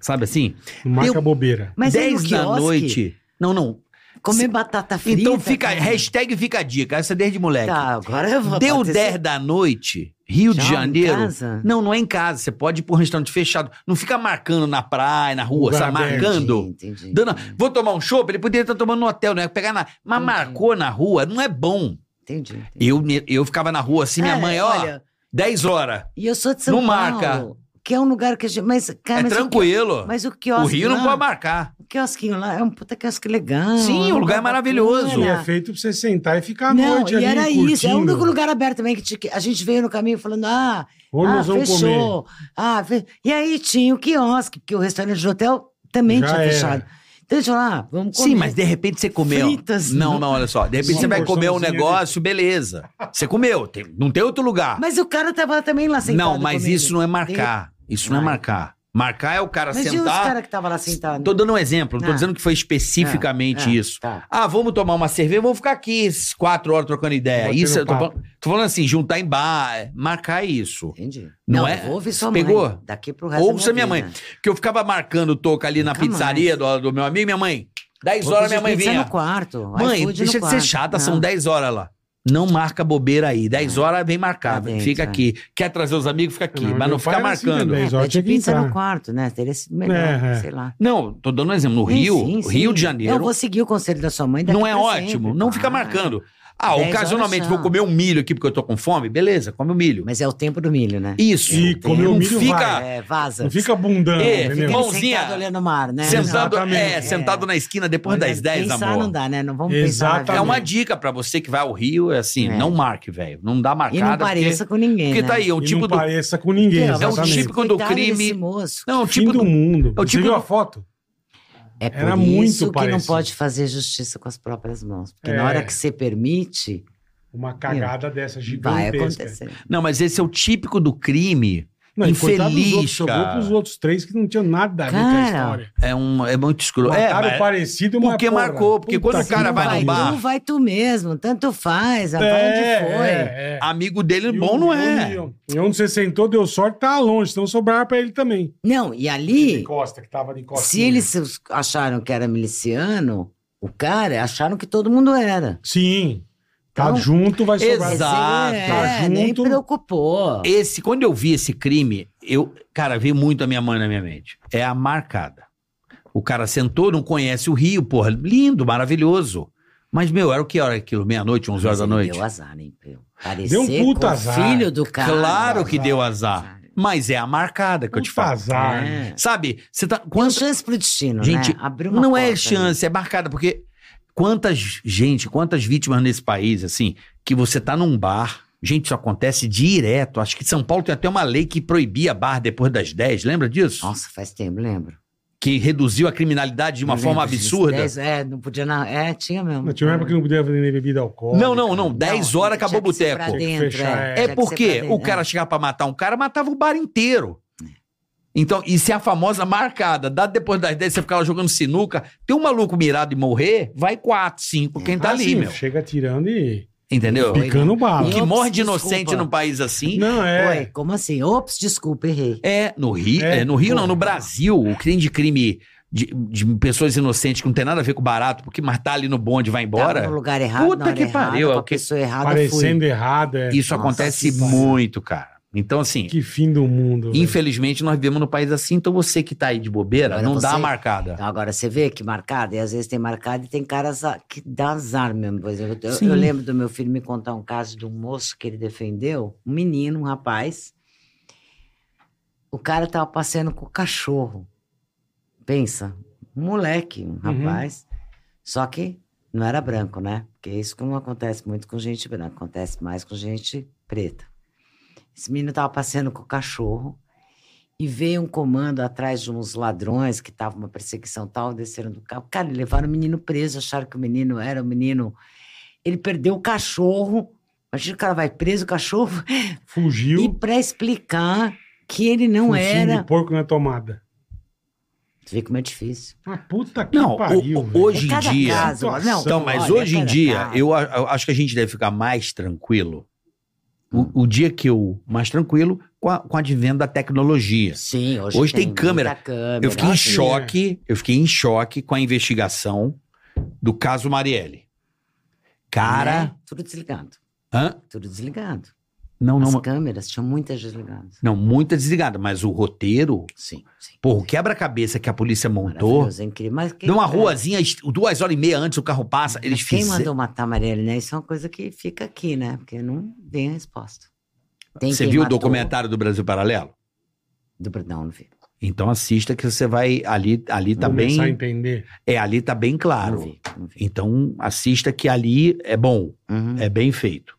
S4: Sabe assim?
S3: Não marca
S4: eu-
S3: bobeira.
S5: Mas aí no
S4: 10 da
S5: quiosque,
S4: noite. Não, não.
S5: comer
S4: Se-
S5: batata frita.
S4: então fica.
S5: cara.
S4: Hashtag fica a dica. Essa é desde moleque.
S5: Tá, agora eu vou
S4: Deu
S5: pode ser
S4: 10 da noite, Rio de
S5: tchau em
S4: Janeiro.
S5: casa?
S4: Não, não é em casa. Você pode ir para um restaurante fechado. Não fica marcando na praia, na rua,
S3: Lugar
S4: sabe?
S3: aberto.
S4: Marcando.
S5: Entendi, entendi.
S4: Dando, vou tomar um chopp, ele poderia estar tomando no hotel, né? Pegar na. Mas
S5: Entendi.
S4: marcou na rua, não é bom.
S5: Entendi. entendi.
S4: Eu, me- eu ficava na rua assim, minha
S5: Cara,
S4: mãe, ó, 10 horas.
S5: É, e eu sou de São
S4: não
S5: Paulo.
S4: marca.
S5: Que é um lugar que a gente. Mas, cara,
S4: é
S5: mas, o,
S4: tranquilo.
S5: qui- mas o
S4: O,
S5: quiosque.
S4: Rio não
S5: lá,
S4: pode marcar.
S5: O quiosquinho lá é um puta quiosque legal.
S4: Sim, o
S5: um
S4: lugar é maravilhoso.
S5: bacana.
S3: E é feito pra você sentar e ficar à
S5: Não,
S3: noite
S5: e
S3: ali.
S5: era
S3: curtindo.
S5: isso. É o único lugar aberto também que, te- que a gente veio no caminho falando: ah,
S3: Onde
S5: ah
S3: nós vamos comer?
S5: fechou. Ah, fe- E aí tinha o quiosque, porque o restaurante do hotel também
S3: Já
S5: tinha
S3: era.
S5: fechado. Então a gente falou: ah, vamos comer.
S4: Sim, mas de repente você comeu.
S5: Fritas,
S4: não,
S5: não.
S4: não, olha só. De repente
S3: Uma
S4: você vai comer um
S3: porçãozinha de-
S4: negócio, beleza. Você comeu, tem- não tem outro lugar.
S5: Mas o cara tava também lá sentado.
S4: não, mas
S5: comigo.
S4: isso não é marcar. Isso não é
S5: Ai.
S4: marcar. Marcar é o cara
S5: Mas e os
S4: sentar.
S5: caras que tava lá sentado?
S4: Tô dando um exemplo, não
S5: Assim
S4: tô
S5: tá, né? Ah.
S4: dizendo que foi especificamente
S5: Ah, ah,
S4: isso.
S5: Tá.
S4: Ah, vamos tomar uma cerveja, vamos ficar aqui s- quatro horas trocando ideia.
S3: Batendo
S4: isso, eu tô
S3: papo.
S4: falando, tô falando assim, juntar em bar, é, marcar isso.
S5: Entendi.
S4: Não é?
S5: eu Vou ouvir sua
S4: Pegou?
S5: mãe. Daqui pro resto da
S4: Ouça minha mãe.
S5: vida.
S4: Que eu ficava marcando toca ali na
S5: Nunca
S4: pizzaria do, do meu amigo, minha mãe. 10
S5: Vou
S4: horas
S5: pedir
S4: minha mãe
S5: pizza
S4: vinha.
S5: no quarto.
S4: Mãe,
S5: iFood no
S4: deixa de ser
S5: quarto.
S4: chata,
S5: Não.
S4: são 10 horas lá. Não marca bobeira aí. 10
S5: É.
S4: horas vem marcar,
S5: Tá dentro,
S4: fica
S5: é.
S4: aqui. Quer trazer os amigos, fica aqui, mas
S3: meu
S4: não
S3: pai
S4: fica
S3: era assim
S4: marcando.
S3: também,
S5: É,
S3: só tinha
S5: pede
S3: que
S5: pizza
S3: entrar.
S5: no quarto, né? Teria sido melhor,
S3: É, é.
S5: sei lá.
S4: Não, tô dando um exemplo. No
S5: Sim,
S4: Rio,
S5: sim, sim.
S4: Rio de
S5: Eu
S4: Janeiro,
S5: vou seguir o conselho da sua mãe. daqui
S4: não é
S5: pra
S4: ótimo.
S5: sempre, tá?
S4: Não fica
S5: claro.
S4: marcando. Ah,
S5: Dez horas
S4: ocasionalmente
S5: são.
S4: vou comer um milho aqui porque eu tô com fome. Beleza, come o milho.
S5: Mas é o tempo do milho, né?
S4: Isso.
S3: E
S5: Não
S3: comer
S5: tem-
S3: o
S4: não
S3: milho
S4: fica-
S3: vai.
S5: É, vaza.
S3: Não fica bundando,
S4: É,
S3: entendeu?
S4: fica-
S5: Ele
S4: mãozinha-
S5: sentado olhando o mar, né?
S4: Sentado,
S3: Exatamente.
S4: é, sentado na esquina depois das 10,
S5: pensar
S4: amor.
S5: não dá, né? Não vamos pensar na vida.
S4: É
S3: Exatamente.
S4: uma dica pra você que vai ao Rio, é assim,
S5: É.
S4: não marque, velho. Não dá
S5: E
S4: marcada.
S5: não
S4: porque-
S5: pareça com ninguém,
S4: Porque
S5: né?
S4: tá aí, é um
S3: E
S4: tipo
S3: não
S4: do.
S3: pareça com ninguém,
S5: É, mas
S4: É o
S3: exatamente.
S4: típico do
S5: Coitado desse
S4: crime.
S5: moço.
S4: Não, é um
S3: Fim
S4: tipo
S3: do
S4: do.
S3: mundo.
S4: é o
S3: Você
S4: tipo
S3: viu
S4: do-
S3: a foto?
S5: É por
S3: Era muito
S5: isso que não
S3: parecido.
S5: pode fazer justiça com as próprias mãos. Porque
S3: É.
S5: na hora que você permite,
S3: Uma cagada dessa
S5: É. vai
S3: gigantesca.
S5: acontecer.
S4: Não, mas esse é o típico do crime.
S3: Não, e coitado dos
S4: Infeliz,
S3: outros, Sobrou
S4: cara.
S3: pros outros três que não tinham nada a ver com a
S5: Cara,
S3: história.
S4: É, um, é muito escuro. É,
S3: Mataram
S4: mas-
S3: parecido, mas
S4: porque
S3: porra,
S4: marcou, porque
S3: puta
S4: quando o
S3: que
S4: cara vai no
S3: pariu.
S4: bar-
S5: tu, vai tu mesmo. Tanto faz, vai tá onde foi.
S3: É, é.
S4: amigo dele
S3: E
S4: bom
S3: um-
S4: não é.
S3: E um- e onde você sentou, deu sorte, tá longe, então sobrava pra ele também.
S5: Não, e
S3: De
S5: ali,
S3: Costa, que tava de Costa.
S5: se eles acharam que era miliciano, o cara, acharam que todo mundo era.
S3: Sim. Tá
S5: Então-
S3: junto, vai sobrar.
S4: Exato.
S5: É, nem
S3: Tá junto.
S5: preocupou.
S4: Esse, quando eu vi esse crime, eu, cara, veio muito a minha mãe na minha mente. É a marcada. O cara sentou, não conhece o Rio, porra, lindo, maravilhoso. Mas, meu, era o que hora aquilo? Meia-noite, 11 horas
S5: Mas
S4: da
S5: ele
S4: noite?
S5: Deu azar, hein, Pio? Parecer
S3: Deu um puta
S5: com o
S3: azar.
S5: filho do cara.
S4: Claro que
S5: né?
S3: azar.
S4: deu azar. Mas é a marcada que eu te
S3: Puta
S4: falo.
S3: azar.
S5: É.
S4: Sabe, você tá.
S5: Tem
S4: Quanto,
S5: chance pro destino,
S4: Gente,
S5: né? Abriu uma
S4: não é
S5: porta,
S4: chance, é marcada, porque quantas, gente, quantas vítimas nesse país, assim, que você tá num bar. Gente, isso acontece direto. Acho que São Paulo tem até uma lei que proibia bar depois das 10, lembra disso?
S5: Nossa, faz tempo, lembro.
S4: que reduziu a criminalidade de uma
S5: Eu
S4: forma
S5: lembro disso.
S4: absurda.
S5: Dez- é, não podia. Não, é, tinha mesmo.
S3: Não, tinha uma época que não podia vender bebida alcoólica.
S4: Não, não, não. 10 horas
S5: tinha
S4: acabou o
S5: que ser
S4: boteco.
S5: pra
S3: Tinha que
S5: dentro,
S3: fechar, é.
S5: tinha
S4: É
S5: que ser pra
S4: porque
S5: dentro,
S4: o cara
S5: é.
S4: chegava pra matar um cara, matava o bar inteiro. Então, isso é a famosa marcada. Dá depois das 10, você ficar lá jogando sinuca. Tem um maluco mirado e morrer, vai 4, 5, quem tá
S3: Ah,
S4: ali,
S3: sim,
S4: meu.
S3: Chega tirando e.
S4: Entendeu?
S5: Foi.
S3: Picando bala.
S5: E
S4: Que
S5: Ops,
S4: morre de
S5: desculpa.
S4: inocente num país assim.
S3: Não,
S5: Ué,
S3: é.
S5: como assim? Ops, desculpa, errei.
S4: É, no Rio,
S3: É,
S4: é, no Rio não, no
S3: porra.
S4: Brasil, o crime de crime de, de pessoas inocentes que não tem nada a ver com barato, porque matar ali no bonde e vai
S5: Tava
S4: embora.
S5: no lugar errado,
S4: Puta
S5: na hora
S4: que
S5: errada,
S4: pariu, é
S5: com
S4: o
S5: a
S4: que-
S5: pessoa errada,
S3: Parecendo errado, é.
S4: Isso
S5: Nossa,
S4: acontece
S5: que pariu.
S4: muito, cara. Então, assim,
S3: Que fim do mundo. velho.
S4: infelizmente nós vivemos num país assim, então você que tá aí de bobeira,
S5: Agora
S4: não dá
S5: você-
S4: a marcada.
S5: Então, agora você vê que marcada, e às vezes tem marcada e tem caras a- que dá azar mesmo. Por exemplo, eu,
S4: Sim.
S5: eu lembro do meu filho me contar um caso de um moço que ele defendeu, um menino, um rapaz. O cara tava passeando com o cachorro. Pensa, um moleque, um rapaz. Só que não era branco, né? Porque isso que não acontece muito com gente branca, acontece mais com gente preta. Esse menino tava passeando com o cachorro e veio um comando atrás de uns ladrões que tava uma perseguição tal, desceram do carro. Cara, levaram o menino preso, acharam que o menino era o menino. Ele perdeu o cachorro. Imagina o cara vai preso, o cachorro. E
S3: Fugiu.
S5: para explicar que ele não
S3: focinho
S5: era.
S3: de porco na tomada.
S5: Você vê como é difícil.
S3: Ah, puta que
S4: Não, o-
S3: pariu.
S4: o-
S3: velho.
S4: hoje
S5: É
S4: em
S5: cada
S4: dia.
S5: caso, mas não,
S4: Então, mas
S5: olha, é
S4: hoje em
S5: cada
S4: dia,
S5: caso.
S4: eu, a- eu acho que a gente deve ficar mais tranquilo. O, o dia que eu. Mais tranquilo com, a, com o advento da tecnologia.
S5: Sim, hoje,
S4: Hoje tem
S5: muita
S4: câmera.
S5: câmera.
S4: Eu fiquei em
S5: Nossa,
S4: choque, eu fiquei em choque com a investigação do caso Marielle. Cara.
S5: né? Tudo desligado.
S4: hã?
S5: Tudo desligado.
S4: Não,
S5: As
S4: não,
S5: câmeras tinham muitas desligadas.
S4: não, muita desligada, mas o roteiro.
S5: Sim, sim.
S4: Porra, o quebra-cabeça que a polícia montou.
S5: Maravilhoso, é incrível. Mas quem-
S4: De uma ruazinha, est- duas horas e meia antes o carro passa, eles
S5: Mas quem
S4: fizeram.
S5: mandou matar a Marielle, né? Isso é uma coisa que fica aqui, né? Porque não vem a resposta. Tem
S4: Você
S5: quem
S4: viu o
S5: matou-
S4: documentário do Brasil Paralelo?
S5: Do... Não, não vi.
S4: Então assista que você vai ali, ali tá
S3: Começar a
S4: bem,
S3: entender.
S4: é ali tá bem
S5: Não
S4: claro.
S5: vi, não vi.
S4: Então assista que ali é bom,
S5: Uhum.
S4: é bem feito.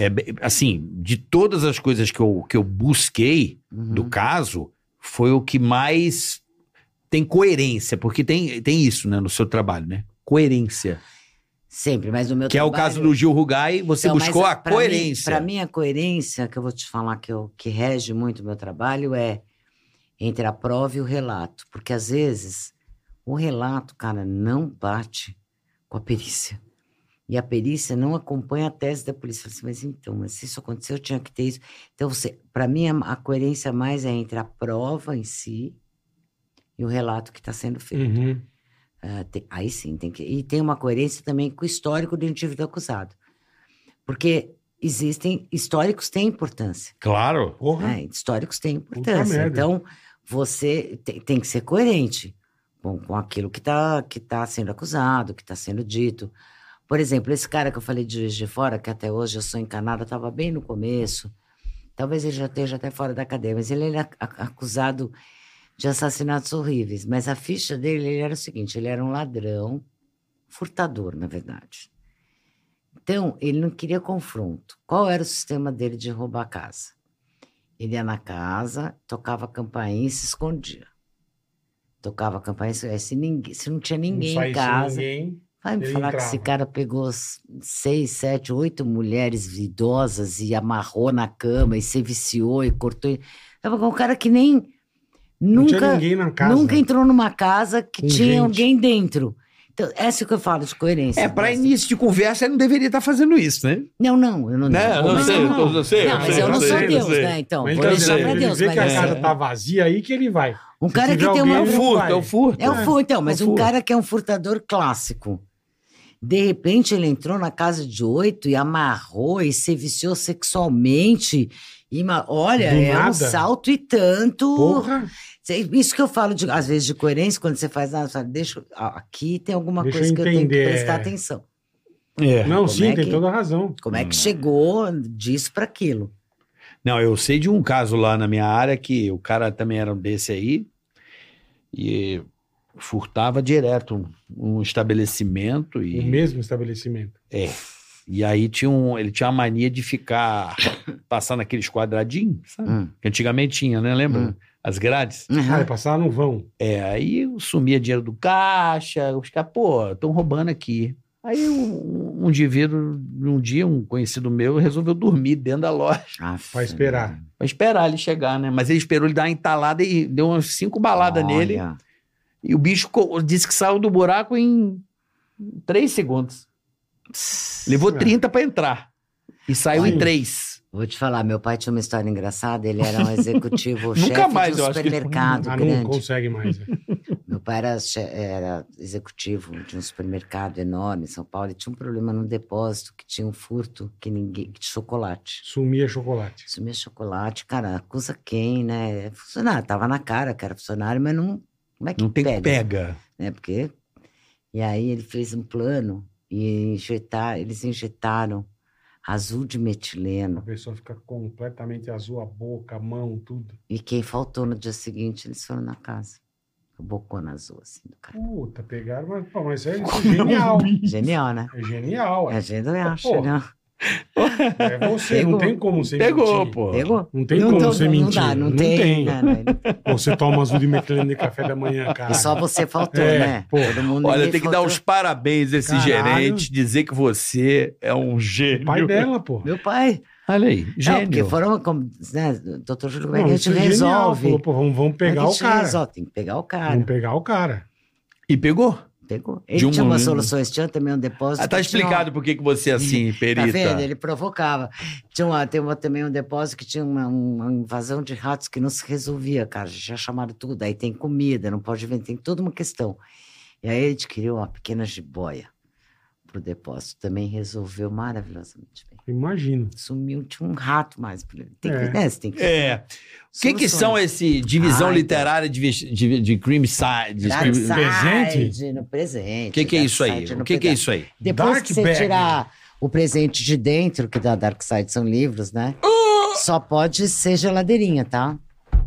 S4: É bem- assim, de todas as coisas que eu, que eu busquei
S5: uhum.
S4: do caso, foi o que mais tem coerência, porque tem, tem isso, né, no seu trabalho, né? Coerência.
S5: Sempre, mas no meu
S4: Que é o
S5: trabalho-
S4: caso do Gil Rugai, você
S5: Então, mas
S4: buscou a
S5: pra mim-
S4: coerência.
S5: Pra mim, a coerência, que eu vou te falar que, eu, que rege muito o meu trabalho, é entre a prova e o relato. Porque, às vezes, o relato, cara, não bate com a perícia. E a perícia não acompanha a tese da polícia. Fala assim, mas então, mas se isso aconteceu, eu tinha que ter isso. Então, você, para mim, a, a coerência mais é entre a prova em si e o relato que está sendo feito.
S3: Uhum.
S5: Ah, te- aí sim, tem que. E tem uma coerência também com o histórico do indivíduo acusado. Porque existem. Históricos têm importância.
S4: Claro.
S3: Porra.
S5: né? Históricos têm
S3: Puta
S5: importância.
S3: merda.
S5: Então, você te- tem que ser coerente com, com aquilo que está que tá sendo acusado, que está sendo dito. Por exemplo, esse cara que eu falei de Juiz de Fora, que até hoje eu sou encanada, estava bem no começo. Talvez ele já esteja até fora da cadeia, mas ele era ac- acusado de assassinatos horríveis. Mas a ficha dele ele era o seguinte: ele era um ladrão, furtador, na verdade. Então, ele não queria confronto. Qual era o sistema dele de roubar a casa? Ele ia na casa, tocava a campainha e se escondia. Tocava a campainha, se, se, ninguém, se não tinha ninguém
S3: Não
S5: em
S3: saísse
S5: casa.
S3: Ninguém.
S5: Vai me
S3: Ele
S5: falar que esse
S3: entrava.
S5: cara pegou s- seis, sete, oito mulheres idosas e amarrou na cama e se viciou e cortou. Tava com um cara que nem
S3: Não tinha
S5: nunca,
S3: ninguém na casa.
S5: nunca entrou numa casa que
S3: Com
S5: tinha
S3: gente.
S5: alguém dentro. Então, essa é o que eu falo de coerência.
S4: É, pra
S5: Mas-
S4: início de conversa, ele não deveria estar fazendo isso, né?
S5: Não, não, eu não
S4: Né? Eu
S5: digo.
S4: não
S5: Mas- é
S4: sei, eu tô- eu sei,
S5: Não,
S4: eu
S5: mas
S4: sei,
S5: eu não
S4: eu
S5: sou
S4: sei, eu
S5: Deus,
S4: sei.
S5: né? Então,
S3: Mas
S5: vou
S3: então,
S4: Pois
S5: deixar
S4: é,
S5: pra
S3: ele
S5: Deus.
S3: vê que a
S5: mas
S3: casa
S5: é.
S3: tá vazia aí que ele vai.
S5: Um
S3: se
S5: cara que
S3: tiver
S5: tem uma
S4: É o
S3: alguém, ele
S4: furto,
S3: vai.
S4: é o furto.
S5: É o furto, então, mas
S4: É o
S5: um
S4: furto.
S5: cara que é um furtador clássico. De repente ele entrou na casa de oito e amarrou e se viciou sexualmente. E ma- olha,
S3: Do
S5: é um
S3: nada?
S5: salto e tanto.
S3: Porra.
S5: Cê- Isso que eu falo, de- às vezes, de coerência, quando você faz, ah, sabe, deixa, eu- ah, aqui tem alguma
S3: Deixa
S5: coisa
S3: eu
S5: que eu tenho que
S3: entender,
S5: prestar
S3: é.
S5: atenção.
S4: É.
S3: Não,
S5: Como
S3: sim,
S5: é
S3: tem
S5: que-
S3: toda a razão.
S5: Como
S4: Hum.
S5: é que chegou disso para aquilo?
S4: Não, eu sei de um caso lá na minha área que o cara também era um desse aí e furtava direto um, um estabelecimento
S3: O
S4: e, é.
S3: mesmo estabelecimento.
S4: e aí tinha um, ele tinha a mania de ficar passando aqueles quadradinhos, sabe?
S5: Hum.
S4: Que antigamente tinha, né? Lembra?
S5: Hum.
S4: As grades.
S3: Ah,
S5: Uhum.
S3: passar no vão.
S4: É, aí sumia dinheiro do caixa, os caras, pô, estão roubando aqui. Aí um, um indivíduo, um dia, um conhecido meu, resolveu dormir dentro da loja. (laughs)
S5: Aff,
S3: Vai esperar.
S4: Pra esperar ele chegar, né? Mas ele esperou ele dar uma entalada e deu umas cinco baladas
S5: olha.
S4: nele. E o bicho co- disse que saiu do buraco em três segundos. Levou
S3: É.
S4: 30 pra entrar. E saiu
S3: Olha.
S4: em 3.
S5: Vou te falar, meu pai tinha uma história engraçada. Ele era
S4: (laughs)
S5: um executivo
S4: Nunca
S5: chefe
S4: mais,
S5: de
S4: eu
S5: um
S4: acho que ele-
S5: supermercado
S3: Ah, não
S5: grande. (laughs)
S3: consegue mais. né?
S5: Meu pai era, che- era executivo de um supermercado enorme em São Paulo. E tinha um problema no depósito que tinha um furto que ninguém, de chocolate.
S3: Sumia é chocolate.
S5: Sumia chocolate, cara, acusa quem, né? Funcionário, tava na cara que era funcionário, mas não. Como é que
S4: Não tem
S5: pega?
S4: que pega.
S5: né? Porque. E aí ele fez um plano e injetar, eles injetaram azul de
S3: A
S5: metileno.
S3: pessoa fica completamente azul a boca, a mão, tudo.
S5: E quem faltou no dia seguinte, eles foram na casa. O bocona azul, assim, do
S3: (laughs)
S5: cara.
S3: Puta, pegaram, mas, pô, mas isso
S5: (laughs)
S3: é isso é genial.
S5: Genial, né?
S3: É genial.
S5: A
S3: É,
S5: gente não acha, né?
S3: Pô,
S5: não.
S3: é você, não
S5: Pegou.
S3: tem como você
S4: Pegou,
S3: mentir.
S4: pô.
S5: Pegou?
S3: Não tem como
S5: tô-
S3: você
S5: não
S3: mentir.
S5: dá, não, tem. né, né?
S3: Pô, Você toma azul de metilene de café da manhã, cara.
S5: E
S3: (laughs)
S5: só você faltou,
S3: É,
S5: né?
S3: pô.
S5: Todo mundo
S4: Olha,
S5: ninguém
S4: tem que dar
S5: faltou.
S4: os parabéns a esse
S3: Caralho.
S4: gerente, dizer que você é um
S3: O
S4: gênio.
S3: pai dela, pô.
S5: Meu pai.
S4: Olha aí,
S5: Não, É, porque
S4: gênio.
S5: foram como. Né, doutor Júlio, como é
S3: Não,
S5: que a
S3: isso
S5: gente
S3: é genial.
S5: resolve?
S3: Falou, pô, vamos, vamos pegar
S5: Como é que a gente
S3: o cara.
S5: resolve? Tem que pegar o cara.
S3: Vamos pegar o cara.
S4: E pegou?
S5: Pegou. Ele
S4: De um
S5: tinha umas
S4: momento.
S5: soluções, tinha também um depósito.
S4: Ah, tá
S5: que tinha uma-
S4: explicado por que que você é assim,
S5: Tá
S4: perita.
S5: vendo? Ele provocava. Tinha uma, tem uma- também um depósito que tinha uma, uma invasão de ratos que não se resolvia, cara. Já chamaram tudo. Aí tem comida, não pode vender, tem toda uma questão. E aí ele adquiriu uma pequena jiboia pro depósito. Também resolveu maravilhosamente bem.
S3: Imagino.
S5: Sumiu, tinha um rato mais. pra ele. Tem que,
S3: É.
S5: né, você tem que
S4: É. O que, que são esse divisão
S5: Ah, então.
S4: literária de, vis- de, de crime side?
S5: Dark
S4: O
S5: presente?
S3: presente?
S5: No presente.
S4: que, que é
S5: Dark
S4: isso aí?
S5: side
S4: O
S5: no
S4: que, que é
S5: presente.
S4: isso aí?
S5: Depois
S3: Dark
S5: que você
S3: bag.
S5: tirar o presente de dentro, que da Dark Side são livros, né?
S4: Ah!
S5: Só pode ser geladeirinha, tá? Uma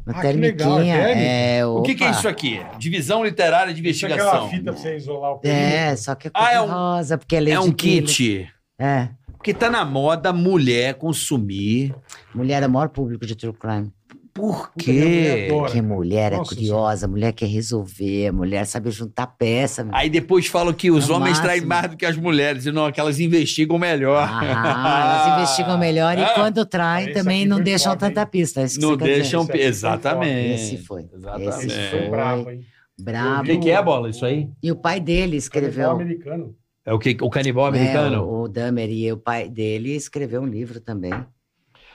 S3: Ah, que legal,
S5: termiquinha.
S3: é térmica?
S5: é,
S4: O que, que é
S5: opa.
S4: isso aqui? Divisão literária de
S3: Deixa aquela
S4: investigação.
S3: é fita pra você isolar o
S5: É, só que é cor
S4: Ah, é um-
S5: rosa, porque é lei
S4: É
S5: de
S4: um
S5: Quilling.
S4: kit.
S5: É.
S4: Porque tá na moda mulher consumir.
S5: Mulher é o maior público de true crime.
S4: Por
S3: Puta, minha mulher
S4: quê?
S3: adora.
S5: Porque mulher é
S3: Nossa
S5: curiosa, mulher quer resolver, mulher sabe juntar peça. meu.
S4: Aí depois falam que os
S5: É o
S4: homens
S5: máximo.
S4: traem mais do que as mulheres, e não, que elas investigam melhor.
S5: Ah, elas investigam melhor e
S4: Ah,
S5: quando traem
S3: esse
S5: também
S3: aqui
S5: não
S3: foi
S5: deixam
S3: foda, hein?
S5: tanta pista. é isso que
S4: Não
S5: você quer dizer.
S4: deixam.
S3: Esse aqui foi
S4: Exatamente.
S5: Esse foi.
S4: Exatamente.
S5: Esse
S3: Esse
S5: foi.
S3: foi bravo, hein?
S5: Bravo.
S4: O que, que é, bola? Isso aí?
S5: E o pai dele
S3: Canibal
S5: escreveu.
S3: um americano.
S4: É o que? O canibal americano?
S5: É, o, o Dahmer e o pai dele escreveu um livro também.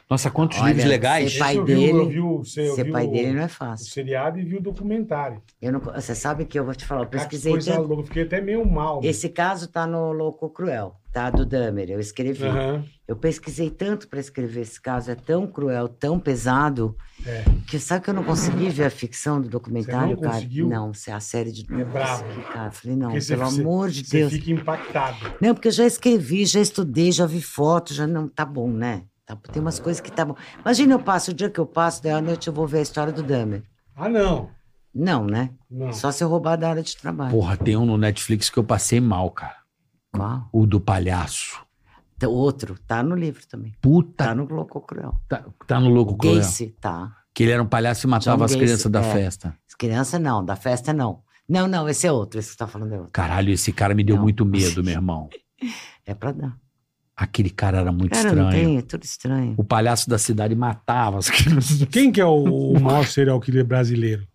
S4: Nossa, quantos
S5: Olha,
S4: livros legais.
S5: você pai
S3: Esse eu vi-
S5: dele-
S3: eu vi o- você- eu
S5: Ser
S3: vi
S5: pai
S3: o-
S5: dele não é
S3: o
S5: fácil.
S3: seriado e vi o documentário.
S5: Eu não, você sabe que eu vou te falar, eu
S3: Cara, Ah, que
S5: pesquisei
S3: coisa
S5: tanto.
S3: louca, fiquei até meio mal. meu.
S5: Esse caso tá no Louco Cruel, tá? Do Dahmer, eu escrevi.
S3: né? Aham.
S5: Eu pesquisei tanto para escrever esse caso, é tão cruel, tão pesado,
S3: É.
S5: que sabe que eu não consegui ver a ficção do documentário,
S3: Você não
S5: cara?
S3: conseguiu?
S5: Não, se a série de
S3: É brabo.
S5: consegui, cara. Eu Falei, não,
S3: Porque você-
S5: pelo
S3: você-
S5: amor de
S3: Você
S5: Deus.
S3: fica impactado.
S5: Não, porque eu já escrevi, já estudei, já vi foto, já não tá bom, né? Tá- tem umas coisas que tá bom. Imagina eu passo, o dia que eu passo, daí à noite eu vou ver a história do Dahmer.
S3: Ah, não.
S5: Não, né?
S3: Não.
S5: Só se eu roubar da área de trabalho.
S4: Porra, tem um no Netflix que eu passei mal, cara.
S5: Qual?
S4: O do palhaço.
S5: Tem outro, tá no livro também.
S4: Puta,
S5: Tá no Globo Cruel.
S4: tá, tá no louco cruel.
S5: Gacy, tá.
S4: Que ele era um palhaço e matava
S5: John
S4: as
S5: Gacy,
S4: crianças da
S5: é.
S4: festa.
S5: As crianças não, da festa não. Não, não, esse é outro, esse que você tá falando é outro.
S4: Caralho, esse cara me deu
S5: Não. (laughs)
S4: muito medo, meu irmão.
S5: É pra dar.
S4: Aquele cara era muito
S5: Cara, não
S4: estranho.
S5: tem, é tudo estranho.
S4: O palhaço da cidade matava as crianças.
S3: Quem que é o, o maior serial killer brasileiro?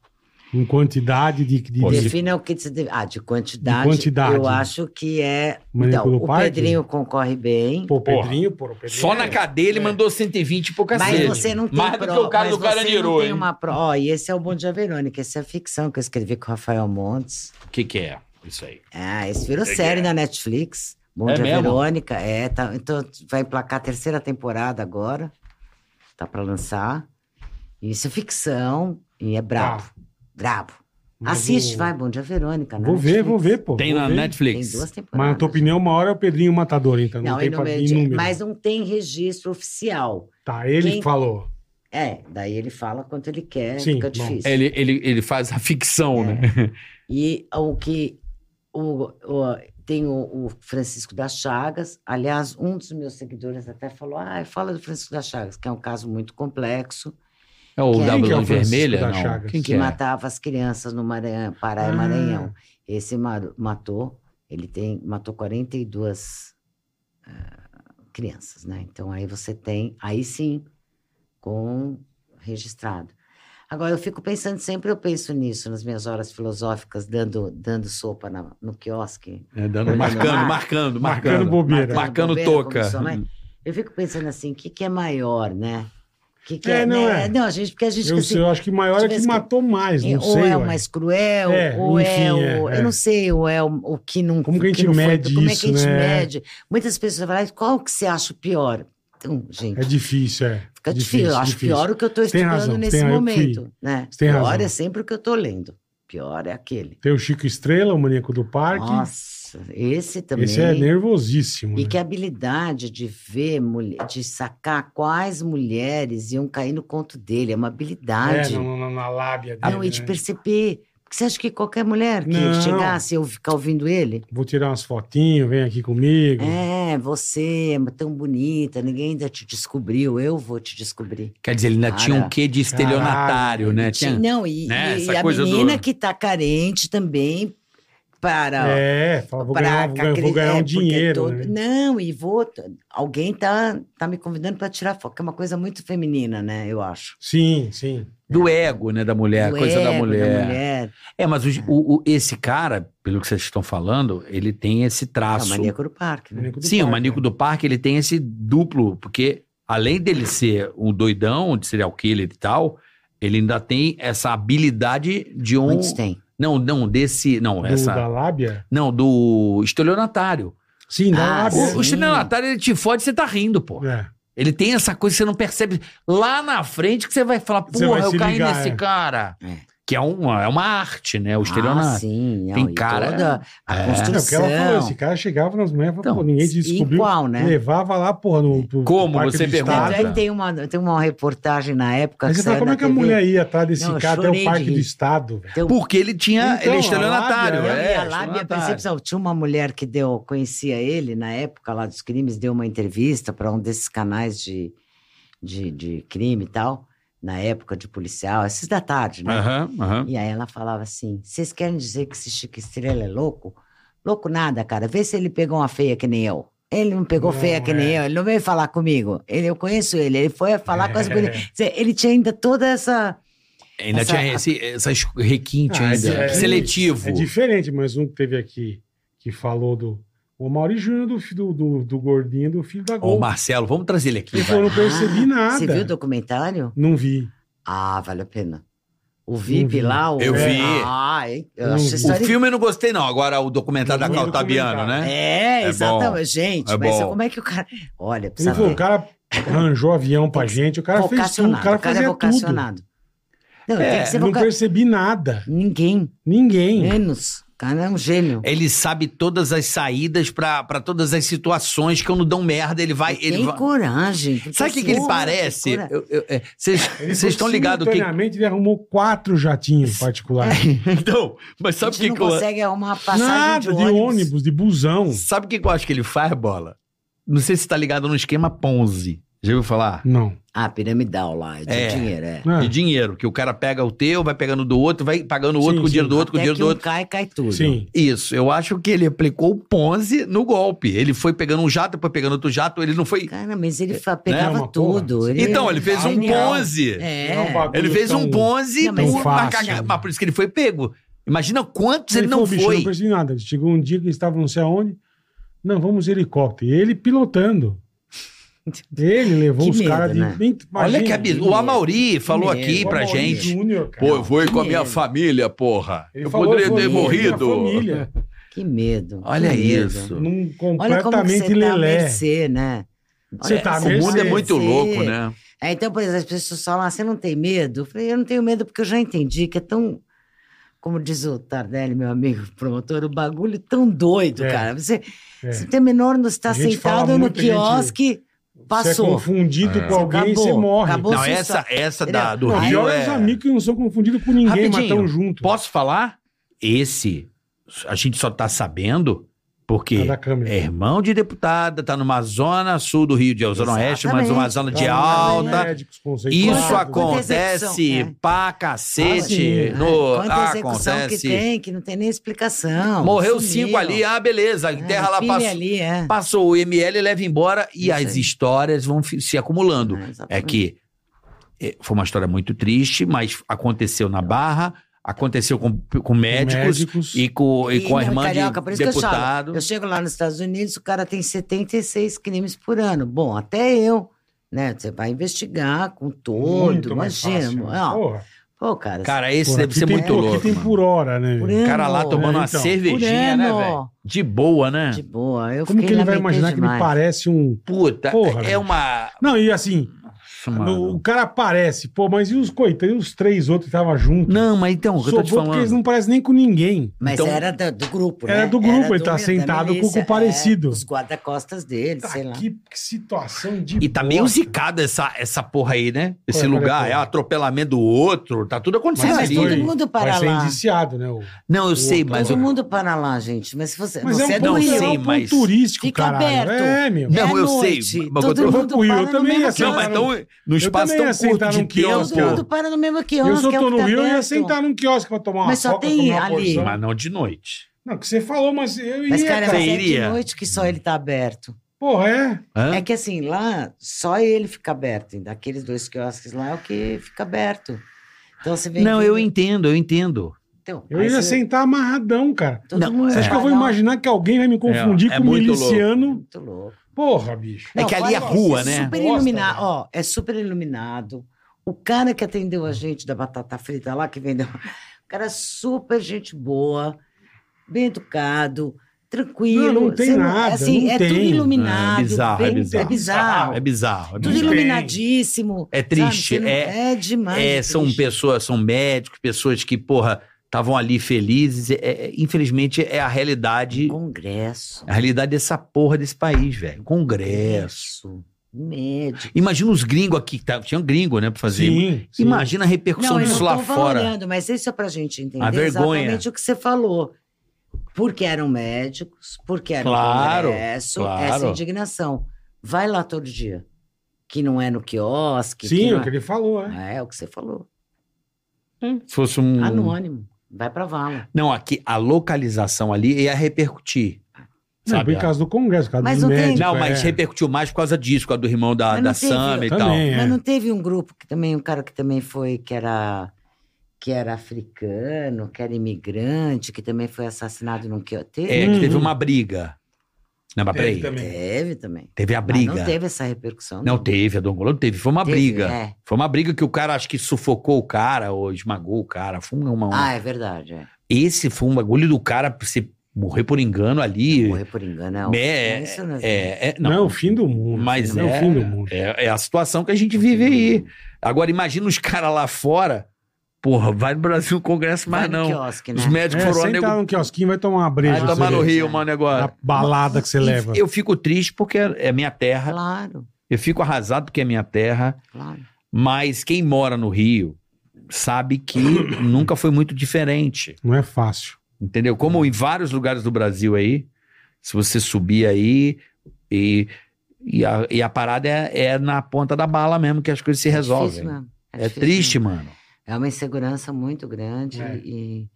S3: Em quantidade de... de,
S4: Pode
S3: de...
S5: Defina o que... se deve- Ah, de quantidade,
S3: De quantidade.
S5: eu acho que é...
S3: Maníaco
S5: Então,
S3: do
S5: o
S3: Parque?
S5: Pedrinho concorre bem.
S3: Pô, o
S4: Porra.
S3: Pedrinho, pô, o Pedrinho.
S4: Só na
S3: é-
S4: cadeia ele
S3: É.
S4: mandou 120 e pouca
S5: Mas
S4: sede.
S5: você não tem
S4: Mais do que o cara
S5: mas
S4: do cara
S5: você
S4: de
S5: não
S4: herói,
S5: tem
S4: hein?
S5: uma prova. Ó, e esse é o Bom Dia Verônica, essa é a ficção que eu escrevi com o Rafael Montes.
S4: O que, que é? Isso aí.
S5: Ah, isso virou
S4: É
S5: série
S4: que é.
S5: na Netflix. Bom
S4: É
S5: Dia
S4: mesmo?
S5: Verônica, é, tá, então vai emplacar a terceira temporada agora. Tá pra lançar. Isso é ficção e é brabo. Brabo.
S3: Tá. Mas
S5: Assiste,
S3: o-
S5: vai, Bom Dia Verônica. na
S3: um Vou ver,
S5: Netflix.
S3: vou ver, pô.
S4: Tem
S3: vou
S4: na
S3: ver.
S5: Tem
S4: Netflix.
S5: duas
S3: Mas
S5: temporadas.
S3: na tua opinião, uma hora é o Pedrinho Matador, então. Não,
S5: Não, em
S3: tem pra,
S5: número
S3: em
S5: de-
S3: número.
S5: mas não tem registro oficial.
S3: Tá, ele
S5: Quem-
S3: falou.
S5: É, daí ele fala quanto ele quer,
S3: Sim,
S5: fica
S3: bom.
S5: difícil.
S4: Ele, ele, ele faz a
S5: É.
S4: ficção, né?
S5: E o que o, o- tem o, o Francisco das Chagas, aliás, um dos meus seguidores até falou: ah, fala do Francisco das Chagas, que é um caso muito complexo,
S4: É o
S5: Quem
S4: da
S5: que é
S4: Balão
S3: o Francisco
S4: Vermelha?
S3: da
S4: Não.
S3: Chagas?
S4: Quem que
S5: que
S4: é?
S5: matava as crianças no Maranhão, Pará
S3: Ah.
S5: e Maranhão. Esse ma- matou, ele tem, matou 42 ah, crianças, né? Então aí você tem, aí sim, com registrado. Agora, eu fico pensando, sempre eu penso nisso, nas minhas horas filosóficas, dando, dando sopa na- no quiosque.
S4: É, dando- marcando, marcando,
S3: Marcando
S4: marcando.
S3: bobeira.
S4: Marcando
S5: bobeira,
S4: toca.
S5: como sua mãe. Eu fico pensando assim, o que, que é maior, né? O Que que
S3: É,
S5: é,
S3: não
S5: né?
S3: é.
S5: Não, a gente, porque a gente...
S3: Eu,
S5: assim,
S3: eu acho que maior é
S5: de
S3: que
S5: vez que-
S3: matou mais, não
S5: É, ou
S3: sei.
S5: é o
S3: ué.
S5: mais cruel,
S3: É,
S5: ou
S3: enfim,
S5: é o.
S3: é, é.
S5: Eu não sei, ou é o, o que não.
S3: Como que a
S5: o
S3: gente
S5: não foi,
S3: mede
S5: como
S3: isso,
S5: é que a gente
S3: né?
S5: mede? Muitas pessoas falam, "Ah, qual que você acha o pior? Então, gente,
S3: É difícil, é.
S5: fica difícil. Eu acho pior o que eu estou
S3: Você tem
S5: estudando
S3: razão,
S5: nesse
S3: tem- eu fui-
S5: momento. Né?
S3: você tem
S5: pior
S3: razão.
S5: é sempre o que eu estou lendo. Pior é aquele.
S3: Tem o Chico Estrela, o Maníaco do Parque.
S5: Nossa, esse também.
S3: Esse é nervosíssimo.
S5: E
S3: né?
S5: que a habilidade de ver, mulher- de sacar quais mulheres iam cair no conto dele, é uma
S3: É,
S5: habilidade.
S3: na, na- na lábia dele.
S5: Não, e tipo de
S3: né?
S5: perceber. Porque você acha que qualquer mulher que
S3: Não.
S5: chegasse eu ficar ouvindo ele?
S3: Vou tirar umas fotinhos, vem aqui comigo.
S5: É, você é tão bonita, ninguém ainda te descobriu, eu vou te descobrir.
S4: Quer dizer, ele ainda
S5: Cara.
S4: tinha um quê de estelionatário,
S3: Caralho.
S4: né?
S5: Ti-
S4: Tinha...
S5: Não, e,
S4: né,
S5: e-
S4: essa
S5: e a
S4: coisa do-
S5: menina que tá carente também para.
S3: É, fala, vou
S5: para
S3: ganhar, vou ganhar- vou
S5: acre-
S3: ganhar
S5: é,
S3: um
S5: porque
S3: dinheiro.
S5: todo-
S3: né?
S5: Não, e vou. Alguém tá, tá me convidando para tirar foto, que é uma coisa muito feminina, né? Eu acho.
S3: Sim, sim.
S4: Do ego, né? Da mulher,
S5: Do
S4: coisa da
S5: ego
S4: mulher. É, mas os- o- o- esse cara, pelo que vocês estão falando, ele tem esse
S5: A
S4: traço.
S5: Maria Coro Parque, né?
S3: Maníaco do
S4: Sim, o
S3: Parque,
S4: Manico
S3: né?
S4: do Parque, ele tem esse duplo, porque além dele ser um doidão, de serial killer e tal, ele ainda tem essa habilidade de
S3: Então,
S4: um...
S5: Muitos têm.
S4: Não, não, desse... Não,
S3: Do-
S4: é essa...
S3: Da lábia?
S4: Não, do estelionatário.
S3: Sim, da
S5: Ah,
S3: lábia.
S4: O,
S5: sim.
S4: o estelionatário, ele te fode e você tá rindo, pô.
S3: É.
S4: Ele tem essa coisa que você não percebe lá na frente que você vai falar,
S3: Você vai
S4: porra,
S3: se
S4: eu caí
S3: ligar,
S4: nesse
S3: é.
S4: cara.
S5: É.
S4: Que é uma, é uma arte, né? O
S5: Ah,
S4: estelionatário.
S5: sim, não,
S4: Tem
S5: e
S4: cara-
S5: toda a
S4: É.
S3: É, porque ela falou, esse
S5: construção.
S3: cara chegava nas manhãs e falava,
S4: Então,
S3: pô, ninguém te
S5: E
S3: descobriu.
S5: qual, né?
S3: Levava lá, porra, no pro- pro
S4: Como?
S3: Parque
S4: Você
S3: do
S4: pergunta.
S5: Tanto
S3: Estado.
S5: é que tem uma, tem uma reportagem na época
S3: Aí você
S5: que
S3: fala,
S5: saiu
S3: como
S5: na
S3: é que a
S5: TV.
S3: mulher ia atrás desse
S5: Não, eu
S3: cara até
S5: chorei
S3: o
S5: de
S3: Parque do
S5: rir.
S3: Estado? velho?
S5: Então,
S4: Porque ele tinha.
S3: Então,
S4: ele é
S3: a
S4: estelionatário.
S3: lábia, né?
S5: eu
S4: é,
S5: e a lábia, a
S4: estelionatário.
S5: percepção. Tinha uma mulher que deu, conhecia ele na época lá dos crimes, deu uma entrevista para um desses canais de, de, de crime e tal, na época de policial, esses da tarde, né?
S4: Aham, aham.
S5: E aí ela falava assim: vocês querem dizer que esse Chico Estrela é louco? Louco nada, cara. Vê se ele pegou uma feia que nem eu. Ele não pegou
S3: Não,
S5: feia que nem
S3: é.
S5: eu, ele não veio falar comigo. Ele, eu conheço ele, ele foi falar com as
S3: É.
S5: gurias. Quer dizer, Ele tinha ainda toda essa.
S4: Ainda
S5: Essa-
S4: tinha esse, essas requinte
S3: Ah,
S4: ainda.
S3: é-
S4: seletivo.
S3: É diferente, mas um que teve aqui, que falou do... O Mauri Júnior, do, fi- do, do, do gordinho, do filho da
S4: Ô,
S3: Gol.
S4: Marcelo, vamos trazer ele aqui.
S3: Ele falou,
S4: vai.
S3: não percebi
S5: Ah,
S3: nada.
S5: Você viu o documentário?
S3: Não vi.
S5: Ah, vale a pena. O
S3: vi.
S5: VIP lá, o...
S4: Eu vi.
S5: Ah, eu
S3: Não
S5: achei
S3: vi.
S5: história-
S4: O filme eu não gostei, não. Agora o documentário
S3: Não
S4: da
S3: foi
S4: Caltabiano,
S3: documentário.
S4: né?
S5: É,
S4: É
S5: exatamente.
S4: bom.
S5: Gente,
S4: É
S5: mas
S4: bom.
S5: como é que o cara. Olha,
S3: Ele
S5: precisa.
S3: falou, o
S5: ver.
S3: cara arranjou avião pra gente, o cara fez tudo,
S5: vocacionado.
S3: o cara
S5: é
S3: fazia tudo.
S5: vocacionado. Não,
S4: É,
S5: tem que ser
S3: Não
S5: voca...
S3: percebi nada.
S5: Ninguém.
S3: Ninguém.
S5: Menos. O cara é um gênio.
S4: Ele sabe todas as saídas pra pra todas as situações que quando dão merda, ele vai. Ele
S5: tem
S4: vai...
S5: coragem. porque
S4: Sabe o que,
S5: assim,
S4: que ele
S5: olha,
S4: parece?
S5: cora-
S4: Eu- eu- é,
S3: (laughs)
S4: Vocês
S3: Ele
S4: vocês estão
S3: foi
S4: ligados que.
S3: Simultaneamente, ele arrumou quatro jatinhos particulares.
S4: (laughs) Então, mas
S5: A
S4: sabe o
S5: gente
S4: que,
S5: não
S4: que eu.
S5: consegue arrumar passagem
S3: Nada, de ônibus. de busão.
S4: Sabe o que que eu acho que ele faz, bola? Não sei se tá ligado no esquema Ponzi. Já ouviu falar?
S3: Não.
S5: Ah, piramidal lá, é de
S4: É.
S5: dinheiro, é.
S3: Ah,
S4: De dinheiro, que o cara pega o teu, vai pegando do outro, vai pagando o outro
S3: Sim,
S4: com o dinheiro
S3: sim.
S4: do outro, com o
S5: Até
S4: dinheiro
S5: que
S4: do
S5: um
S4: outro.
S5: cai, cai tudo.
S3: Sim.
S4: Isso, eu acho que ele aplicou o Ponzi no golpe. Ele foi pegando um jato, depois pegando outro jato, ele não foi.
S5: Cara, mas ele fa- pegava
S3: Uma porra.
S5: tudo.
S4: Né? Então, ele fez um
S5: genial.
S4: Ponzi.
S5: É.
S3: Não é um bagulho
S4: Ele fez um
S3: tão-
S4: Ponzi
S5: Não, mas-
S4: por- na
S3: Tão fácil.
S4: cagada. Mas por isso que ele foi pego. Imagina quantos ele,
S3: Ele
S4: não
S3: falou, bicho, eu
S4: foi.
S3: não percebi nada. Chegou um dia que eles estavam não sei aonde. Não, vamos de helicóptero. E ele pilotando.
S4: (laughs)
S3: Ele levou
S5: Que
S3: os caras de.
S5: medo,
S4: né? Olha que absurdo. O Amauri falou
S5: medo.
S4: aqui
S5: O
S4: pra
S3: Mauri
S4: gente.
S3: Júnior, é um cara.
S4: Pô, eu fui com a minha
S5: Dinheiro.
S4: família, porra.
S3: Ele
S4: eu
S3: falou,
S4: poderia
S3: eu
S4: ter
S3: vou com a minha
S4: morrido.
S3: família.
S5: Que medo.
S4: Olha
S5: que medo.
S4: isso. (laughs)
S3: Num
S5: Olha como que
S3: completamente
S5: você tá à
S3: lelé. é
S5: mercê, né?
S3: Você
S5: Olha,
S3: tá à
S4: O mundo é
S3: Mercedes.
S4: muito
S5: à
S4: louco,
S5: mercê.
S4: né?
S5: É, então, por exemplo, as pessoas falam, "Ah, você não tem medo? Eu falei, eu não tenho medo porque eu já entendi que é tão... Como diz o Tardelli, meu amigo (laughs) promotor, o bagulho é tão doido,
S3: É.
S5: cara. Você,
S3: É.
S5: você tem a menor, não está
S3: A gente
S5: sentado
S3: fala
S5: no
S3: muito, a gente-
S5: quiosque,
S3: Você é
S5: passou.
S3: confundido com alguém e você
S5: Acabou,
S3: morre.
S5: acabou. Vou
S4: Não,
S5: se
S4: essa,
S5: sa-
S4: essa
S5: Entendeu?
S4: da, do
S3: Não,
S4: Rio
S3: pior é
S4: é...
S3: os amigos que não são confundidos com ninguém, mas
S4: Rapidinho.
S3: estão junto.
S4: Posso falar? Esse, a gente só tá sabendo
S3: É
S4: porque
S3: da câmera.
S4: é irmão de deputada, tá numa zona sul do Rio de Janeiro, zona oeste, mas uma
S5: Exatamente.
S4: zona
S3: Tá
S4: de
S3: no
S4: alta.
S3: Médicos né? Conceituados.
S4: Isso
S5: Quanta- quanta
S4: acontece
S5: execução, é.
S3: né?
S4: pra
S5: Ah, sim,
S4: cacete.
S5: é.
S4: no,
S5: Quanta execução que
S4: Ah, acontece.
S5: tem, que não tem nem explicação.
S4: Morreu
S5: Sumiu.
S4: cinco ali, ah, beleza.
S5: um É,
S4: Enterra lá,
S5: filha
S4: passou,
S5: ali, é.
S4: passou o ML, leva embora e
S5: Isso
S4: as
S5: aí.
S4: histórias vão fi- se acumulando.
S5: É,
S4: É
S5: exatamente.
S4: que eh, foi uma história muito triste, mas aconteceu na Barra, aconteceu com, com médicos
S3: médicos.
S4: e com, e com a
S5: não,
S4: irmã
S5: carioca, por
S4: de
S5: isso que eu choro.
S4: deputado.
S5: Eu chego lá nos Estados Unidos, o cara tem 76 crimes por ano. Bom, até eu, né? Você vai investigar com todo,
S3: Muito mais fácil. né?
S5: imagina. ó,
S3: Porra,
S5: Pô, cara,
S4: Cara, esse
S3: porra,
S4: deve
S3: aqui
S4: ser
S3: tem
S4: muito
S3: por- aqui
S4: louco.
S3: tem
S4: mano.
S3: por hora, né?
S5: Por
S4: O cara lá
S5: ano,
S4: tomando uma
S3: então.
S4: cervejinha, né,
S5: Por ano.
S4: velho? De boa, né?
S5: de boa. Eu
S3: Como que
S5: fiquei
S3: ele vai
S5: lamentei
S3: imaginar que ele
S5: demais.
S3: parece um.
S4: Puta,
S3: Porra,
S4: é
S3: velho.
S4: uma.
S3: Não, e assim, no- o
S4: Mano.
S3: cara aparece, pô, mas e os coitados, e os três outros que estavam juntos?
S4: Não, mas então, o que eu tô
S3: Sobrou
S4: te
S3: porque eles
S4: falando.
S3: não parecem nem com ninguém.
S5: Mas
S4: Então-
S5: era da- do, grupo, né?
S3: Era do grupo, ele tá
S5: da
S3: sentado com o
S5: milícia,
S3: comparecido.
S5: é, os guarda-costas dele,
S3: Tá,
S5: sei lá.
S3: que, que situação de.
S4: E tá meio
S3: bosta.
S4: zicada essa, essa porra aí, né? Esse
S3: Olha,
S4: lugar,
S3: olha,
S4: é o
S3: olha.
S4: atropelamento do outro, tá tudo acontecendo
S5: Mas
S4: ali.
S5: todo mundo para
S3: vai ser
S5: lá.
S3: indiciado, né? o-
S4: Não, eu sei,
S3: outro
S4: mas.
S5: Todo
S4: eu-
S5: mundo para lá, gente. Mas se você,
S3: Mas
S5: você
S3: é
S5: é
S3: um
S5: do
S4: não
S3: ponto,
S5: Rio.
S3: é
S4: sei,
S3: um
S4: mas-
S3: ponto turístico,
S5: Fica
S3: caralho.
S5: aberto.
S3: É, meu.
S4: Não,
S5: é
S4: eu
S5: noite,
S4: sei, mas eu tô-
S5: Todo mundo
S3: Eu
S5: para no
S3: também assim,
S5: mesmo
S3: ia ser
S4: Não,
S5: canto.
S4: mas
S3: cara,
S4: então, no espaço
S3: também
S4: tão
S3: ia
S5: assim,
S3: sentar
S5: tá
S4: curto de
S3: num quiosque,
S5: Todo
S3: Oscar.
S5: mundo
S4: tempo.
S5: para no mesmo
S3: Eu
S5: quiosque.
S3: só
S5: é o
S3: tô
S5: que
S3: no
S5: tá
S3: Rio e ia
S5: aberto.
S3: sentar num quiosque pra tomar uma
S5: Mas só
S3: coca,
S5: tem
S3: tomar uma
S5: ali.
S3: porção.
S4: Mas não de noite.
S3: Não, que você falou, mas eu ia,
S5: Mas, cara,
S4: Você
S5: mas é de
S4: iria?
S5: noite que só ele tá aberto.
S3: Porra, é?
S4: Hã?
S5: É que assim, lá só ele fica aberto. ainda. Aqueles dois quiosques lá é o que fica aberto. Então você vem.
S4: Não,
S5: vindo-
S4: eu entendo, eu entendo.
S5: Então,
S3: Eu
S5: aí
S3: ia
S5: você- É.
S3: sentar amarradão, cara.
S5: todo
S4: Não,
S5: mundo
S3: Você acha
S5: para
S3: que eu vou
S5: lá.
S3: imaginar que alguém vai me confundir
S4: É, é
S3: com um
S4: muito
S3: miliciano?
S5: Muito louco.
S3: Porra, bicho.
S4: É que ali
S5: olha,
S4: é rua,
S5: é
S4: né?
S5: Super
S3: Bosta,
S5: iluminado,
S3: velho.
S5: ó, é super iluminado. O cara que atendeu a gente da batata frita lá, que vendeu. (laughs) O cara é super gente boa, bem educado, tranquilo.
S3: Não, não tem
S5: Você
S3: nada,
S5: Assim,
S3: não
S5: é
S3: tem.
S5: tudo iluminado.
S4: Ah, É bizarro, é
S5: bem-
S4: bizarro.
S5: É bizarro.
S4: É bizarro. É,
S5: Tudo
S3: Não
S4: bizarro.
S3: tem.
S5: iluminadíssimo.
S4: É triste,
S5: sabe? Você não- É demais.
S4: É,
S5: de
S4: são
S5: triste.
S4: pessoas, são médicos, pessoas que, porra, estavam ali felizes. É, é, infelizmente, é a realidade.
S5: Congresso.
S4: A realidade dessa porra desse país, velho. Congresso.
S5: Congresso. Médico.
S4: Imagina os gringos aqui, que tá, tinha um gringo, né, pra fazer.
S3: Sim, sim.
S4: Imagina a repercussão
S5: Não, eu
S4: disso
S5: não
S4: lá
S5: estou
S4: fora.
S5: valorando, mas isso é pra gente entender
S4: A vergonha.
S5: exatamente o que você falou. Porque eram médicos, porque era um
S4: Claro,
S5: congresso,
S4: claro.
S5: essa indignação. Vai lá todo dia. Que não é no quiosque.
S3: Sim,
S5: que
S3: é
S5: não
S3: o que ele falou,
S5: é...
S3: é.
S5: é o que você falou.
S4: Se fosse um.
S5: Ah, Anônimo. Vai pra vala.
S4: Não, aqui, a localização ali ia repercutir.
S3: Não,
S4: Sabe? é.
S3: por causa do Congresso, por causa
S5: Mas
S3: dos
S5: não tem-
S3: médicos.
S4: Não, mas
S3: é.
S4: repercutiu mais por causa disso, por causa do irmão da,
S5: Mas
S4: da
S5: não teve-
S4: Sam e tal.
S3: Também, é.
S5: Mas não teve um grupo que também, um cara que também foi, que era que era africano, que era imigrante, que também foi assassinado num quiosque.
S4: É,
S5: Teve?
S4: que teve
S3: Uhum.
S4: uma briga. Não, mas peraí.
S3: Teve
S4: Teve,
S3: também.
S5: Teve também.
S4: a
S5: Mas
S4: briga.
S5: Ah, não teve essa repercussão.
S4: Não teve, a do Angolano teve. Foi uma
S5: Teve,
S4: briga.
S5: é.
S4: Foi uma briga que o cara, acho que sufocou o cara ou esmagou o cara. Foi uma, uma-
S5: Ah, é verdade. É.
S4: Esse foi um bagulho do cara se morrer por engano ali.
S5: Morrer por engano é,
S4: É,
S5: é isso, né?
S4: É, é-
S3: Não,
S4: não,
S3: é o fim do mundo.
S4: Mas
S3: não é,
S4: é-
S3: o fim do mundo.
S4: é, é a situação que a gente vive aí. Agora, imagina os caras lá fora. Porra, vai no Brasil o Congresso,
S5: Vai
S4: mas
S5: no
S4: não.
S5: quiosque, né?
S4: Os médicos
S3: É,
S4: foram lá,
S3: sentar
S4: um nego.
S3: num quiosquinho vai tomar uma breja.
S4: Vai tomar
S3: você
S4: no
S3: vê.
S4: Rio, mano,
S3: A
S4: agora.
S3: balada que você
S4: E
S3: leva.
S4: Eu fico triste porque é minha terra.
S5: Claro,
S4: Eu fico arrasado porque é minha terra.
S5: claro.
S4: Mas quem mora no Rio sabe que (coughs) nunca foi muito diferente.
S3: Não é fácil.
S4: Entendeu? Como em vários lugares do Brasil aí, se você subir aí e, e, a, e a parada é, é na ponta da bala mesmo que as coisas se
S5: É difícil
S4: resolvem.
S5: mesmo,
S4: É
S5: difícil
S4: triste,
S5: mesmo.
S4: mano.
S5: É uma insegurança muito grande
S3: É.
S5: e,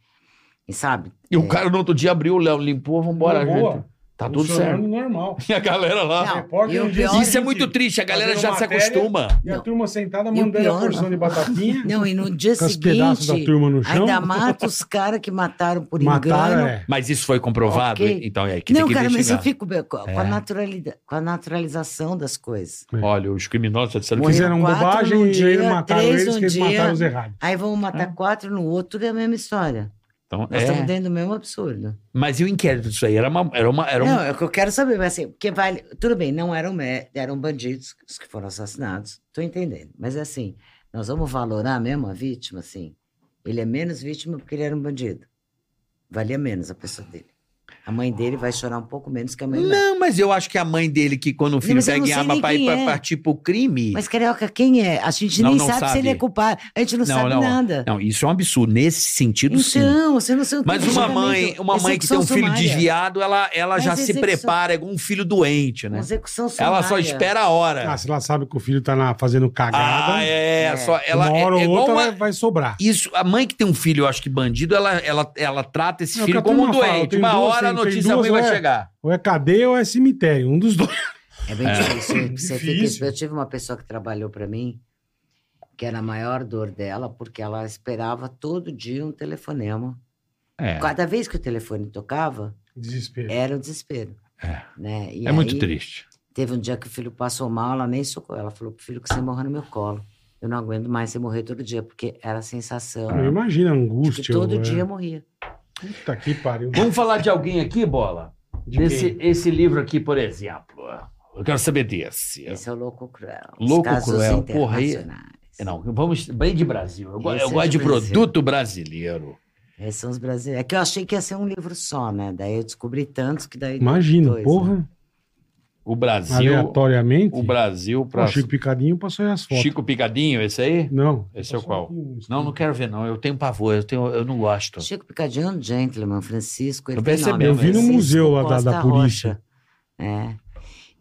S5: e, sabe?
S4: E o cara no outro dia abriu o Léo, limpou, vambora,
S3: Boa,
S4: gente. Tá tudo certo. (laughs)
S3: funcionando normal.
S4: E a galera lá.
S5: Não,
S3: repórter
S5: e
S3: um
S5: o
S3: dia
S5: pior,
S4: Isso é muito triste, a galera já se
S3: Fazendo
S4: acostuma.
S3: E a
S5: Não.
S3: turma sentada
S5: E o
S3: mandando a
S5: pior-
S3: porção de batatinha.
S5: não, e no dia
S3: com os pedaços da
S5: seguinte,
S3: turma no chão.
S5: ainda mata os caras que mataram por
S3: Mataram,
S5: engano.
S3: é.
S4: Mas isso foi comprovado?
S5: Ok.
S4: Então é que
S5: Não,
S4: tem que
S5: cara, mas eu
S4: investigar.
S5: fico bem- com, a- com a
S4: É.
S5: naturalida- com a naturalização das coisas.
S4: Olha, os criminosos já disseram que
S5: Morreu.
S3: Fizeram
S5: quatro
S3: bobagem
S5: num
S3: e
S5: dia,
S3: aí mataram
S5: três
S3: eles,
S5: num
S3: que eles
S5: dia.
S3: mataram os errados.
S5: Aí vão matar quatro no outro, tudo é a mesma história.
S4: Então,
S5: Nós
S4: é.
S5: estamos dentro do mesmo absurdo.
S4: Mas e o inquérito disso aí? Era uma. Era uma, era um-
S5: Não, é o que eu quero saber, mas assim, porque vale. Tudo bem, não eram, mé- eram bandidos os que foram assassinados, tô entendendo. Mas assim, nós vamos valorar mesmo a vítima, assim. Ele é menos vítima porque ele era um bandido. Valia menos a pessoa dele. A mãe dele vai chorar um pouco menos que a mãe dele.
S4: Não, mas eu acho que a mãe dele, que quando o filho
S5: mas eu não
S4: pega em
S5: sei
S4: arma
S5: nem
S4: pra ir
S5: quem
S4: pra
S5: é.
S4: partir pro crime.
S5: Mas, Carioca, quem é? A gente
S4: Não,
S5: nem
S4: não
S5: sabe, se
S4: sabe.
S5: ele é culpado. A gente não,
S4: Não,
S5: sabe
S4: não.
S5: nada.
S4: Não, isso é um absurdo. Nesse sentido, sim.
S5: Então, você não sabe o que
S4: Mas
S5: é
S4: uma
S5: julgamento.
S4: mãe, uma mãe que tem
S5: Execução
S4: um filho
S5: sumária.
S4: desviado, ela, ela
S5: Mas
S4: já se
S5: execução-
S4: prepara, é igual um filho doente, né?
S5: Execução sumária.
S4: Ela só espera a hora.
S3: Ah, se ela sabe que o filho tá na- fazendo cagada,
S4: Ah, é,
S5: É.
S4: Só, ela
S3: uma
S4: é,
S3: hora
S4: é
S3: ou
S4: igual
S3: outra
S4: uma-
S3: vai- vai sobrar.
S4: Isso, a mãe que tem um filho, eu acho que bandido, ela, ela, ela trata esse
S3: É o que
S4: filho
S3: a
S4: como um
S3: turma fala,
S4: doente.
S3: tem
S4: Uma
S3: duas,
S4: hora a
S3: tem- tem
S4: notícia
S3: duas,
S4: ruim vai
S3: é.
S4: chegar.
S3: Ou é cadeia ou é cemitério, um dos dois.
S4: É.
S5: É bem difícil. Você fica-
S3: Difícil.
S5: eu tive uma pessoa que trabalhou para mim que era a maior dor dela, porque ela esperava todo dia um telefonema.
S4: É,
S5: Cada vez que o telefone tocava,
S3: Desespero.
S5: era o desespero.
S4: É.
S5: Né? E
S4: é muito
S5: aí,
S4: triste.
S5: Teve um dia que o filho passou mal, ela nem socorreu. Ela falou pro filho que você morra no meu colo. Eu não aguento mais você morrer todo dia, porque era a sensação
S3: Não, imagina a
S5: de
S3: é angústia.
S5: que todo
S3: é.
S5: dia eu morria.
S3: Puta que pariu.
S4: Vamos falar de alguém aqui, Bola?
S3: De
S4: desse
S3: quem?
S4: esse livro aqui, por exemplo. Eu quero saber desse.
S5: Esse é o Louco Cruel. Os
S4: Louco
S5: casos
S4: Cruel, porra, aí- é
S5: internacionais.
S4: Não, vamos bem de Brasil. Eu, go-
S5: Esse
S4: eu
S5: é
S4: gosto
S5: de
S4: de
S5: Brasil.
S4: produto brasileiro.
S5: Esses são os brasileiros. É que eu achei que ia ser um livro só, né? Daí eu descobri tantos que daí.
S3: Imagina,
S5: dois,
S3: porra.
S5: né?
S4: O Brasil,
S3: Aleatoriamente.
S4: o
S3: O,
S4: Brasil para
S3: Chico
S4: Chico,
S3: Picadinho passou aí as fotos.
S4: Picadinho, esse aí?
S3: Não.
S4: Esse é o
S3: Passou
S4: qual?
S3: aqui uns-
S4: Não, não quero ver não. Eu tenho pavor. Eu tenho, eu não gosto.
S5: Chico Picadinho é um gentleman, Francisco. Ele
S4: Eu
S5: tem
S4: percebi,
S5: nome, né?
S4: eu vi no
S5: Francisco
S3: museu lá da-
S5: Costa
S3: da polícia.
S5: Rocha. É.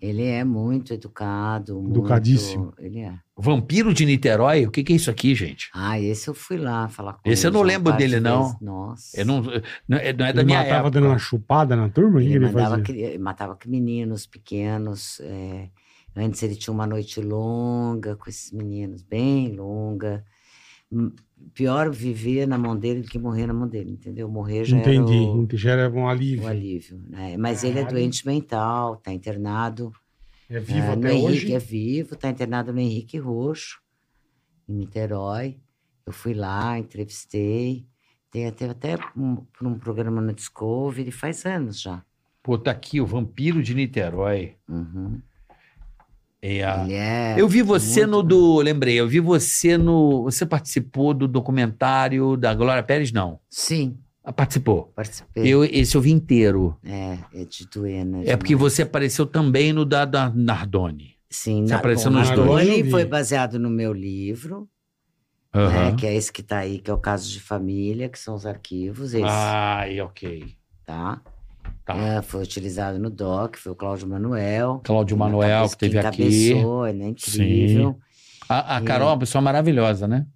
S5: Ele é muito educado. muito-
S3: Educadíssimo.
S5: Ele é.
S4: Vampiro de Niterói. O que, que é isso aqui, gente?
S5: Ah, esse eu fui lá falar com
S4: Esse eu
S5: ele
S4: não
S5: já
S4: lembro
S5: várias
S4: dele, não.
S5: vezes. Nossa.
S4: Eu não, não é, não é da
S3: Ele
S4: minha
S3: matava
S4: época.
S3: dando uma chupada na turma? O que
S5: Ele,
S3: que ele
S5: mandava,
S3: fazia?
S5: cri- ele matava meninos pequenos. é, Antes ele tinha uma noite longa com esses meninos, bem longa. Hum, Pior viver na mão dele do que morrer na mão dele, entendeu? Morrer já
S3: Entendi.
S5: era o,
S3: Entendi, Já era um alívio.
S5: o alívio. Né? Mas ele é
S3: Caralho.
S5: doente mental, está internado.
S3: É vivo
S5: É, no
S3: até
S5: Henrique
S3: hoje.
S5: é vivo, está internado no Henrique Roxo, em Niterói. Eu fui lá, entrevistei. Tem até, até um, um programa no Discovery, faz anos já.
S4: Pô, tá aqui o Vampiro de Niterói.
S5: Uhum.
S4: É a...
S5: Ele é
S4: Eu vi você
S5: muito
S4: no do. Lembrei, eu vi você no. Você participou do documentário da Glória Pérez? Não.
S5: Sim,
S4: Ah, Participou.
S5: participei.
S4: Eu, esse eu vi inteiro.
S5: É, é de doer, né?
S4: É porque
S5: demais.
S4: você apareceu também no da, da Nardoni.
S5: Sim,
S4: você
S5: na-
S4: apareceu
S5: bom,
S4: nos
S5: na
S4: dois.
S5: Gole
S3: Eu vi.
S5: foi baseado no meu livro, né,
S4: Aham.
S5: que é esse que tá aí, que é o caso de família, que são os arquivos,
S4: é
S5: esse,
S4: Ai, ok.
S5: tá?
S4: Ah. Tá.
S5: É, foi utilizado no doc, foi o Cláudio Manuel.
S4: Cláudio Manuel, que teve aqui.
S5: Cabeçou, ele é incrível.
S4: A, a Carol é uma pessoa maravilhosa, né?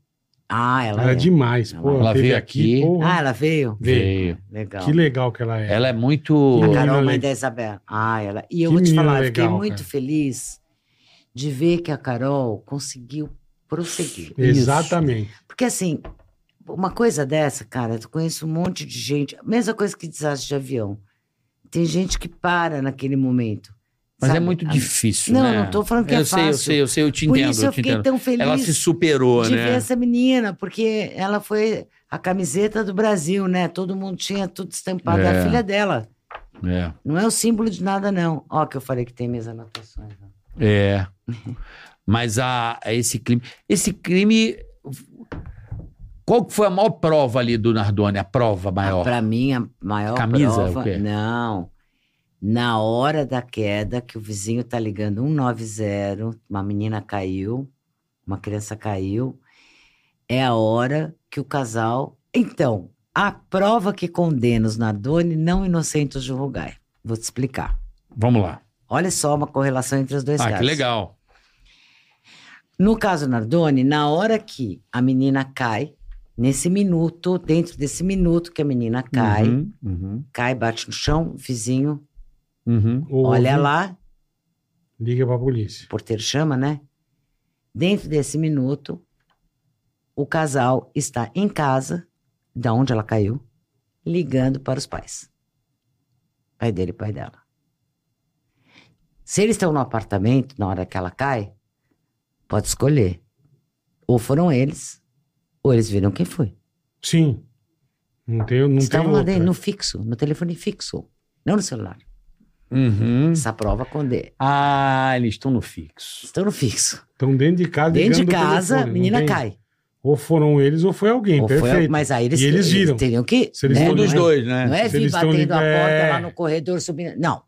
S5: Ah, ela
S3: Era
S5: é.
S3: demais. Pô,
S4: Ela
S3: teve
S4: veio aqui.
S5: Ah,
S3: porra.
S5: ela veio?
S3: Veio.
S5: Legal.
S3: Que legal que ela é.
S4: Ela é muito.
S5: A
S3: Menina
S5: Carol, mãe
S3: legal.
S5: da Isabela. Ah, ela. E eu
S3: Que
S5: vou te
S3: menina
S5: falar, eu fiquei
S3: legal,
S5: muito
S3: cara.
S5: feliz de ver que a Carol conseguiu prosseguir.
S3: Exatamente.
S5: Porque assim, uma coisa dessa, cara, eu conheço um monte de gente. Mesma coisa que desastre de avião. Tem gente que para naquele momento.
S4: Mas é
S5: sabe?
S4: muito
S5: A-
S4: difícil.
S5: Não,
S4: né?
S5: não tô falando que é
S4: eu sei, Eu
S5: fácil.
S4: sei, eu sei, eu te
S5: Por
S4: entendo.
S5: isso eu
S4: eu te
S5: fiquei
S4: entendo.
S5: tão feliz
S4: Ela se superou,
S5: de ver
S4: né?
S5: essa menina, porque ela foi a camiseta do Brasil, né? Todo mundo tinha tudo estampado. É.
S4: É.
S5: A filha dela.
S4: É.
S5: Não é o símbolo de nada, não. Ó, que eu falei que tem minhas anotações. ó.
S4: É. Mas a, a esse crime. Esse crime. Qual que foi a maior prova ali do Nardoni? A prova
S5: Ah,
S4: maior.
S5: Pra mim, a maior
S4: Camisa,
S5: prova...
S4: o quê?
S5: Não. Na hora da queda, que o vizinho tá ligando 190, uma menina caiu, uma criança caiu, é a hora que o casal... Então, a prova que condena os Nardoni não inocentes julgai. Vou te explicar.
S4: Vamos lá.
S5: Olha só uma correlação entre os dois
S4: Ah,
S5: casos.
S4: que Ah, legal.
S5: No caso Nardoni, na hora que a menina cai, nesse minuto, dentro desse minuto que a menina cai,
S4: Uhum, uhum,
S5: cai, bate no chão, vizinho,
S4: uhum.
S3: Ouve,
S5: olha lá,
S3: Liga pra polícia.
S5: o porteiro chama, né? Dentro desse minuto, o casal está em casa, da onde ela caiu, ligando para os pais. Pai dele e pai dela. Se eles estão no apartamento na hora que ela cai, pode escolher. Ou foram eles, ou eles viram quem foi.
S3: Sim. Não tem, não tem
S5: Estavam lá
S3: outra.
S5: dentro, no fixo, no telefone fixo, não no celular.
S3: Hum.
S4: uhum.
S5: Essa prova conde.
S4: Ah, eles estão no fixo.
S5: Estão no fixo.
S3: Estão dentro de casa.
S5: Dentro de
S3: Tá ligando o
S5: casa, a
S3: telefone, não
S5: menina
S3: tem-
S5: cai.
S3: Ou foram eles ou foi alguém.
S5: Ou foi-
S3: perfeito.
S5: mas aí eles,
S3: E eles viram.
S5: teriam que.
S3: Se eles
S5: né,
S3: estão
S4: um dos
S5: não é,
S4: dois,
S5: Não
S4: né?
S5: é
S3: Se
S5: vir
S3: eles estão
S5: batendo a
S3: de-
S5: porta lá
S3: é.
S5: no corredor subindo. Não.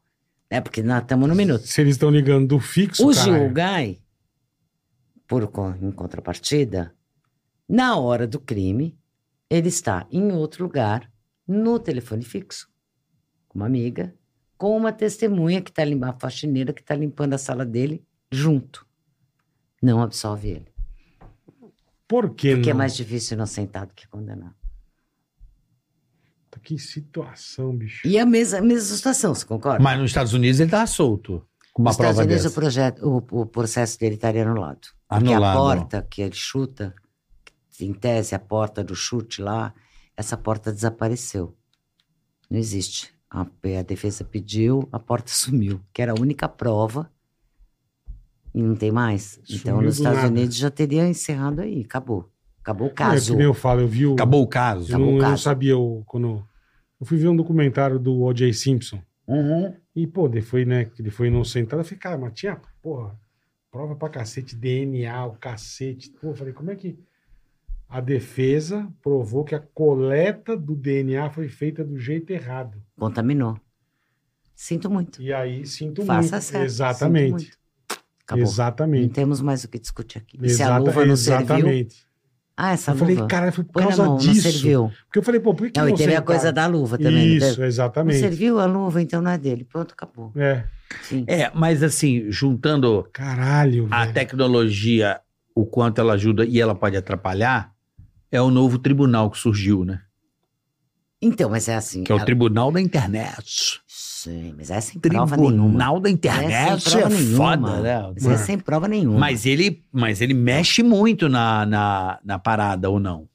S5: É porque nós estamos no minuto.
S3: Se eles estão ligando do fixo,
S5: O
S3: caralho.
S5: Gilgai, por, con- em contrapartida, na hora do crime, ele está em outro lugar, no telefone fixo, com uma amiga, com uma testemunha que está limpando, a faxineira que está limpando a sala dele, junto. Não absolve ele.
S3: Por que
S5: Porque é
S3: não?
S5: mais difícil inocentar do que condenar.
S3: Que situação, bicho.
S5: E a mesma, a mesma situação, você concorda?
S4: Mas nos Estados Unidos ele tava tá solto.
S5: é?
S4: uma
S5: Nos Estados
S4: prova
S5: Unidos, o,
S4: dessa?
S5: projeto, o, o processo dele estaria anulado.
S3: Ah,
S5: Porque
S4: Anulado.
S5: a porta que ele chuta, em tese, a porta do chute lá, essa porta desapareceu. Não existe. A, a defesa pediu, a porta (laughs) sumiu, que era a única prova e não tem mais. então,
S3: Sumiu
S5: nos
S3: do
S5: Estados
S3: nada.
S5: Unidos já teria encerrado aí, acabou. Acabou o
S3: É
S5: caso.
S3: que nem eu falo, eu vi o.
S4: Acabou o caso.
S3: Eu não,
S5: Acabou o
S3: eu não
S5: caso.
S3: sabia o, quando. Eu fui ver um documentário do O.J. Simpson.
S5: Uhum.
S3: E, pô, ele foi, né? que Ele foi inocentado. Eu falei, cara, mas tinha, porra, prova pra cacete, DNA, o cacete. Pô, eu falei, como é que. A defesa provou que a coleta do DNA foi feita do jeito errado.
S5: Contaminou. Sinto muito.
S3: E aí, sinto
S5: Faça
S3: muito.
S5: certo.
S3: Exatamente.
S5: Sinto muito. Acabou.
S3: Exatamente.
S5: Não temos mais o que discutir aqui. E Se a
S3: Exata-
S5: luva não serviu.
S3: exatamente.
S5: Ah, essa
S3: eu falei,
S5: luva.
S3: cara, foi por
S5: Põe na
S3: causa
S5: mão, não
S3: disso.
S5: serviu.
S3: Porque eu falei, pô, por que
S5: Não, e teve a
S3: inocentaram?
S5: coisa da luva também. não
S3: Isso,
S5: teve? Não
S3: exatamente.
S5: serviu a luva, então não é dele. Pronto, acabou.
S3: É.
S5: Sim.
S4: É, mas assim, juntando
S3: Caralho,
S4: a
S3: velho.
S4: tecnologia, o quanto ela ajuda e ela pode atrapalhar, é o novo tribunal que surgiu, né?
S5: Então, mas é assim.
S4: Que é o
S5: a-
S4: tribunal da internet.
S5: Sim, mas é sem prova nenhuma.
S4: Tribunal da internet
S5: Essa é
S4: é,
S5: prova nenhuma.
S4: foda, né?
S5: Mas é sem prova nenhuma.
S4: Mas ele, mas ele mexe muito na, na, na parada ou não?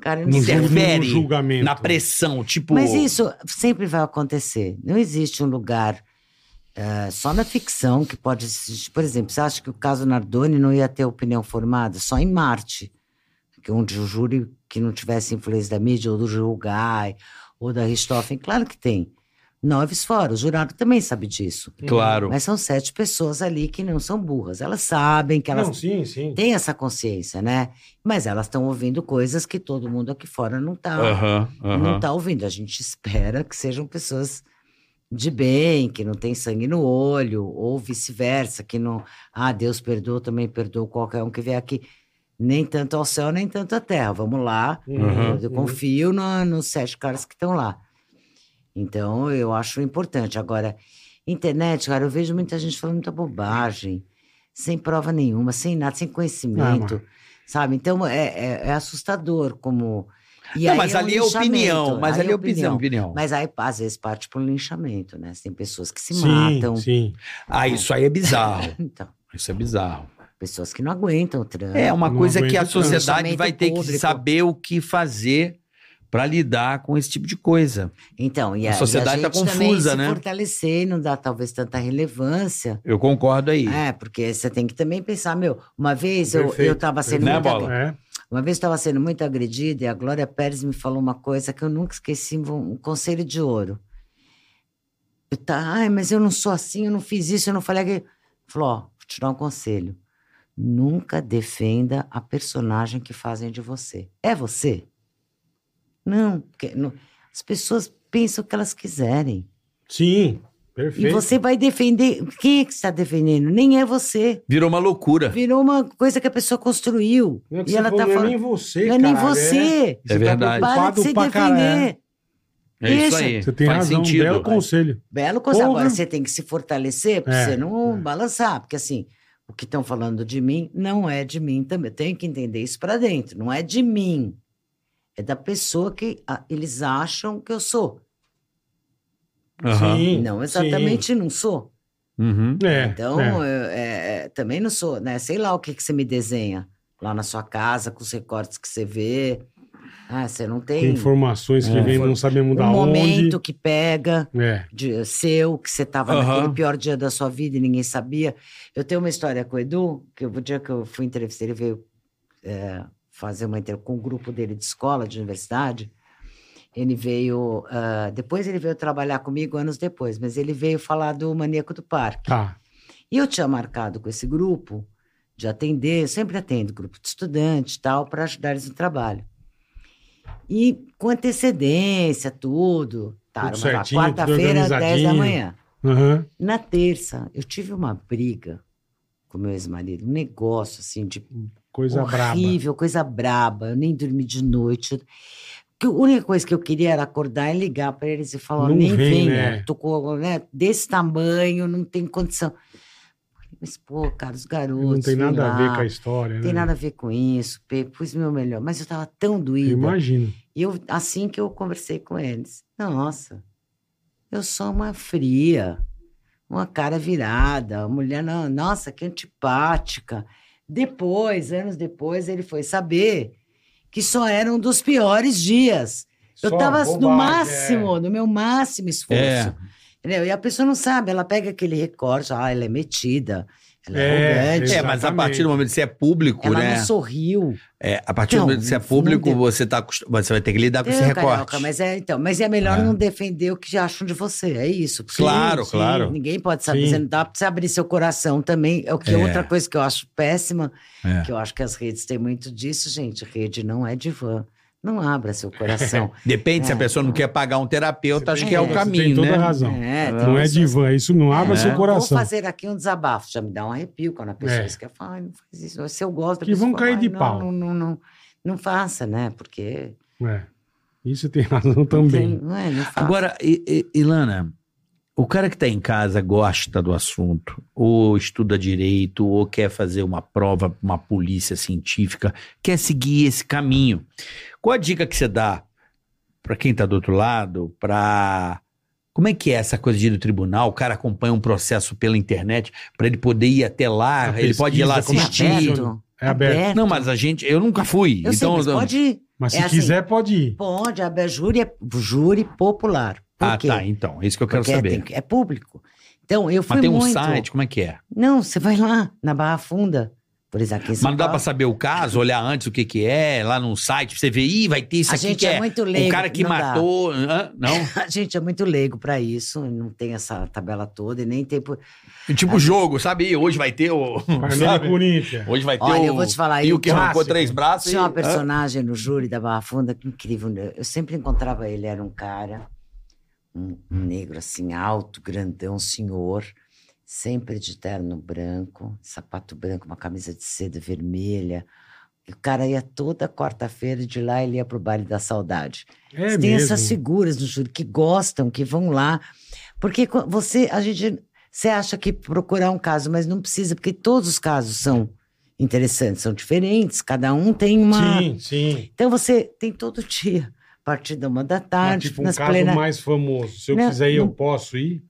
S5: Cara, eu
S3: No,
S5: não
S3: ju-
S5: sei.
S4: interfere
S3: no julgamento.
S4: Na pressão, tipo.
S5: Mas isso sempre vai acontecer. Não existe um lugar eh, só na ficção que pode existir. Por exemplo, você acha que o caso Nardoni não ia ter opinião formada? Só em Marte, que onde o júri que não tivesse influência da mídia, ou do Julgai, ou da Richthofen, claro que tem. Noves fora, o jurado também sabe disso.
S4: Claro.
S5: Mas são sete pessoas ali que não são burras. Elas sabem que elas
S3: Não, sim, sim.
S5: têm essa consciência, né? Mas elas estão ouvindo coisas que todo mundo aqui fora não tá. está
S4: Aham,
S5: não tá.
S4: aham.
S5: está ouvindo. A gente espera que sejam pessoas de bem, que não tem sangue no olho, ou vice-versa, que não. Ah, Deus perdoa, também perdoa qualquer um que vier aqui. Nem tanto ao céu, nem tanto à terra. Vamos lá.
S3: Uhum,
S5: Eu
S3: uhum.
S5: confio na- nos sete caras que estão lá. Então, eu acho importante. Agora, internet, cara, eu vejo muita gente falando muita bobagem, sem prova nenhuma, sem nada, sem conhecimento.
S3: Ah,
S5: sabe? Então, é, é- é assustador como. E
S4: Não,
S5: aí
S4: mas
S5: um
S4: ali é opinião.
S5: linchamento,
S4: Mas ali é opinião. opinião.
S5: Mas aí, às vezes, parte para um linchamento, né? Tem pessoas que se
S3: Sim,
S5: matam.
S3: sim.
S4: Ah, isso aí é bizarro.
S5: (laughs) Então,
S4: Isso é bizarro.
S5: pessoas que não aguentam o trânsito.
S4: É uma
S3: Não
S4: coisa
S3: aguento
S4: que a
S3: tanto.
S4: sociedade vai ter que
S5: Público.
S4: saber o que fazer pra lidar com esse tipo de coisa.
S5: Então, e
S4: A
S5: a,
S4: sociedade
S5: e a
S4: tá
S5: gente também
S4: confusa,
S5: se
S4: né?
S5: fortalecer, não dá talvez tanta relevância.
S4: Eu concordo aí.
S5: É, porque você tem que também pensar, meu, uma vez eu,
S3: Perfeito.
S5: eu tava sendo
S4: Né,
S5: muito
S4: Bola?
S5: agre-
S3: É.
S5: uma vez eu estava sendo muito agredida e a Glória Pérez me falou uma coisa que eu nunca esqueci, um um conselho de ouro. Eu tá, ai, mas eu não sou assim, eu não fiz isso, eu não falei aquilo. Falou, ó, vou te dar um conselho. Nunca defenda a personagem que fazem de você. É você? Não, porque não- as pessoas pensam o que elas quiserem.
S3: Sim,
S5: E
S3: perfeito.
S5: você vai defender. Quem é que está defendendo? Nem é você.
S4: Virou uma loucura.
S5: Virou uma coisa que a pessoa construiu.
S3: Não é que
S5: e
S3: você
S5: ela
S3: falou,
S5: tá
S3: não é
S5: falando.
S3: nem você,
S5: Não é
S3: caralho.
S5: nem você.
S3: Você
S4: É
S5: Para de
S4: verdade.
S3: Tá preocupado
S5: se
S3: pra
S5: defender.
S3: caralho.
S4: É isso
S5: Deixa.
S4: aí.
S3: Você tem
S4: Faz
S3: razão, um
S4: sentido.
S3: belo conselho.
S5: Belo conselho.
S3: Porra.
S5: Agora você tem que se fortalecer pra
S3: É,
S5: você não
S3: é.
S5: balançar. Porque assim, o que estão falando de mim não é de mim também. Eu tenho que entender isso pra dentro. Não é de mim. É da pessoa que ah, eles acham que eu sou.
S4: Aham.
S3: Sim,
S5: não exatamente não sou.
S4: Uhum.
S3: sim. É,
S5: Então,
S3: é.
S5: eu, é, é, também não sou, né? Sei lá o que, que você me desenha lá na sua casa, com os recortes que você vê. Ah, você não
S3: Tem
S5: tem,
S3: informações que
S4: É.
S3: vem, não sabemos
S5: um
S3: da
S5: momento
S3: onde.
S5: que pega.
S3: É.
S5: de- seu, que você estava
S4: Aham.
S5: naquele pior dia da sua vida e ninguém sabia. Eu tenho uma história com o Edu, que eu- o dia que eu fui entrevistar, ele veio é, fazer uma entrevista com o grupo dele de escola, de universidade. Ele veio. ah, depois ele veio trabalhar comigo anos depois, mas ele veio falar do Maníaco do Parque.
S3: Tá.
S5: E eu tinha marcado com esse grupo de atender, eu sempre atendo grupo de estudante e tal, para ajudar eles no trabalho. E com antecedência, tudo. Tá,
S3: Tudo
S5: era uma-
S3: certinho, tudo
S5: quarta-feira, 10 da
S3: organizadinho.
S5: manhã.
S3: Aham.
S5: Na terça, eu tive uma briga com meu ex-marido, um negócio assim de
S3: Coisa braba.
S5: horrível, coisa braba. Eu nem dormi de noite. Eu- que A única coisa que eu queria era acordar e ligar para eles e falar:
S3: Não
S5: nem
S3: vem,
S5: venha,
S3: né?
S5: tô com, né, desse tamanho, não tem condição. Mas, pô, cara, os garotos.
S3: Não tem
S5: vem
S3: nada a
S5: lá,
S3: ver com a história, né?
S5: Não tem nada a ver com isso, pe- pus meu melhor. Mas eu tava tão doída.
S3: Imagino.
S5: E eu, assim que eu conversei com eles, nossa, eu sou uma fria. uma cara virada, a mulher, não, nossa, que antipática. Depois, anos depois, ele foi saber que só era um dos piores dias. Eu
S3: Só
S5: estava no
S3: bobagem,
S5: máximo,
S3: é.
S5: no meu máximo esforço.
S4: É.
S5: Entendeu? E a pessoa não sabe, ela pega aquele recorte, ah, ela é metida, ela
S3: É,
S5: é, arrogante,
S4: É, mas a
S3: Exatamente.
S4: partir do momento que você é público,
S5: ela
S4: né?
S5: não sorriu.
S4: É, a partir
S5: Não,
S4: do momento que você é
S5: não
S4: público,
S5: deu.
S4: você, tá, acostu- você vai ter que lidar com esse
S5: Entendeu,
S4: recorte.
S5: Carioca? mas é então, mas é melhor
S4: É.
S5: não defender o que já acham de você, é isso. porque
S4: Claro, claro.
S5: Ninguém pode saber,
S3: Sim.
S5: você não dá pra você abrir seu coração também. É o que
S4: É.
S5: outra coisa que eu acho péssima,
S4: É.
S5: que eu acho que as redes têm muito disso, gente. Rede não é divã. Não abra seu coração.
S4: Depende, se a
S5: É,
S4: pessoa não
S5: não.
S4: quer pagar um terapeuta, acho
S5: tem
S4: que é o
S5: razão,
S3: você tem
S4: caminho,
S3: toda
S4: né?
S3: a razão.
S5: É, tem
S3: (laughs) Não é
S5: pessoas-
S3: divã, isso não abre
S4: É.
S3: seu
S5: Vou
S3: coração.
S5: fazer aqui um desabafo, já me dá um arrepio quando a pessoa
S3: É.
S5: esquece, fala, "Ai, não faz isso. Se eu gosto, a
S3: Que vão
S5: pessoa
S3: cair
S5: "Ai,
S3: de
S5: não,
S3: pau."
S5: Não, não, não, não faça, né? Porque
S3: É. Isso tem (laughs) razão
S5: não
S3: também.
S5: tem- não é, não faça.
S4: Agora, I- I- Ilana, o cara que está em casa gosta do assunto, ou estuda direito, ou quer fazer uma prova, pra uma polícia científica, quer seguir esse caminho. Qual a dica que você dá para quem está do outro lado, para como é que é essa coisa de ir no tribunal? O cara acompanha um processo pela internet para ele poder ir até lá,
S3: A
S4: ele pode ir lá
S3: pesquisa, como é que
S4: assistir.
S3: funciona? É aberto.
S4: Não, mas a gente, eu nunca fui.
S5: né? Eu sei,
S4: então,
S5: mas pode ir.
S3: Mas se
S5: É assim.
S3: quiser, pode ir.
S5: Pode, abre júri, é júri popular. Por
S4: ah,
S5: quê?
S4: tá. Então, é isso que eu quero
S5: Porque
S4: saber.
S5: tem que- é público. Então, eu fui
S4: Mas tem um
S5: muito...
S4: site, como é que é?
S5: Não, você vai lá, na Barra Funda, por exemplo, aqui em
S4: Mas
S5: São
S4: não dá pra
S5: Paulo.
S4: saber o caso, olhar antes o que que é, lá num site, você vê, ih, vai ter isso
S5: A
S4: aqui
S5: gente
S4: que
S5: é,
S4: é
S5: muito leigo.
S4: o cara que
S5: não dá.
S4: matou, hã? não?
S5: (laughs)
S4: Tipo
S5: A gente é muito leigo pra isso, não tem essa tabela toda e nem tem... por-
S4: Tipo jogo, sabe? Hoje vai ter
S3: (laughs)
S4: o...
S3: Parmeira
S4: sabe?
S3: Corinthians.
S4: Hoje vai ter
S5: Olha,
S4: o...
S5: eu vou te falar
S4: E
S5: aí,
S4: o que arrancou
S3: clássico.
S4: três braços e...
S5: Tinha uma
S4: hã?
S5: personagem no júri da Barra Funda que incrível. né? Eu sempre encontrava ele, era um cara, um, um negro assim, alto, grandão, senhor, sempre de terno branco, sapato branco, uma camisa de seda vermelha. E o cara ia toda quarta-feira de lá ele ia pro baile da saudade.
S3: É
S5: tem
S3: mesmo.
S5: essas figuras no júri que gostam, que vão lá. Porque co- você, a gente, você acha que procurar um caso, mas não precisa, porque todos os casos são interessantes, são diferentes, cada um tem uma.
S3: Sim, sim.
S5: Então você tem todo dia, a partir da uma da
S3: Mas,
S5: tarde,
S3: tipo, um
S5: nas
S3: caso
S5: plenas.
S3: mais famoso. Se eu
S5: Não,
S3: quiser ir, eu
S5: não-
S3: posso ir.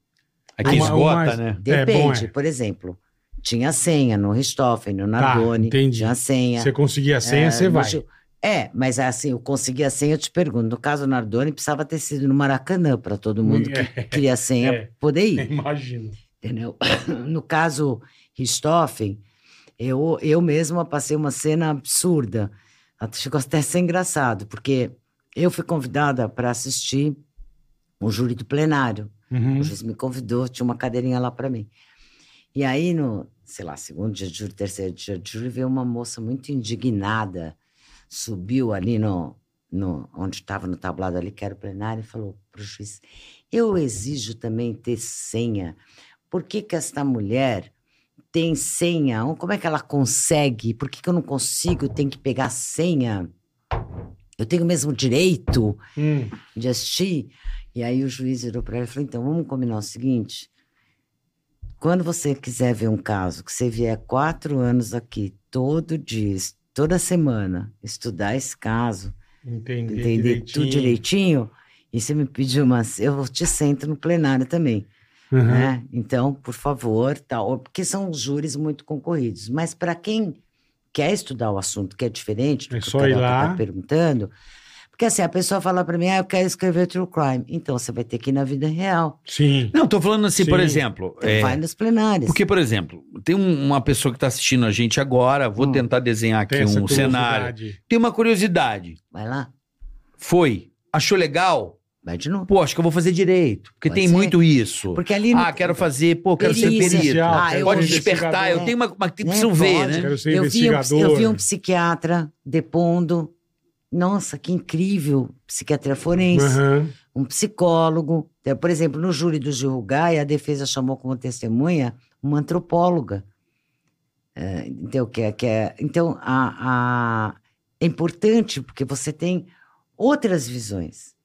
S4: ah, Aqui
S3: Uma-
S4: esgota,
S3: uma-
S4: né?
S3: É,
S5: Depende,
S3: bom, é. Tá,
S5: por exemplo, tinha senha no Ristoffen, no Nardoni,
S3: entendi.
S5: tinha senha.
S3: Se você conseguir a senha,
S5: É,
S3: você
S5: no
S3: vai.
S5: Gil- É, mas assim, eu consegui a senha, eu te pergunto. No caso do Nardoni, precisava ter sido no Maracanã, para todo
S3: (laughs)
S5: mundo que
S3: É,
S5: queria a senha
S3: É.
S5: poder
S3: (laughs)
S5: ir,
S3: imagino.
S5: entendeu? (coughs) No caso Ristoffen, eu, eu mesma passei uma cena absurda. Até- Chegou até a ser engraçado, porque eu fui convidada para assistir o júri do plenário.
S3: Uhum.
S5: O juiz me convidou, tinha uma cadeirinha lá para mim. E aí, no, sei lá, segundo dia de júri, terceiro dia de júri, veio uma moça muito indignada, subiu ali no, no onde estava no tablado ali, que era o plenário, e falou pro juiz: Eu exijo também ter senha. Por que, que esta mulher tem senha? Como é que ela consegue? Por que, que eu não consigo? Tem que pegar senha? Eu tenho o mesmo direito?
S3: Hum.
S5: de assistir. E aí o juiz virou para ela e falou: então vamos combinar o seguinte. Quando você quiser ver um caso, que você vier quatro anos aqui, todo dia, es- toda semana, estudar esse caso,
S3: Entendi.
S5: entender tudo direitinho, e você me pedir umas. Eu te sento no plenário também.
S3: Uhum.
S5: Né? Então, por favor, tal, porque são júris muito concorridos. Mas para quem quer estudar o assunto, que é diferente do
S3: É
S5: que
S3: só
S5: o
S3: ir
S5: Carioca
S3: lá.
S5: está perguntando, porque assim, a pessoa fala para mim, ah, eu quero escrever true crime. Então, você vai ter que ir na vida real.
S3: Sim.
S4: Não, tô falando assim, por
S3: Sim.
S4: exemplo...
S5: Então,
S4: é,
S5: vai nos plenários.
S4: Porque, por exemplo, tem um- uma pessoa que tá assistindo a gente agora, vou
S5: Hum.
S4: tentar desenhar aqui
S3: Tem essa
S4: um cenário.
S3: curiosidade.
S4: Tem uma curiosidade.
S5: Vai lá,
S4: Foi, achou legal...
S5: vai de novo.
S4: pô, acho que eu vou fazer direito. Porque
S5: Pode
S4: tem
S5: ser.
S4: muito isso.
S5: Porque ali...
S4: ah, quero fazer, pô, quero
S5: Perícia.
S4: ser perito.
S3: Social,
S5: Ah,
S3: quero
S5: eu
S4: Pode
S5: hoje-
S4: despertar, eu
S5: é.
S4: tenho uma, uma que
S5: Né,
S4: preciso ver,
S5: pode.
S4: né?
S3: Quero ser
S5: eu, vi um,
S3: é investigador.
S5: eu vi um psiquiatra depondo. Nossa, que incrível. Psiquiatria forense.
S3: Aham.
S5: um psicólogo. Então, Por exemplo, no júri do Gil Gai, a defesa chamou como testemunha uma antropóloga. É, então, que é, que é, então a, a- é importante porque você tem outras visões.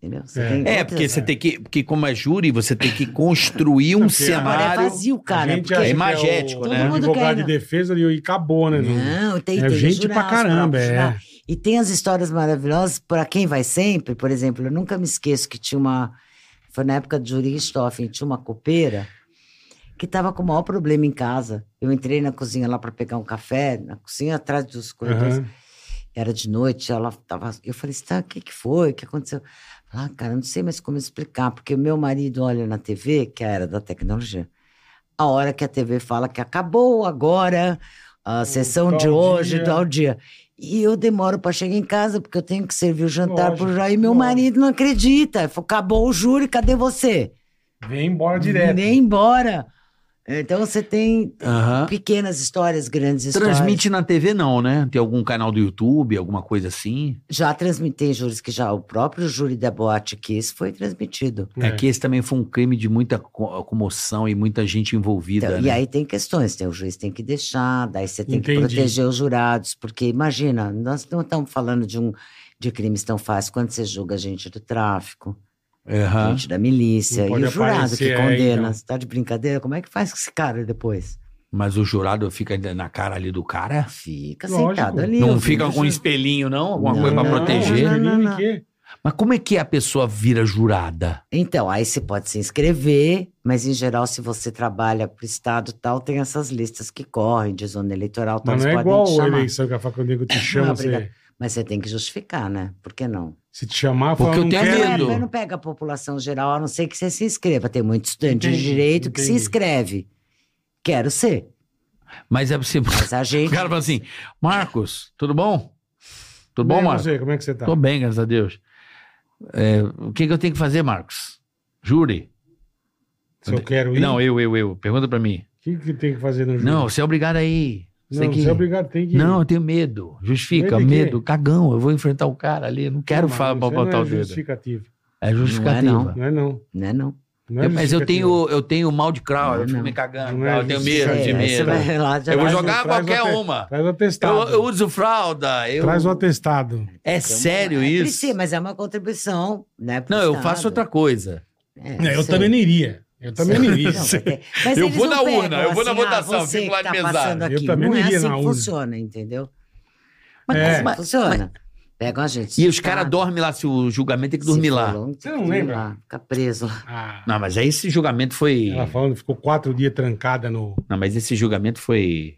S5: Entendeu? Você
S3: É.
S5: tem
S4: É,
S5: outras-
S4: porque você tem que. Porque, como é júri, você tem que construir um
S3: Não, porque
S5: Agora é
S4: cenário.
S5: vazio,
S3: A
S5: cara.
S3: gente
S5: Porque...
S3: acha que
S4: É imagético,
S3: o
S5: né? Todo mundo
S3: advogado
S5: quer,
S3: de defesa e e acabou, né? Não.
S5: Não, tem,
S3: É
S5: tem
S3: gente
S5: jurar
S3: pra
S5: os próprios
S3: caramba,
S5: jurar.
S3: é.
S5: E tem as histórias maravilhosas para quem vai sempre, por exemplo, eu nunca me esqueço que tinha uma. Foi na época de Juri Stoffen, tinha uma copeira que estava com o maior problema em casa. Eu entrei na cozinha lá para pegar um café, na cozinha atrás dos corredores.
S3: Aham.
S5: Era de noite, ela tava. Eu falei, Stan, o que, que foi? O que aconteceu? Ela, Ah, cara, não sei mais como explicar, porque o meu marido olha na TV, que é era da tecnologia, a hora que a TV fala que acabou agora a sessão de
S3: Hum, tal
S5: hoje,
S3: dia.
S5: tal dia. E eu demoro para chegar em casa, porque eu tenho que servir o jantar
S3: Lógico,
S5: por já, e meu
S3: lógico.
S5: marido não acredita. Ele falou, acabou o júri, cadê você?
S3: Vem embora direto.
S5: Nem embora. Então você tem
S4: Aham.
S5: pequenas histórias, grandes histórias.
S4: Transmite na TV não, né? Tem algum canal do YouTube, alguma coisa assim?
S5: Já transmitei júris que já o próprio júri da boate que isso foi transmitido.
S4: É. que esse também foi um crime de muita co- comoção e muita gente envolvida,
S5: Então,
S4: né?
S5: E aí tem questões, tem, o juiz tem que deixar, daí você tem que
S3: Entendi.
S5: proteger os jurados, porque imagina, nós não estamos falando de um de crimes tão fáceis quando você julga gente do tráfico,
S4: Aham.
S5: gente da milícia,
S3: Não
S5: e
S3: pode
S5: o jurado
S3: aparecer,
S5: que
S3: é,
S5: condena.
S3: então.
S5: Você tá de brincadeira? Como é que faz com esse cara depois?
S4: Mas o jurado fica na cara ali do cara?
S5: Fica
S3: Lógico.
S5: sentado ali.
S4: Não
S5: ouvindo
S4: fica
S5: o
S4: com um
S5: ju-
S4: espelhinho, não? Alguma
S3: É.
S5: Não,
S4: coisa pra
S5: não,
S4: proteger?
S5: não, não.
S3: Jurídico, quê?
S4: Mas como é que a pessoa vira jurada?
S5: Então, aí você pode se inscrever, mas em geral, se você trabalha para o Estado e tal, tem essas listas que correm de zona eleitoral, tal,
S3: Mas
S5: eles
S3: não é
S5: podem
S3: igual
S5: te
S3: a
S5: chamar.
S3: eleição que a faculdade te chama, você,
S5: obrigado. Mas você tem que justificar, né? Por que não?
S3: se te chamar,
S4: Porque
S3: fala,
S4: eu
S3: não
S4: tenho
S3: quero.
S4: medo.
S5: Não, é, mas não pega a população geral, a não ser que você se inscreva. Tem muito estudante de
S3: Entendi,
S5: direito que se
S3: entendi.
S5: inscreve. Quero ser,
S4: Mas é você.
S5: mas a
S4: O
S5: gente...
S4: cara fala assim: Marcos, tudo bom? Tudo bom,
S3: Bem,
S4: Marcos?
S3: você, como é que você tá?
S4: Tô bem, graças a Deus. É, o que, que eu tenho que fazer, Marcos? Jure.
S3: Se eu quero ir,
S4: Não,
S3: o
S4: eu, eu, eu. Pergunta pra mim.
S3: que, que tem que fazer no júri?
S4: Não, você é obrigado aí. Você
S3: Não,
S4: tem que...
S3: você é obrigado, tem que ir.
S4: Não, eu tenho medo. Justifica,
S3: Medo de quê?
S4: medo. Cagão, eu vou enfrentar o cara ali. eu Não quero
S3: Não,
S4: falar
S3: mas
S4: pra
S3: isso aí
S4: botar
S3: não
S4: o
S3: é
S4: dedo.
S3: justificativa.
S4: É justificativa.
S5: Não é,
S3: Não é não.
S5: Né, não?
S3: Não é
S4: Eu- mas eu
S3: justificativa.
S4: tenho, eu tenho mal de crau, eu
S5: Não,
S4: fico
S5: não.
S4: me cagando,
S3: Não
S4: cara,
S3: é
S4: eu tenho
S5: É,
S4: medo de
S3: justificativa.
S5: aí você
S4: medo.
S5: vai lá, já
S4: Eu vou
S5: vai-
S4: jogar
S3: traz
S4: qualquer
S3: o até-
S4: uma.
S3: Traz o
S4: Eu,
S3: atestado.
S4: eu uso fralda. eu-
S3: Traz o atestado.
S4: É sério
S5: É,
S4: isso?
S5: Sim, mas é uma contribuição, né? pro
S4: Não, eu
S5: Estado.
S4: faço outra coisa.
S5: É,
S3: É, eu
S5: sei.
S3: também não iria. Eu também não é iria.
S5: Não, vai ter- Mas
S4: Eu
S5: eles
S4: vou
S5: não
S4: na
S5: pegam
S4: urna, eu vou na
S5: assim, ah,
S4: votação,
S5: você
S4: fico
S5: que
S4: lá
S5: tá
S4: de mesada.
S5: passando
S3: Eu
S5: aqui.
S3: também
S5: não
S3: não
S5: é
S3: iria
S5: assim
S3: na
S5: que
S3: urna.
S5: funciona, entendeu?
S3: É.
S5: Mas funciona. Pegam a gente. tá
S4: E os caras dormem lá, se o julgamento tem que dormir lá.
S3: Você não lembra?
S5: Fica preso. lá.
S3: Ah,
S4: Não, mas aí esse julgamento foi.
S3: ela falando, ficou quatro dias trancada no.
S4: Não, mas esse julgamento foi.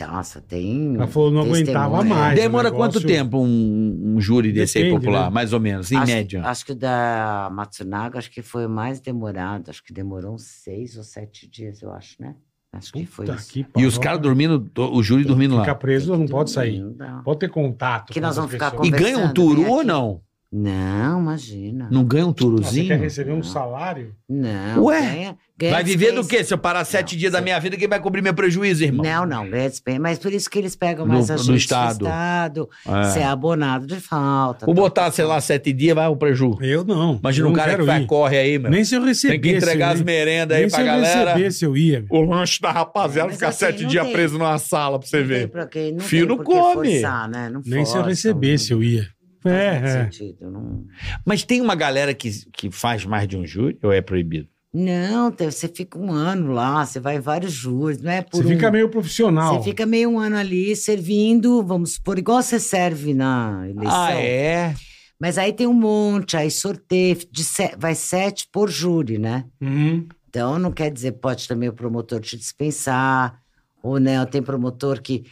S5: Nossa, tem.
S3: Ela falou, não
S5: testemunha.
S3: aguentava mais. o
S4: é- Demora
S3: negócio-
S4: quanto tempo um, um júri desse aí
S3: Depende,
S4: popular?
S3: né?
S4: Mais ou menos, em
S5: acho,
S4: média.
S5: Acho que o da Matsunaga, acho que foi o mais demorado. Acho que demorou uns seis ou sete dias, eu acho, né? Acho que foi
S3: Puta
S5: isso.
S3: que
S4: E
S3: pariu.
S4: os caras dormindo, do- o júri dormindo
S3: Fica
S4: lá.
S3: preso, não
S5: Tem que
S3: pode
S5: dormir,
S3: sair.
S5: não dá.
S3: Pode ter contato.
S5: Que
S3: com
S5: nós
S3: outra
S5: vamos ficar
S3: pessoa.
S4: E
S5: com-
S4: ganha um
S5: Conversando,
S4: turu
S5: vem
S4: ou
S5: aqui.
S4: não?
S5: Não, imagina.
S4: Não ganha um
S3: Nossa, Você quer
S4: turuzinho?
S3: receber um
S5: Não.
S3: salário?
S5: Não.
S4: Ué,
S5: ganha- ganha
S4: Vai viver do
S5: dispensa.
S4: quê? Se eu parar sete dias da
S5: sei.
S4: minha vida, quem vai cobrir meu prejuízo, irmão?
S5: Não, não, ganha dispensa. Mas por isso que eles pegam
S4: No-
S5: mais
S4: do
S5: a gente
S4: Estado.
S5: do Estado.
S4: É.
S5: Você é abonado de falta. então tal,
S4: Vou botar,
S5: tal,
S4: sei
S5: tal.
S4: lá, sete dias, vai o prejuízo.
S3: Eu não.
S4: Imagina
S3: Eu
S4: um
S3: não
S4: cara que
S3: quero
S4: vai,
S3: ir.
S4: corre aí, meu.
S3: Nem se eu
S4: Tem
S3: recebesse.
S4: que entregar as
S3: nem-
S4: merendas
S3: nem
S4: aí
S3: se
S4: pra
S3: eu
S4: galera.
S3: recebesse, eu ia. meu.
S4: O lanche da rapaziada
S5: Mas
S4: ficar
S5: assim,
S4: sete
S5: não
S4: dias
S5: tem.
S4: preso numa sala pra você
S5: Não tem
S4: ver.
S5: pra quem- não
S4: Fio
S5: tem
S4: não
S5: por que
S4: come.
S5: forçar, né? Não
S3: Nem se eu
S5: forçam,
S3: recebesse,
S5: não
S3: eu ia.
S5: faz muito
S3: É, é.
S5: sentido, não-
S4: Mas tem uma galera que, que faz mais de um júri ou é proibido?
S5: Não, te- você fica um ano lá, você vai em vários júris, não é por
S3: Você
S5: um...
S3: fica meio profissional.
S5: Você fica meio um ano ali servindo, vamos supor, igual você serve na eleição.
S4: Ah, é?
S5: Mas aí tem um monte, aí sorteio, de se- vai sete por júri, né?
S3: Uhum.
S5: Então não quer dizer, pode também o promotor te dispensar, ou né, tem promotor que,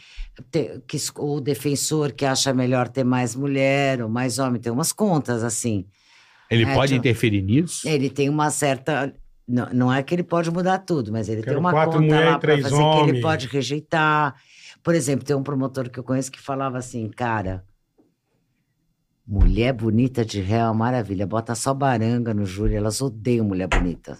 S5: te- que es- ou defensor que acha melhor ter mais mulher ou mais homem, tem umas contas assim.
S4: Ele
S5: É,
S4: pode
S5: tio.
S4: interferir nisso?
S5: Ele tem uma certa. Não, não é que ele pode mudar tudo, mas ele
S3: Quero
S5: tem uma
S3: quatro
S5: conta
S3: mulher e
S5: lá para
S3: três
S5: fazer que
S3: homens.
S5: ele pode rejeitar. Por exemplo, tem um promotor que eu conheço que falava assim, cara. Mulher bonita de réu, é uma maravilha. Bota só baranga no júri, elas odeiam mulher bonita.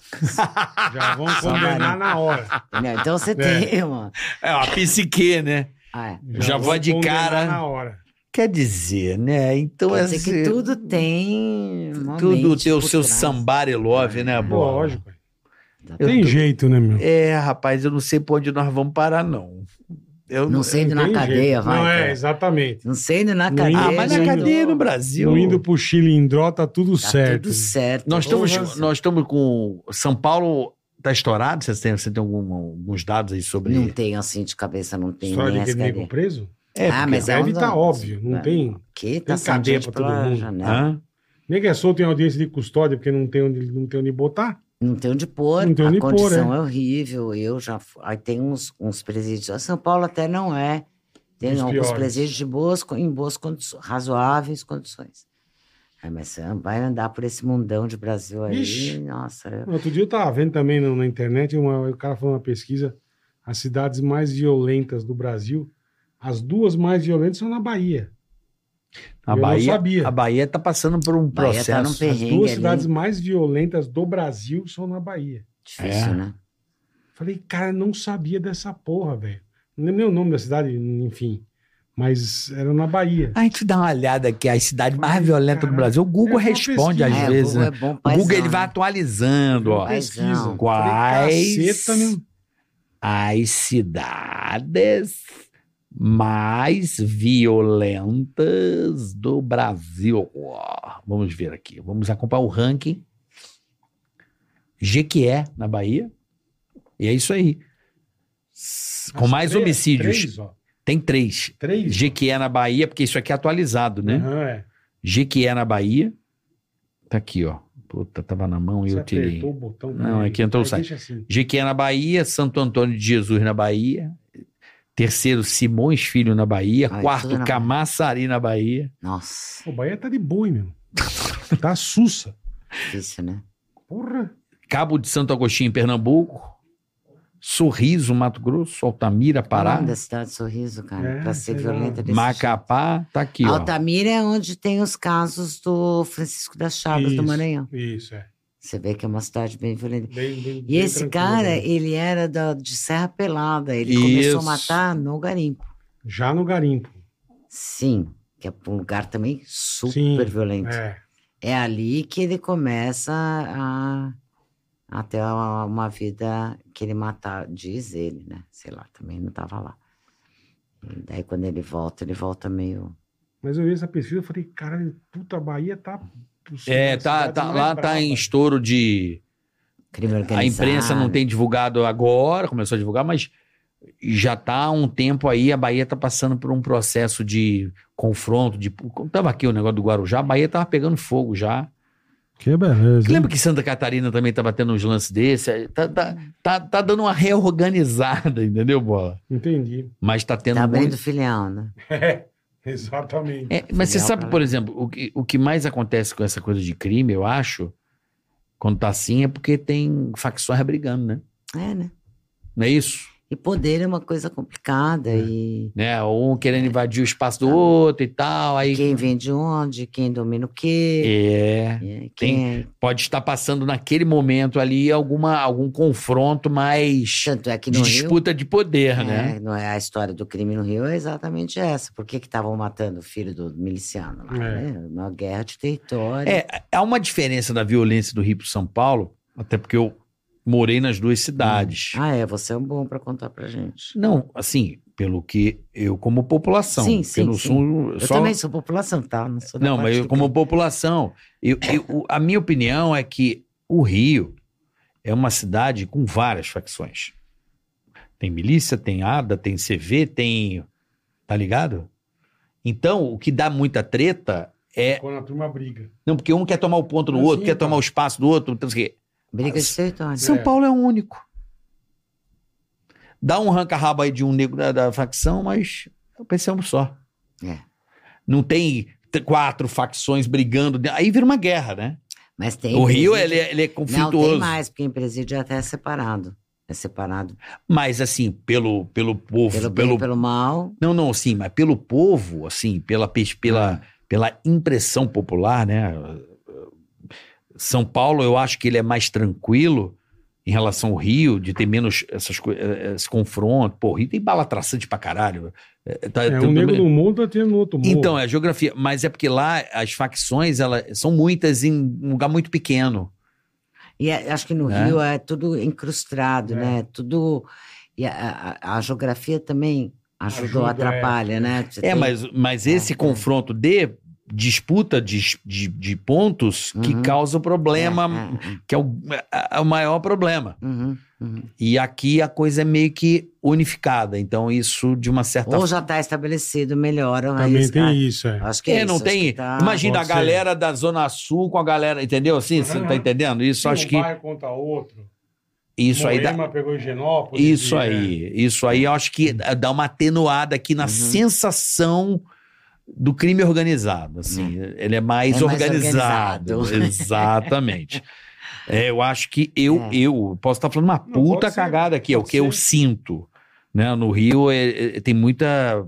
S5: (laughs)
S3: Já vão
S5: né?
S3: condenar na hora.
S5: Entendeu? Então
S3: (laughs)
S5: você tem uma.
S4: É uma psique, né?
S5: Ah, é.
S4: Já
S3: vão
S4: vou de
S3: condenar
S4: cara.
S3: Na hora.
S4: Quer dizer, né? Então
S5: Quer
S4: é
S5: dizer que tudo tem. uma
S4: tudo
S5: mente
S4: tem o
S5: por
S4: seu
S5: trás.
S4: sambar e love, né, bola?
S3: Lógico.
S5: Tá
S4: Eu
S3: Tem
S4: tô-
S3: jeito, né, meu?
S4: É, rapaz, eu não sei pra onde nós vamos parar, não. Eu
S5: Não sei indo na
S3: é, Tem
S5: cadeia,
S3: jeito.
S5: vai.
S3: Não, é,
S5: cara.
S3: exatamente.
S5: Não sei indo na
S3: Não
S5: cadeia.
S3: indo-
S4: Ah, mas na
S3: Indo-
S4: cadeia no Brasil.
S3: Não indo pro Chilindró, tá tudo
S5: Tá
S3: é certo.
S5: tudo certo.
S4: Nós estamos,
S5: Porra.
S4: nós estamos com. São Paulo tá estourado? Você tem, você tem algum- alguns dados aí sobre.
S5: Não tenho assim de cabeça, não tenho
S3: História
S5: nem
S3: de
S5: essa
S3: ter nego
S5: cadeia.
S3: preso?
S4: É,
S5: Ah,
S4: porque-
S5: mas é
S3: Deve
S5: um
S3: tá
S5: do-
S3: óbvio, não
S5: É.
S3: tem.
S5: Que tá
S3: cadeia
S5: saindo
S3: pra todo
S5: pela
S3: mundo.
S5: janela.
S4: Hã?
S3: Nem que é solto em audiência de custódia, porque não tem onde, não tem onde botar.
S5: Não tem onde pôr,
S3: Não tem
S5: a
S3: onde pôr,
S5: condição é. horrível. Eu já. fu- Aí tem uns, uns presídios. A São Paulo até não é. Tem
S3: Os
S5: alguns
S3: piores.
S5: presídios de boas, co- em boas condições, razoáveis condições. Aí, mas você vai andar por esse mundão de Brasil aí,
S3: Ixi.
S5: nossa. eu-
S3: Outro dia eu tava vendo também no- na internet, uma- o cara falando uma pesquisa, as cidades mais violentas do Brasil, as duas mais violentas são na Bahia.
S4: A
S3: eu
S4: Bahia,
S3: não sabia.
S4: a Bahia tá passando por um
S5: Bahia tá num
S4: processo.
S5: perrengue.
S3: As duas
S5: ali.
S3: cidades mais violentas do Brasil são na Bahia.
S5: Difícil,
S4: É.
S5: né?
S3: Falei, cara, não sabia dessa porra, velho. Não lembro nem o nome da cidade, enfim. Mas era na Bahia.
S4: A gente dá uma olhada aqui, as cidades mais
S3: Ai,
S4: violentas
S3: caralho.
S4: do Brasil. O Google
S3: É uma
S4: responde às
S3: pesquisa.
S5: É,
S4: vezes,
S5: o Google
S4: né?
S5: é bom
S4: O Google ele
S5: paizão,
S4: vai
S5: né?
S4: atualizando, ó.
S5: Paizão.
S3: Pesquisa.
S4: Quais-
S3: Falei, caceta, meu.
S4: As cidades mais violentas do Brasil. Ó, Vamos ver aqui. Vamos acompanhar o ranking. Jequié, na Bahia. E é isso aí. S- Com
S3: As
S4: mais
S3: três-
S4: homicídios.
S3: Três, ó.
S4: Tem três.
S3: Três.
S4: Jequié na Bahia, porque isso aqui é atualizado, né?
S3: Aham, é.
S4: Jequié na Bahia. Tá aqui, ó. Puta, tava na mão e
S3: Você
S4: eu tirei.
S3: apertou o botão.
S4: Não,
S3: peraí.
S4: é que entrou o
S3: Aí
S4: site.
S3: Deixa assim.
S4: Jequié é na Bahia, Santo Antônio de Jesus na Bahia. Terceiro, Simões Filho na Bahia.
S5: Ai, tudo
S4: Quarto,
S5: na-
S4: Camaçari na Bahia.
S5: Nossa,
S3: O Bahia tá de
S4: (laughs)
S3: boi, meu. Tá sussa.
S5: difícil, né?
S3: Porra.
S4: Cabo de Santo Agostinho, em Pernambuco. Sorriso, Mato Grosso. Altamira, Pará.
S5: Da cidade de sorriso, cara,
S3: É,
S5: pra ser
S3: sei
S5: violenta
S3: lá.
S5: desse
S4: Macapá, tá aqui, ó.
S5: Altamira é onde tem os casos do Francisco das Chagas,
S3: Isso.
S5: do Maranhão.
S3: Isso, é.
S5: Você vê que é uma cidade bem violenta.
S3: Bem, bem,
S5: E
S3: bem
S5: esse
S3: tranquilo,
S5: cara,
S3: né?
S5: ele era da- de Serra Pelada. Ele
S4: Isso.
S5: começou a matar no garimpo.
S3: Já no garimpo.
S5: Sim, que é um lugar também super
S3: Sim,
S5: violento. É.
S3: É.
S5: ali que ele começa a, a ter uma, uma vida que ele matar, diz ele, né? Sei lá, também não estava lá. E daí quando ele volta, ele volta meio...
S3: Mas eu vi essa pesquisa e falei, caralho, puta, a Bahia tá.
S4: É,
S3: a
S4: tá,
S3: cidade
S4: tá-
S3: mais
S4: lá tá
S3: braba.
S4: em estouro de.
S5: Crime organizado.
S4: A imprensa não tem divulgado agora, começou a divulgar, mas já está há um tempo aí, a Bahia está passando por um processo de confronto, de... Como tava aqui o negócio do Guarujá, a Bahia estava pegando fogo já.
S3: Que é beleza.
S5: é
S4: Lembra que Santa Catarina também estava tendo uns lances desse? Tá, tá, tá, tá dando uma reorganizada, (laughs) entendeu, Bola?
S3: Entendi. (laughs)
S4: Mas está tendo
S5: Tá abrindo
S4: muito...
S5: filial, né?
S3: É, exatamente.
S4: É, mas você
S5: Filial
S4: sabe,
S5: né, pra
S4: por exemplo, o que, o que mais acontece com essa coisa de crime, eu acho, quando tá assim, é porque tem facções brigando, né?
S5: É, né?
S4: Não é isso?
S5: E poder é uma coisa complicada e
S4: né? Um querendo invadir o espaço do outro e tal. Aí
S5: quem vem de onde, quem domina o quê,
S4: é,
S5: é, quem é.
S4: pode estar passando naquele momento ali alguma, algum confronto mais
S5: Tanto é que
S4: de
S5: no Rio,
S4: disputa de poder,
S5: é,
S4: né?
S5: não é a história do crime no Rio é exatamente essa. Por que que estavam matando o filho do miliciano lá,
S3: É.
S5: né? Uma guerra de território.
S4: É, Há uma diferença da violência do Rio para São Paulo, até porque eu morei nas duas cidades.
S5: Ah, é, você é um bom pra contar pra gente.
S4: Não, assim, pelo que eu como população,
S5: Sim,
S4: porque
S5: sim,
S4: eu não
S5: sim.
S4: sou
S5: Eu
S4: só-
S5: também sou população, tá? Não, sou da
S4: Não,
S5: parte
S4: mas eu,
S5: do
S4: como
S5: crime.
S4: população, eu- eu- o- a minha opinião é que o Rio é uma cidade com várias facções. Tem milícia, tem ADA, tem CV, tem. Tá ligado? Então, o que dá muita treta é.
S3: Quando a turma briga.
S4: Não, porque um quer tomar o ponto do
S3: Ah,
S4: outro,
S3: sim,
S4: quer
S3: então.
S4: tomar o espaço do outro. Então, assim,
S5: Briga de território.
S4: São
S3: É.
S4: Paulo é um único. Dá um ranca-rabo aí de um negro da, da facção, mas eu pensei um só.
S5: É.
S4: Não tem t- quatro facções brigando. de- Aí vira uma guerra, né?
S5: Mas tem
S4: O Rio
S5: presídio-
S4: ele, é- ele é
S5: Não, tem
S4: conflituoso.
S5: mais, porque em presídio até é separado. É separado
S4: Mas assim, pelo pelo povo,
S5: pelo
S4: pelo,
S5: bem, pelo mal.
S4: não, não, sim, mas pelo povo, assim, pela pes-
S5: Hum.
S4: pela pela impressão popular, né? São Paulo, eu acho que ele é mais tranquilo em relação ao Rio, de ter menos essas coi- eh, esse confronto. Pô, o Rio tem bala traçante pra caralho. Eh, tá-
S3: É,
S4: tudo
S3: um nego
S4: bem.
S3: no mundo atira no outro mundo.
S4: Então, é a geografia, mas é porque lá as facções, elas são muitas em um lugar muito pequeno.
S5: E é- acho que no
S4: Né?
S5: Rio é tudo incrustado,
S3: É.
S5: né? Tudo. E a, a- a geografia também ajuda ou
S3: Ajuda, é.
S5: atrapalha, né? Você
S4: É,
S5: tem-
S4: mas, mas esse
S5: É, é.
S4: confronto de disputa de, de, de pontos que
S5: Uhum.
S4: causa o problema,
S5: É, é, é.
S4: que é o, é o maior problema.
S5: Uhum, uhum.
S4: E aqui a coisa é meio que unificada. Então, isso, de uma certa
S5: Ou já está estabelecido, melhoram. aí
S3: Também
S5: os
S3: tem
S5: caras.
S3: isso, é.
S5: Acho que é
S4: É,
S5: isso,
S4: não
S5: acho
S4: tem.
S5: que tá-
S4: Imagina a
S3: Pode ser.
S4: galera da Zona Sul com a galera, entendeu? Assim, você
S3: Uhum.
S4: tá entendendo? Isso acho
S3: um
S4: que
S3: bairro contra outro.
S4: isso aí dá,
S3: Moema pegou Higienópolis.
S4: isso
S3: e, é.
S4: aí, isso aí eu acho que dá uma atenuada aqui na
S5: Uhum.
S4: sensação do crime organizado, assim, ele é mais
S5: É mais
S4: organizado.
S5: organizado.
S4: (laughs) Exatamente. É, eu acho que eu
S5: É.
S4: eu posso estar falando uma
S3: Não,
S4: puta
S3: pode ser,
S4: cagada aqui, é o
S3: pode
S4: que eu
S3: ser.
S4: sinto, né? No Rio é- é- tem muita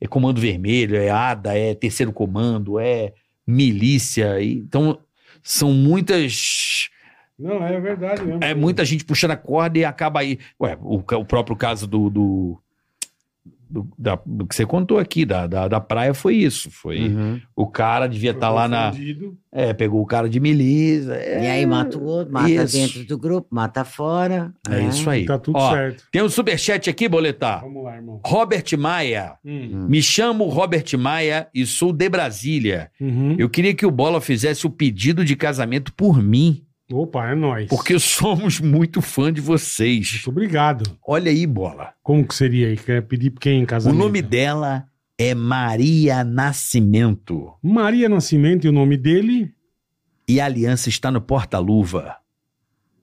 S4: é comando vermelho, é ADA, é terceiro comando, é milícia. e- Então, são muitas.
S3: é. Não, é verdade mesmo.
S4: É muita gente puxando a corda e acaba aí. Ué, o, ca- o próprio caso do. do, do- da- do que você contou aqui, da, da, da praia, foi isso. Foi.
S5: Uhum.
S4: O cara devia estar tá lá na.
S3: Confundido.
S4: É, pegou o cara de milícia. é-
S5: E aí mata o outro, mata
S4: Isso.
S5: dentro do grupo, mata fora. né?
S4: É isso aí.
S3: Tá tudo
S4: Ó, Ah.
S3: certo.
S4: Tem um superchat aqui, boletar.
S3: Vamos lá, irmão.
S4: Robert Maia.
S3: Hum.
S4: Me chamo Robert Maia e sou de Brasília.
S3: Uhum.
S4: Eu queria que o Bola fizesse o pedido de casamento por mim,
S3: Opa, é nóis.
S4: porque somos muito fã de vocês.
S3: Muito obrigado.
S4: Olha aí, Bola.
S3: Como que seria aí? Quer pedir pra quem em
S4: O
S3: casamento?
S4: nome dela é Maria Nascimento
S3: Maria Nascimento e o nome dele?
S4: e a aliança está no porta-luva.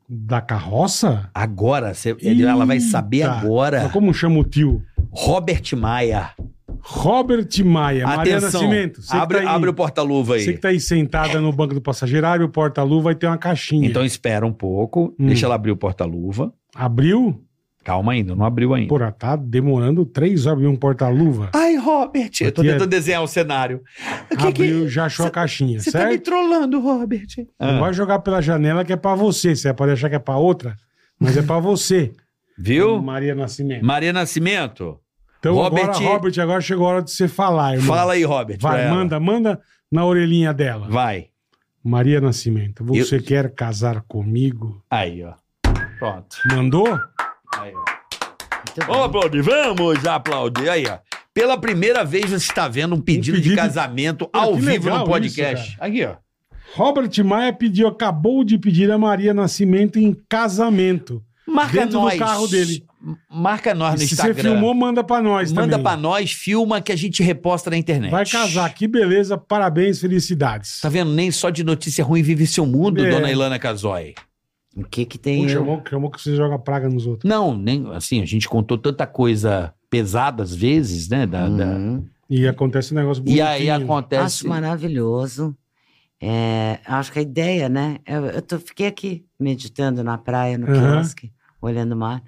S3: Da carroça?
S4: Agora, cê- ele- ela vai saber
S3: Eita.
S4: agora.
S3: Mas como chama o tio?
S4: Robert Maia.
S3: Robert Maia, Maria
S4: Atenção.
S3: Nascimento. Você que
S4: abre,
S3: tá aí-
S4: abre o porta-luva
S3: Você
S4: aí.
S3: que tá aí sentada no banco do passageiro, abre o porta-luva, vai ter uma caixinha.
S4: Então espera um pouco,
S3: Hum.
S4: deixa ela abrir o porta-luva.
S3: Abriu?
S4: Calma ainda, não abriu ainda.
S3: Porra, tá demorando três horas pra abrir um porta-luva.
S4: Ai, Robert, eu tô
S3: Aqui é-
S4: tentando desenhar o cenário. O Ah, que que-
S3: Abriu, já achou a caixinha,
S4: Você tá me
S3: certo?
S4: trollando, Robert.
S3: Não
S4: Ah.
S3: vai jogar pela janela que é pra você. Você pode achar que é pra outra, mas é
S4: (laughs)
S3: pra você.
S4: Viu?
S3: Maria Nascimento.
S4: Maria Nascimento,
S3: Então
S4: Robert-
S3: agora, Robert, agora chegou a hora de você falar, irmão.
S4: fala aí, Robert. pra
S3: Vai,
S4: ela.
S3: manda, manda na orelhinha dela.
S4: Vai.
S3: Maria Nascimento, você quer casar comigo?
S4: Aí, ó. Pronto.
S3: Mandou?
S4: Aí, ó.
S5: Muito
S4: Vamos
S5: bem.
S4: aplaudir, vamos aplaudir. Aí, ó. Pela primeira vez você está vendo um pedido,
S3: pedido-
S4: de casamento
S3: Pô,
S4: ao
S3: que
S4: vivo
S3: legal
S4: no podcast.
S3: isso,
S4: Aqui, ó.
S3: Robert Maia pediu, acabou de pedir a Maria Nascimento em casamento.
S4: Marca
S3: Dentro do
S4: nós.
S3: carro dele.
S4: Marca nós Ah, no
S3: E se
S4: Instagram.
S3: você filmou, manda pra nós
S4: Manda
S3: também.
S4: pra nós, filma que a gente reposta na internet.
S3: Vai casar, que beleza, parabéns, felicidades.
S4: Tá vendo? Nem só de notícia ruim vive seu mundo,
S3: É.
S4: dona Ilana Casoy.
S5: O que que tem eu?
S3: Pô, chamou, chamou que você joga praga nos outros.
S4: Não, nem assim, a gente contou tanta coisa pesada às vezes, né? Da, da-
S3: Hum.
S5: Uhum.
S3: E acontece um negócio
S4: E aí acontece.
S5: Acho maravilhoso. É, acho que a ideia, né? Eu, eu tô- fiquei aqui meditando na praia, no
S3: Aham.
S5: quiosque, olhando o mar.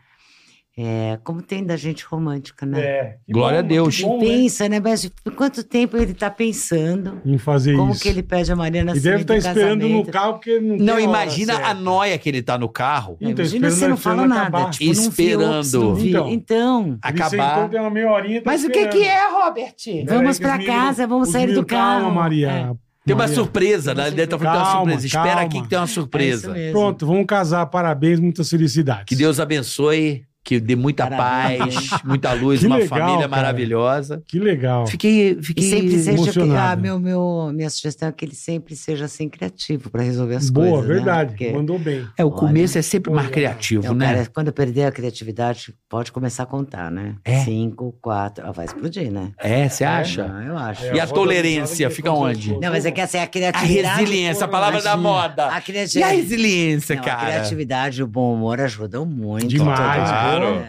S5: É, como tem da gente romântica, né?
S3: É, que
S4: Glória a Deus.
S3: que bom, né?
S5: Pensa, né? Mas por quanto tempo ele tá pensando?
S3: Em fazer
S5: Como
S3: isso.
S5: que ele pede a Maria
S3: E
S5: Nascimento
S3: deve estar
S5: em
S3: esperando no
S5: casamento?
S3: carro porque não
S4: Não,
S3: tem hora
S4: imagina
S3: certa.
S4: a noia que ele tá no carro,
S3: Então,
S5: Imagina se
S3: esperando
S5: não
S3: a cena
S5: fala nada.
S3: acabar.
S5: Tipo, não vi ops, não
S4: Esperando.
S5: vi.
S3: Então.
S5: Então.
S3: Ele sentou,
S4: acabar.
S3: deu uma meia horinha, tá
S4: Mas o que
S3: esperando.
S4: que é, Robert? Tem
S5: Vamos
S3: Peraí,
S5: pra
S3: Então, é os
S5: casa, vamos
S3: os
S5: sair do
S3: meninos- Calma,
S5: carro.
S3: Maria.
S5: É.
S4: uma
S3: Maria.
S4: surpresa, né? Ele deve estar falando que tem uma
S3: Calma,
S4: surpresa. Espera
S3: calma.
S4: aqui que tem uma
S5: É isso
S4: surpresa.
S5: mesmo.
S3: Pronto, vamos casar. Parabéns, muitas felicidades.
S4: que Deus abençoe, que dê muita
S5: Parabéns.
S4: paz, muita luz,
S3: Que
S4: uma
S3: legal,
S4: família
S3: cara.
S4: maravilhosa.
S3: Que legal.
S4: Fiquei,
S5: E
S4: fiquei
S5: sempre seja. que-
S3: emocionado.
S5: Ah, meu, meu, minha sugestão é que ele sempre seja assim criativo para resolver as
S3: Boa,
S5: coisas. né?
S3: verdade.
S5: Porque
S3: Mandou bem.
S4: É, o
S5: Olha,
S4: começo é sempre mais
S3: olha.
S4: criativo,
S5: é um
S4: né?
S5: cara, quando perder a criatividade, pode começar a contar, né?
S4: É?
S5: Cinco, quatro. Ah, vai explodir, né?
S4: É, você acha?
S5: Ah, eu
S3: É,
S5: acho.
S4: E a tolerância fica onde?
S5: Não, mas é que assim, a
S4: A
S5: criatividade.
S4: resiliência, a palavra da
S5: Imagina.
S4: moda.
S5: A
S4: E a
S5: criatividade.
S4: resiliência,
S5: Não, A
S4: cara? Um
S5: criatividade e o bom humor ajudam muito.
S3: Demais,
S4: claro.
S5: né?
S4: Um
S5: Eu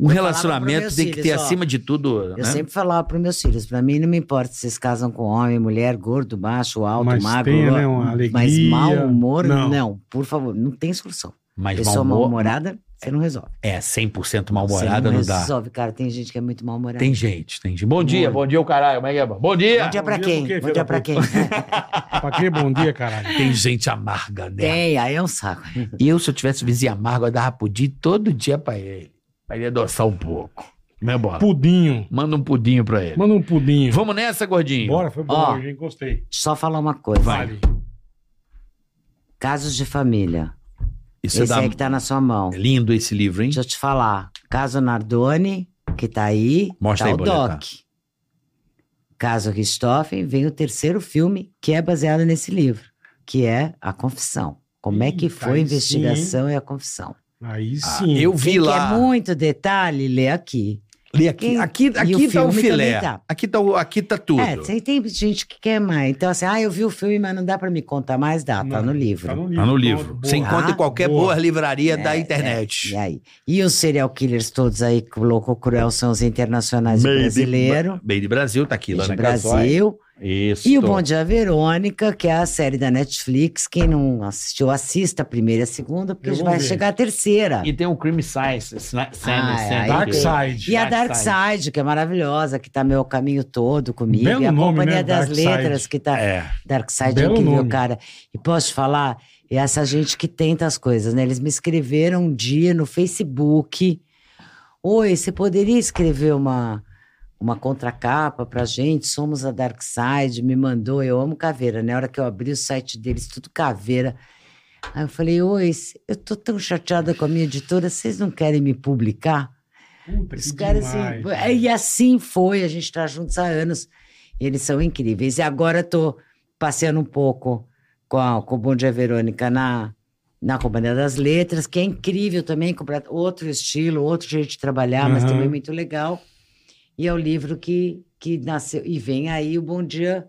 S5: falava
S4: relacionamento
S5: pros
S4: tem
S5: meus
S4: que ter,
S5: filhos, ó,
S4: acima de tudo,
S5: Eu
S4: né?
S5: sempre falava para meus filhos, para mim não me importa se vocês casam com homem, mulher, gordo, baixo, alto,
S3: Mas
S5: magro,
S3: tenha,
S5: lo-
S3: né, uma
S5: mas
S3: alegria.
S5: mau humor,
S3: Não.
S5: não. por favor, não tem solução.
S4: Mas
S5: Pessoa
S4: mau humor-
S5: mal-humorada, você não resolve.
S4: É, 100%
S5: Você
S4: mal-humorada não, dá.
S5: resolve, cara, tem gente que é muito mal-humorada.
S4: Tem gente, tem gente. Bom dia, bom dia, o caralho. Como é que é? Bom dia!
S5: Bom dia pra
S3: Bom dia
S5: quem?
S3: por quê,
S5: Bom
S3: filha
S5: dia
S3: da
S5: pra
S4: (laughs)
S5: quem? É,
S3: puta? Pra que bom dia, caralho? (laughs)
S4: Tem gente amarga, né?
S5: tem, aí é um saco.
S4: E eu, se eu tivesse vizinho amargo, eu dava pudim todo dia pra ele. Pra ele adoçar um pouco. Né, bola?
S3: Pudinho.
S4: Manda um pudim pra ele.
S3: Manda um pudinho.
S4: Vamos nessa, gordinho?
S3: Bora, foi bom,
S5: Ó.
S3: hoje, hein? Gostei.
S5: Só falar uma coisa.
S3: Vale.
S5: Casos de família.
S4: Isso
S5: Esse
S4: dá...
S5: aí que tá na sua mão.
S4: É lindo esse livro, hein?
S5: Deixa eu te falar. Caso Nardoni, que tá aí.
S4: Mostra
S5: tá
S4: aí,
S5: o
S4: Boleta.
S5: Doc. caso Richthofen, vem o terceiro filme que é baseado nesse livro, que é A Confissão. Como é que
S3: Eita,
S5: foi a
S3: tá aí sim,
S5: investigação e a confissão?
S3: Aí
S4: Ah,
S3: sim.
S4: eu vi
S5: Quem
S4: lá.
S5: quer é muito detalhe, lê aqui.
S4: Li aqui,
S5: Quem-
S4: aqui,
S5: e
S4: aqui
S5: o
S4: tá o
S5: filme
S4: filé.
S5: também tá.
S4: Aqui, tá o, aqui tá tudo.
S5: É, tem, tem gente que quer mais. Então, assim, ah, eu vi o filme, mas não dá pra me contar mais, dá, tá
S3: Não,
S5: no livro.
S3: Tá no livro.
S4: Tá no livro.
S3: Boa, Ah,
S4: Você
S3: boa.
S4: encontra em qualquer
S3: Boa.
S4: boa, livraria da
S5: Ah, É,
S4: internet.
S5: E aí? E os serial killers todos aí, que o Louco Cruel são os internacionais e
S4: Made in-
S5: brasileiro.
S4: Baby Brasil tá aqui,
S5: de
S4: Lana Brasil.
S5: Brasil.
S4: Isso.
S5: E o Bom Dia Verônica, que é a série da Netflix. Quem não assistiu, assista a primeira e a segunda, porque
S3: Eu vou
S5: vai
S3: ver.
S5: chegar a terceira.
S4: E tem o Crime Science. Sna-
S5: Ah,
S4: Science,
S5: é,
S4: Science.
S5: aí
S3: Dark
S5: tem.
S3: Side.
S5: E a
S4: Dark
S5: Dark
S4: Side.
S5: Side, que é maravilhosa, que tá meu caminho todo comigo.
S3: Belo
S5: e a
S3: nome,
S5: Companhia
S3: né?
S5: das
S3: Dark
S5: Letras,
S3: Side.
S5: que tá.
S4: É.
S5: Dark Side é
S3: Belo
S5: incrível,
S3: nome.
S5: cara. E posso te falar, é essa gente que tenta as coisas, né? Eles me escreveram um dia no Facebook. Oi, você poderia escrever uma, uma contracapa pra gente? Somos a Dark Side, me mandou, eu amo caveira. Na hora que eu abri o site deles, tudo caveira. Aí eu falei, oi, eu tô tão chateada com a minha editora, vocês não querem me publicar?
S3: Puta,
S5: Os
S3: que
S5: caras
S3: demais,
S5: assim.
S3: cara.
S5: E assim foi, a gente tá juntos há anos. E eles são incríveis. E agora eu tô passeando um pouco com, a, com o Bom Dia Verônica na, na Companhia das Letras, que é incrível também, comprar outro estilo, outro jeito de trabalhar, mas
S3: Aham.
S5: também muito legal. E é o livro que, que nasceu. E vem aí o Bom Dia.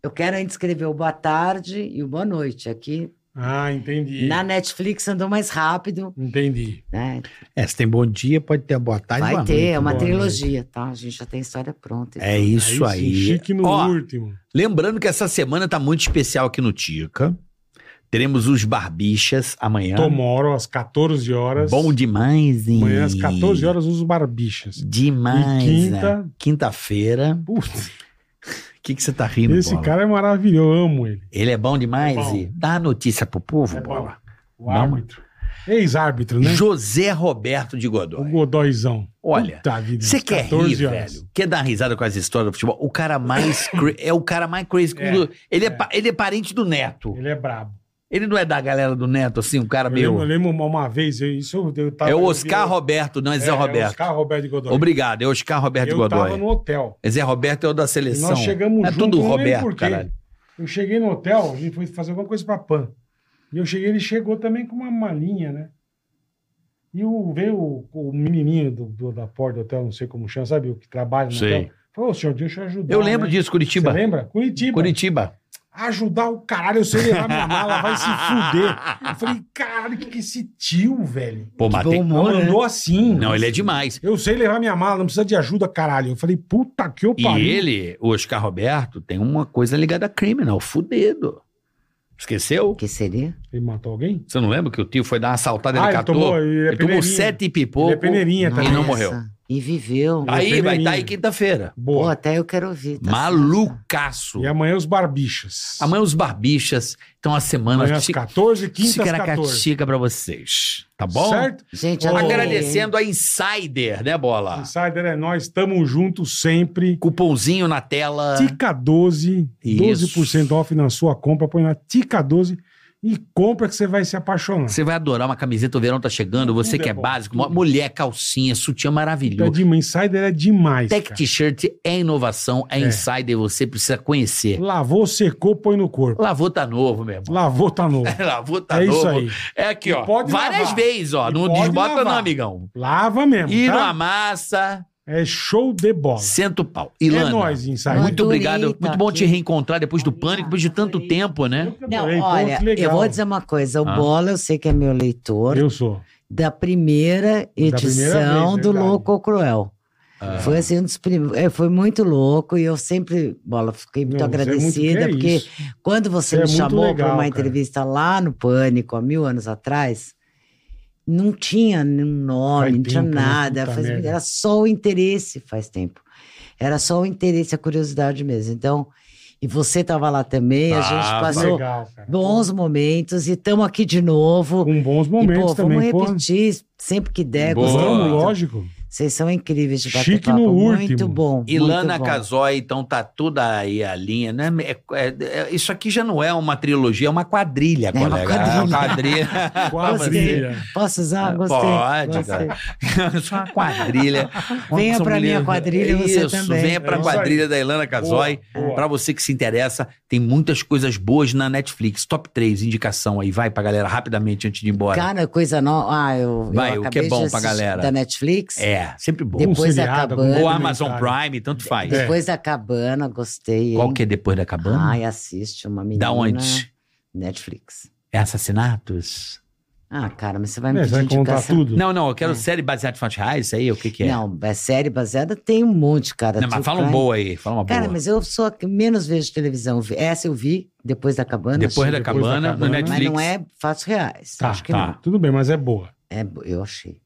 S5: Eu quero ainda escrever o Boa Tarde e o Boa Noite. Aqui
S3: Ah, entendi.
S5: na Netflix andou mais rápido,
S3: Entendi.
S5: né?
S4: É, se tem bom dia, pode ter a boa tarde.
S5: Vai
S4: boa
S5: ter,
S4: noite.
S5: é uma
S3: boa
S5: trilogia, tá? A gente já tem história pronta.
S4: É isso
S3: sim,
S4: aí.
S3: Chique no
S4: Ó,
S3: último.
S4: lembrando que essa semana tá muito especial aqui no Tica. Teremos os Barbichas amanhã.
S3: Tomorrow, às 14 horas.
S4: é. Bom demais, hein?
S3: Amanhã, às 14 horas, os barbichas.
S4: Demais.
S3: E quinta-
S4: né? Quinta-feira.
S3: Putz,
S4: O que que você tá rindo,
S3: esse
S4: Bola?
S3: cara é maravilhoso, eu amo ele.
S4: Ele é bom demais.
S3: É bom.
S4: E dá a notícia pro povo,
S3: É bom.
S4: Bola.
S3: O
S4: Não,
S3: árbitro. Ex-árbitro, né?
S4: José Roberto de
S3: O
S4: Godoy.
S3: Godóizão.
S4: Olha,
S3: Puta vida,
S4: Você
S3: às
S4: quer rir,
S3: 14 horas.
S4: velho? Quer dar risada com as histórias do futebol? O cara mais
S3: (coughs)
S4: cra- é o cara mais crazy. que
S3: É,
S4: do- ele, é,
S3: é.
S4: pa- ele é parente do Neto.
S3: Ele é brabo.
S4: Ele não é da galera do Neto, assim, um cara
S3: Eu lembro, eu
S4: meio.
S3: lembro uma- uma vez, eu, isso eu- eu tava.
S4: É o
S3: eu vi-
S4: Oscar Roberto, não é, Zé
S3: é,
S4: Roberto.
S3: Oscar Roberto de Godoy.
S4: Obrigado, é Oscar Roberto de
S3: eu
S4: Godoy.
S3: tava no hotel.
S4: É Zé Roberto é o da
S3: E
S4: seleção.
S3: nós chegamos
S4: é
S3: junto,
S4: tudo
S3: eu não lembro
S4: Roberto,
S3: por quê.
S4: caralho.
S3: Eu cheguei no hotel, a gente foi fazer alguma coisa pra Pan. E eu cheguei, ele chegou também com uma malinha, né? E o, veio o, o menininho do, do- da porta do hotel, não sei como chama, sabe? O que trabalha no
S4: Sei.
S3: hotel. Falou, "Ô, senhor, deixa eu ajudar.
S4: Eu lembro
S3: né?
S4: disso,
S3: Você
S4: Curitiba.
S3: lembra? Curitiba.
S4: Curitiba.
S3: Ajudar o caralho, eu sei levar minha mala, vai se fuder. Eu falei, caralho, que que esse tio, velho?
S4: Pô, mas tem-
S5: humor, né?
S3: Mandou assim.
S4: Não, ele é demais.
S3: Eu sei levar minha mala, não precisa de ajuda, caralho. Eu falei, puta que eu
S4: E
S3: pariu.
S4: ele, o Oscar Roberto, tem uma coisa ligada a criminal, fudido. Esqueceu?
S5: O que seria?
S3: Ele matou alguém?
S4: Você não lembra que o tio foi dar uma assaltada, ele
S3: Ah, ele
S4: catou?
S3: tomou, ele é
S4: ele tomou
S3: peneirinha.
S4: sete e
S3: Ele
S4: pipoco
S3: é peneirinha
S4: e
S3: também.
S4: não morreu.
S5: E viveu.
S4: Aí
S3: é
S4: vai
S3: peneirinha.
S4: estar aí quinta-feira.
S5: Pô,
S3: Boa.
S5: até eu quero ouvir. tá certo.
S4: Malucaço.
S3: E amanhã os barbichas.
S4: Amanhã os barbichas. Então a semana
S3: Amanhã às 14, quinta às 14.
S4: Ticaracatica pra vocês. Tá bom?
S3: Certo?
S5: Gente,
S3: Ô,
S5: adorei, hein?
S4: Agradecendo a Insider, né, Bola?
S3: Insider é nós, tamo junto sempre.
S4: Cupomzinho na tela.
S3: Tica 12,
S4: Ah. Isso.
S3: 12% off na sua compra. Põe na Tica 12 e compra que você vai se apaixonar.
S4: Você vai adorar uma camiseta, o verão tá chegando, você
S3: Tudo
S4: que é,
S3: é bom,
S4: básico,
S3: tudo.
S4: mulher, calcinha, sutiã
S3: É
S4: maravilhoso.
S3: de, insider é demais.
S4: Tech
S3: cara.
S4: T-shirt é inovação, é,
S3: É.
S4: Insider, você precisa conhecer.
S3: Lavou, secou, põe no corpo.
S4: Lavou tá novo, meu irmão.
S3: Lavou, tá novo.
S4: Lavou (laughs) tá
S3: É
S4: novo.
S3: isso aí.
S4: É aqui,
S3: E
S4: ó.
S3: pode
S4: Várias
S3: lavar.
S4: vezes, ó.
S3: E
S4: não
S3: pode
S4: desbota,
S3: lavar.
S4: não, amigão.
S3: Lava mesmo,
S4: E não
S3: tá?
S4: amassa,
S3: É show de bola.
S4: senta o pau.
S3: é
S4: Ilana,
S3: nóis, Insider.
S4: muito
S5: Adorei
S4: obrigado.
S5: tá
S4: Muito bom te
S5: aqui.
S4: reencontrar depois do pânico, depois de tanto tempo, né?
S5: Não,
S3: Adorei,
S5: olha,
S3: ponto legal.
S5: eu vou dizer uma coisa. O
S4: Ah.
S5: Bola, eu sei que é meu leitor,
S3: Eu sou.
S5: da primeira edição
S3: vez,
S5: do
S3: verdade.
S5: Louco ou Cruel.
S4: Ah.
S5: Foi assim um dos primeiros. é, foi muito louco e eu sempre, Bola, fiquei muito
S3: Não, você é
S5: agradecida,
S3: que é
S5: porque
S3: isso.
S5: Quando você
S3: É
S5: me
S3: muito
S5: chamou para
S3: legal,
S5: uma
S3: cara.
S5: entrevista lá no Pânico, há mil anos atrás, não tinha nenhum nome,
S3: Faz
S5: não tinha
S3: tempo, né?
S5: nada.
S3: Puta
S5: faz-
S3: merda.
S5: era só o interesse, faz tempo. Era só o interesse, a curiosidade mesmo. Então, e você estava lá também, a gente
S4: Tava.
S5: passou
S3: legal, cara.
S5: bons momentos e estamos aqui de novo.
S3: Com bons
S5: e,
S3: momentos
S5: pô,
S3: também,
S5: vamos
S3: pô.
S5: repetir sempre que der.
S4: Boa.
S5: gostei
S3: Vamos,
S5: muito.
S3: (laughs) lógico.
S5: Vocês são incríveis de bater
S3: Chique
S5: papo.
S3: no último.
S5: Muito bom.
S4: Ilana
S5: muito bom.
S4: Casoy, então tá toda aí a linha, né? É- é- é- isso aqui já não é uma trilogia, é uma quadrilha,
S5: uma
S4: colega. É
S5: quadrilha.
S4: quadrilha.
S3: Quadrilha.
S5: Posso usar? Gostei.
S4: Pode,
S5: gostei.
S4: (laughs) Isso é uma quadrilha.
S5: Venha
S4: São
S5: pra
S4: mulheres-
S5: minha quadrilha, você
S4: Isso,
S5: também.
S4: venha pra
S3: É isso aí.
S4: quadrilha da Ilana Casoy.
S3: Boa, boa.
S4: Pra você que se interessa, tem muitas coisas boas na Netflix. Top 3, indicação aí. Vai pra galera rapidamente antes de ir embora.
S5: Cara, coisa nova. Ah, eu,
S4: Vai,
S5: eu
S4: o que é
S5: acabei de
S4: bom pra
S5: assistir
S4: galera?
S5: Da Netflix.
S4: É, sempre bom.
S5: Depois
S3: Um
S5: da
S3: seriado,
S5: cabana.
S3: algum
S4: Ou Amazon
S3: documentário.
S4: Prime, tanto faz.
S3: É.
S5: Depois da cabana, gostei. hein?
S4: Qual que é depois da cabana?
S5: Ai, assiste uma menina.
S4: da onde?
S5: Netflix.
S4: É assassinatos?
S5: Ah, cara, mas você vai me
S3: É,
S5: pedir
S3: Você vai contar
S5: indicação.
S3: tudo?
S4: Não, não, eu quero
S5: É.
S4: série baseada em fatos reais, isso aí, o que que é? Não,
S5: Não, é série baseada tem um monte, cara. True
S4: mas fala um
S5: Crime.
S4: boa aí, fala uma boa.
S5: Cara, mas eu sou a que menos vejo televisão. Essa eu vi depois da cabana.
S4: depois, da
S5: achei-
S3: depois da
S4: cabana, no
S3: cabana.
S5: Mas
S4: Netflix.
S5: não é fatos reais.
S3: Tá,
S5: acho que
S4: tá.
S5: não.
S3: Tudo bem, mas é boa.
S5: É, bo- eu achei.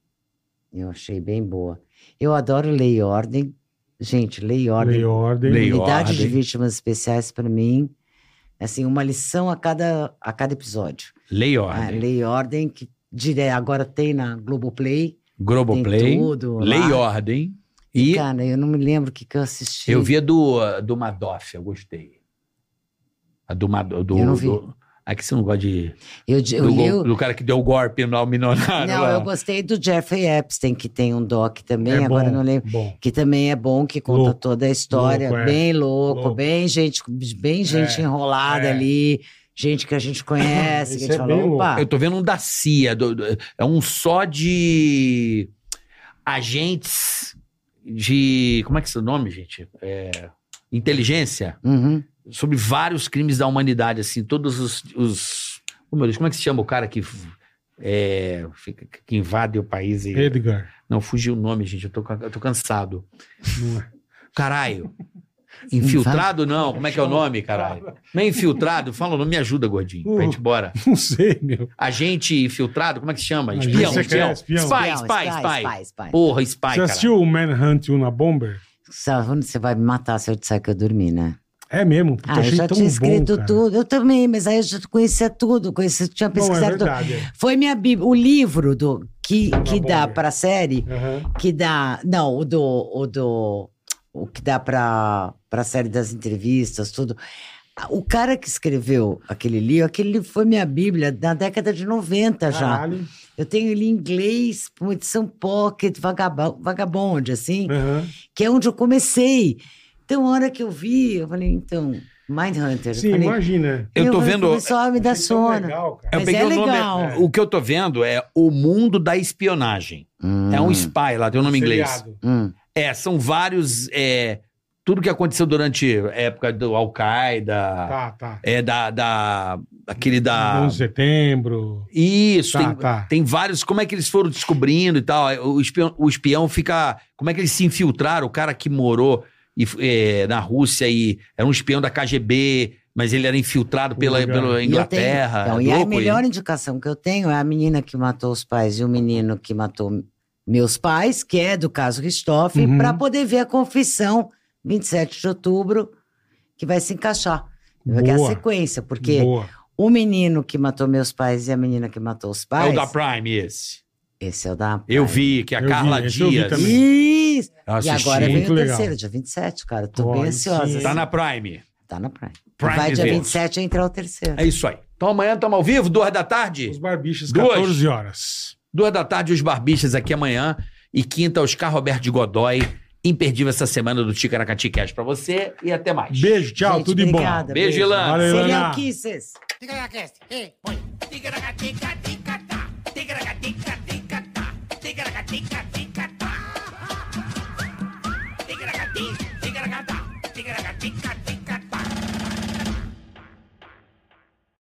S5: Eu achei bem boa. Eu adoro Lei e Ordem. Gente, Lei e Ordem.
S3: Lei e ordem.
S4: Lei e
S5: Unidade de
S4: Ordem.
S5: Vítimas Especiais, pra mim, assim, uma lição a cada, a cada episódio.
S4: Lei e
S5: Ah,
S4: Ordem.
S5: Lei e Ordem, que dire... agora tem na Globoplay.
S4: Globoplay.
S5: Tem tudo. lá.
S4: Lei e Ordem. E
S5: Cara, eu não me lembro o que, que eu assisti.
S4: eu vi a do, a do Madoff, eu gostei. A do Madoff. Do,
S5: Eu não vi.
S4: do- Ah, que você não gosta de.
S5: Eu, di- eu
S4: do,
S5: li
S4: gol-
S5: o-
S4: do cara que deu o golpe lá, o milionário.
S5: Não,
S4: lá.
S5: eu gostei do Jeffrey Epstein, que tem um doc também,
S3: É
S5: agora
S3: bom,
S5: eu não lembro.
S3: Bom.
S5: Que também é bom, que conta
S3: Louco.
S5: toda a história.
S3: Louco, é.
S5: Bem louco,
S3: Louco.
S5: bem gente, bem gente
S3: É,
S5: enrolada
S3: é.
S5: ali, gente que a
S3: (laughs)
S5: gente conhece, que
S3: Esse
S5: a gente
S3: é bem
S5: falou,
S3: louco.
S5: opa.
S4: Eu tô vendo um da CIA. do- do- é um só de agentes de. Como é que é seu nome, gente? É, inteligência.
S5: Uhum.
S4: Sobre vários crimes da humanidade, assim, todos os. os oh, meu Deus, como é que se chama o cara que. é, fica- que invade o país e.
S3: Edgar.
S4: Não, fugiu o nome, gente. Eu tô, ca- eu tô cansado.
S3: Não é.
S4: Caralho. Infiltrado, não. Como é que é o nome, caralho? Não é infiltrado? Fala o nome, me ajuda, gordinho. Pra gente ir embora.
S3: (laughs) Não sei, meu.
S4: Agente infiltrado, como é que se chama?
S3: Agente
S4: Espião,
S3: secreto,
S4: espião. Spy,
S3: espião.
S4: spy,
S5: Não,
S4: spy,
S5: Spy, Spy.
S4: Porra, spy,
S3: Você
S4: cara.
S3: assistiu o Manhunt e o Na Bomber?
S5: Sabe, Você vai me matar se eu disser que eu dormi, né?
S3: É mesmo. Puta,
S5: ah, eu
S3: achei
S5: já
S3: tão
S5: tinha
S3: bom,
S5: escrito
S3: cara.
S5: tudo. Eu também, mas aí eu já conhecia tudo, conhecia, tinha
S3: Não, é
S5: pesquisado tudo.
S3: verdade. Tá é.
S5: Foi minha Bíblia, o livro do que, que dá
S3: Bomber.
S5: pra série,
S3: é. Aham.
S5: que dá. Não, o do. O, do, o que dá pra, pra série das entrevistas, tudo. O cara que escreveu aquele livro, aquele livro foi minha Bíblia na década de 90 já.
S3: Caralho.
S5: Eu tenho ele em inglês, uma edição pocket, vagabond, é vagabonde, assim
S3: Aham.
S5: que é onde eu comecei. Então, a hora que eu vi, eu falei, então, Mindhunter.
S3: Sim,
S5: eu falei,
S3: imagina.
S4: Eu tô vendo-
S5: Só me dá
S3: Achei tão
S5: sono.
S3: legal, cara.
S4: Eu
S5: Mas
S4: peguei
S5: é
S4: o nome-
S5: legal.
S4: O que eu tô vendo é o mundo da espionagem. É um spy lá, tem o nome em inglês.
S3: Seriado.
S5: Hum.
S4: É, são vários. é, tudo que aconteceu durante a época do Al-Qaeda,
S3: Tá, tá.
S4: é da, da. Aquele
S3: 11
S4: da.
S3: de setembro.
S4: Isso,
S3: Tá,
S4: tem,
S3: tá.
S4: tem vários. Como é que eles foram descobrindo e tal? É, O espião, o espião fica. Como é que eles se infiltraram? O cara que morou e, eh, na Rússia e era um espião da KGB, mas ele era infiltrado pela,
S3: Legal.
S4: pela
S5: E eu tenho-
S4: Inglaterra.
S5: então,
S4: É
S5: e a
S4: louco
S5: melhor
S4: ele.
S5: indicação que eu tenho é a menina que matou os pais e o menino que matou meus pais, que é do caso Ristoff,
S3: Uhum.
S5: para poder ver a confissão, 27 de outubro, que vai se encaixar. Que é a
S3: Boa.
S5: sequência, porque
S3: Boa.
S5: o menino que matou meus pais e a menina que matou os
S4: É
S5: pais.
S4: o da Prime, esse.
S5: Esse é o da.
S4: Eu vi, que é a
S3: Eu vi,
S4: Carla
S3: esse eu vi
S4: Dias.
S3: também.
S5: Isso!
S4: Eu
S5: E
S4: assisti.
S5: agora vem
S3: Muito
S5: o
S3: legal.
S5: terceiro, dia 27, cara. Tô
S3: Ó,
S5: bem
S3: aí
S5: ansiosa. assim.
S3: sim.
S4: Tá na Prime.
S5: Tá na Prime.
S4: Prime
S5: Vai dia
S4: Video.
S5: 27 entrar o terceiro.
S4: É isso aí. Então amanhã estamos ao vivo, duas da
S3: Os
S4: tarde.
S3: barbichas,
S4: Duas.
S3: 14 horas.
S4: Duas da tarde, os barbichas aqui amanhã. E quinta, Oscar Roberto de Godoy. Imperdível essa semana do Ticaracati Cash pra você. E até mais.
S3: Beijo, tchau,
S5: Gente,
S3: tudo de bom.
S5: obrigada,
S4: Beijo, Ilana.
S3: Valeu,
S5: Serial
S3: Ilana.
S5: Kisses.
S1: Ticaracast, ei, põe. Ticaracatica, tica, tá. Ticaracatica, tica, tá. Ticaracatica,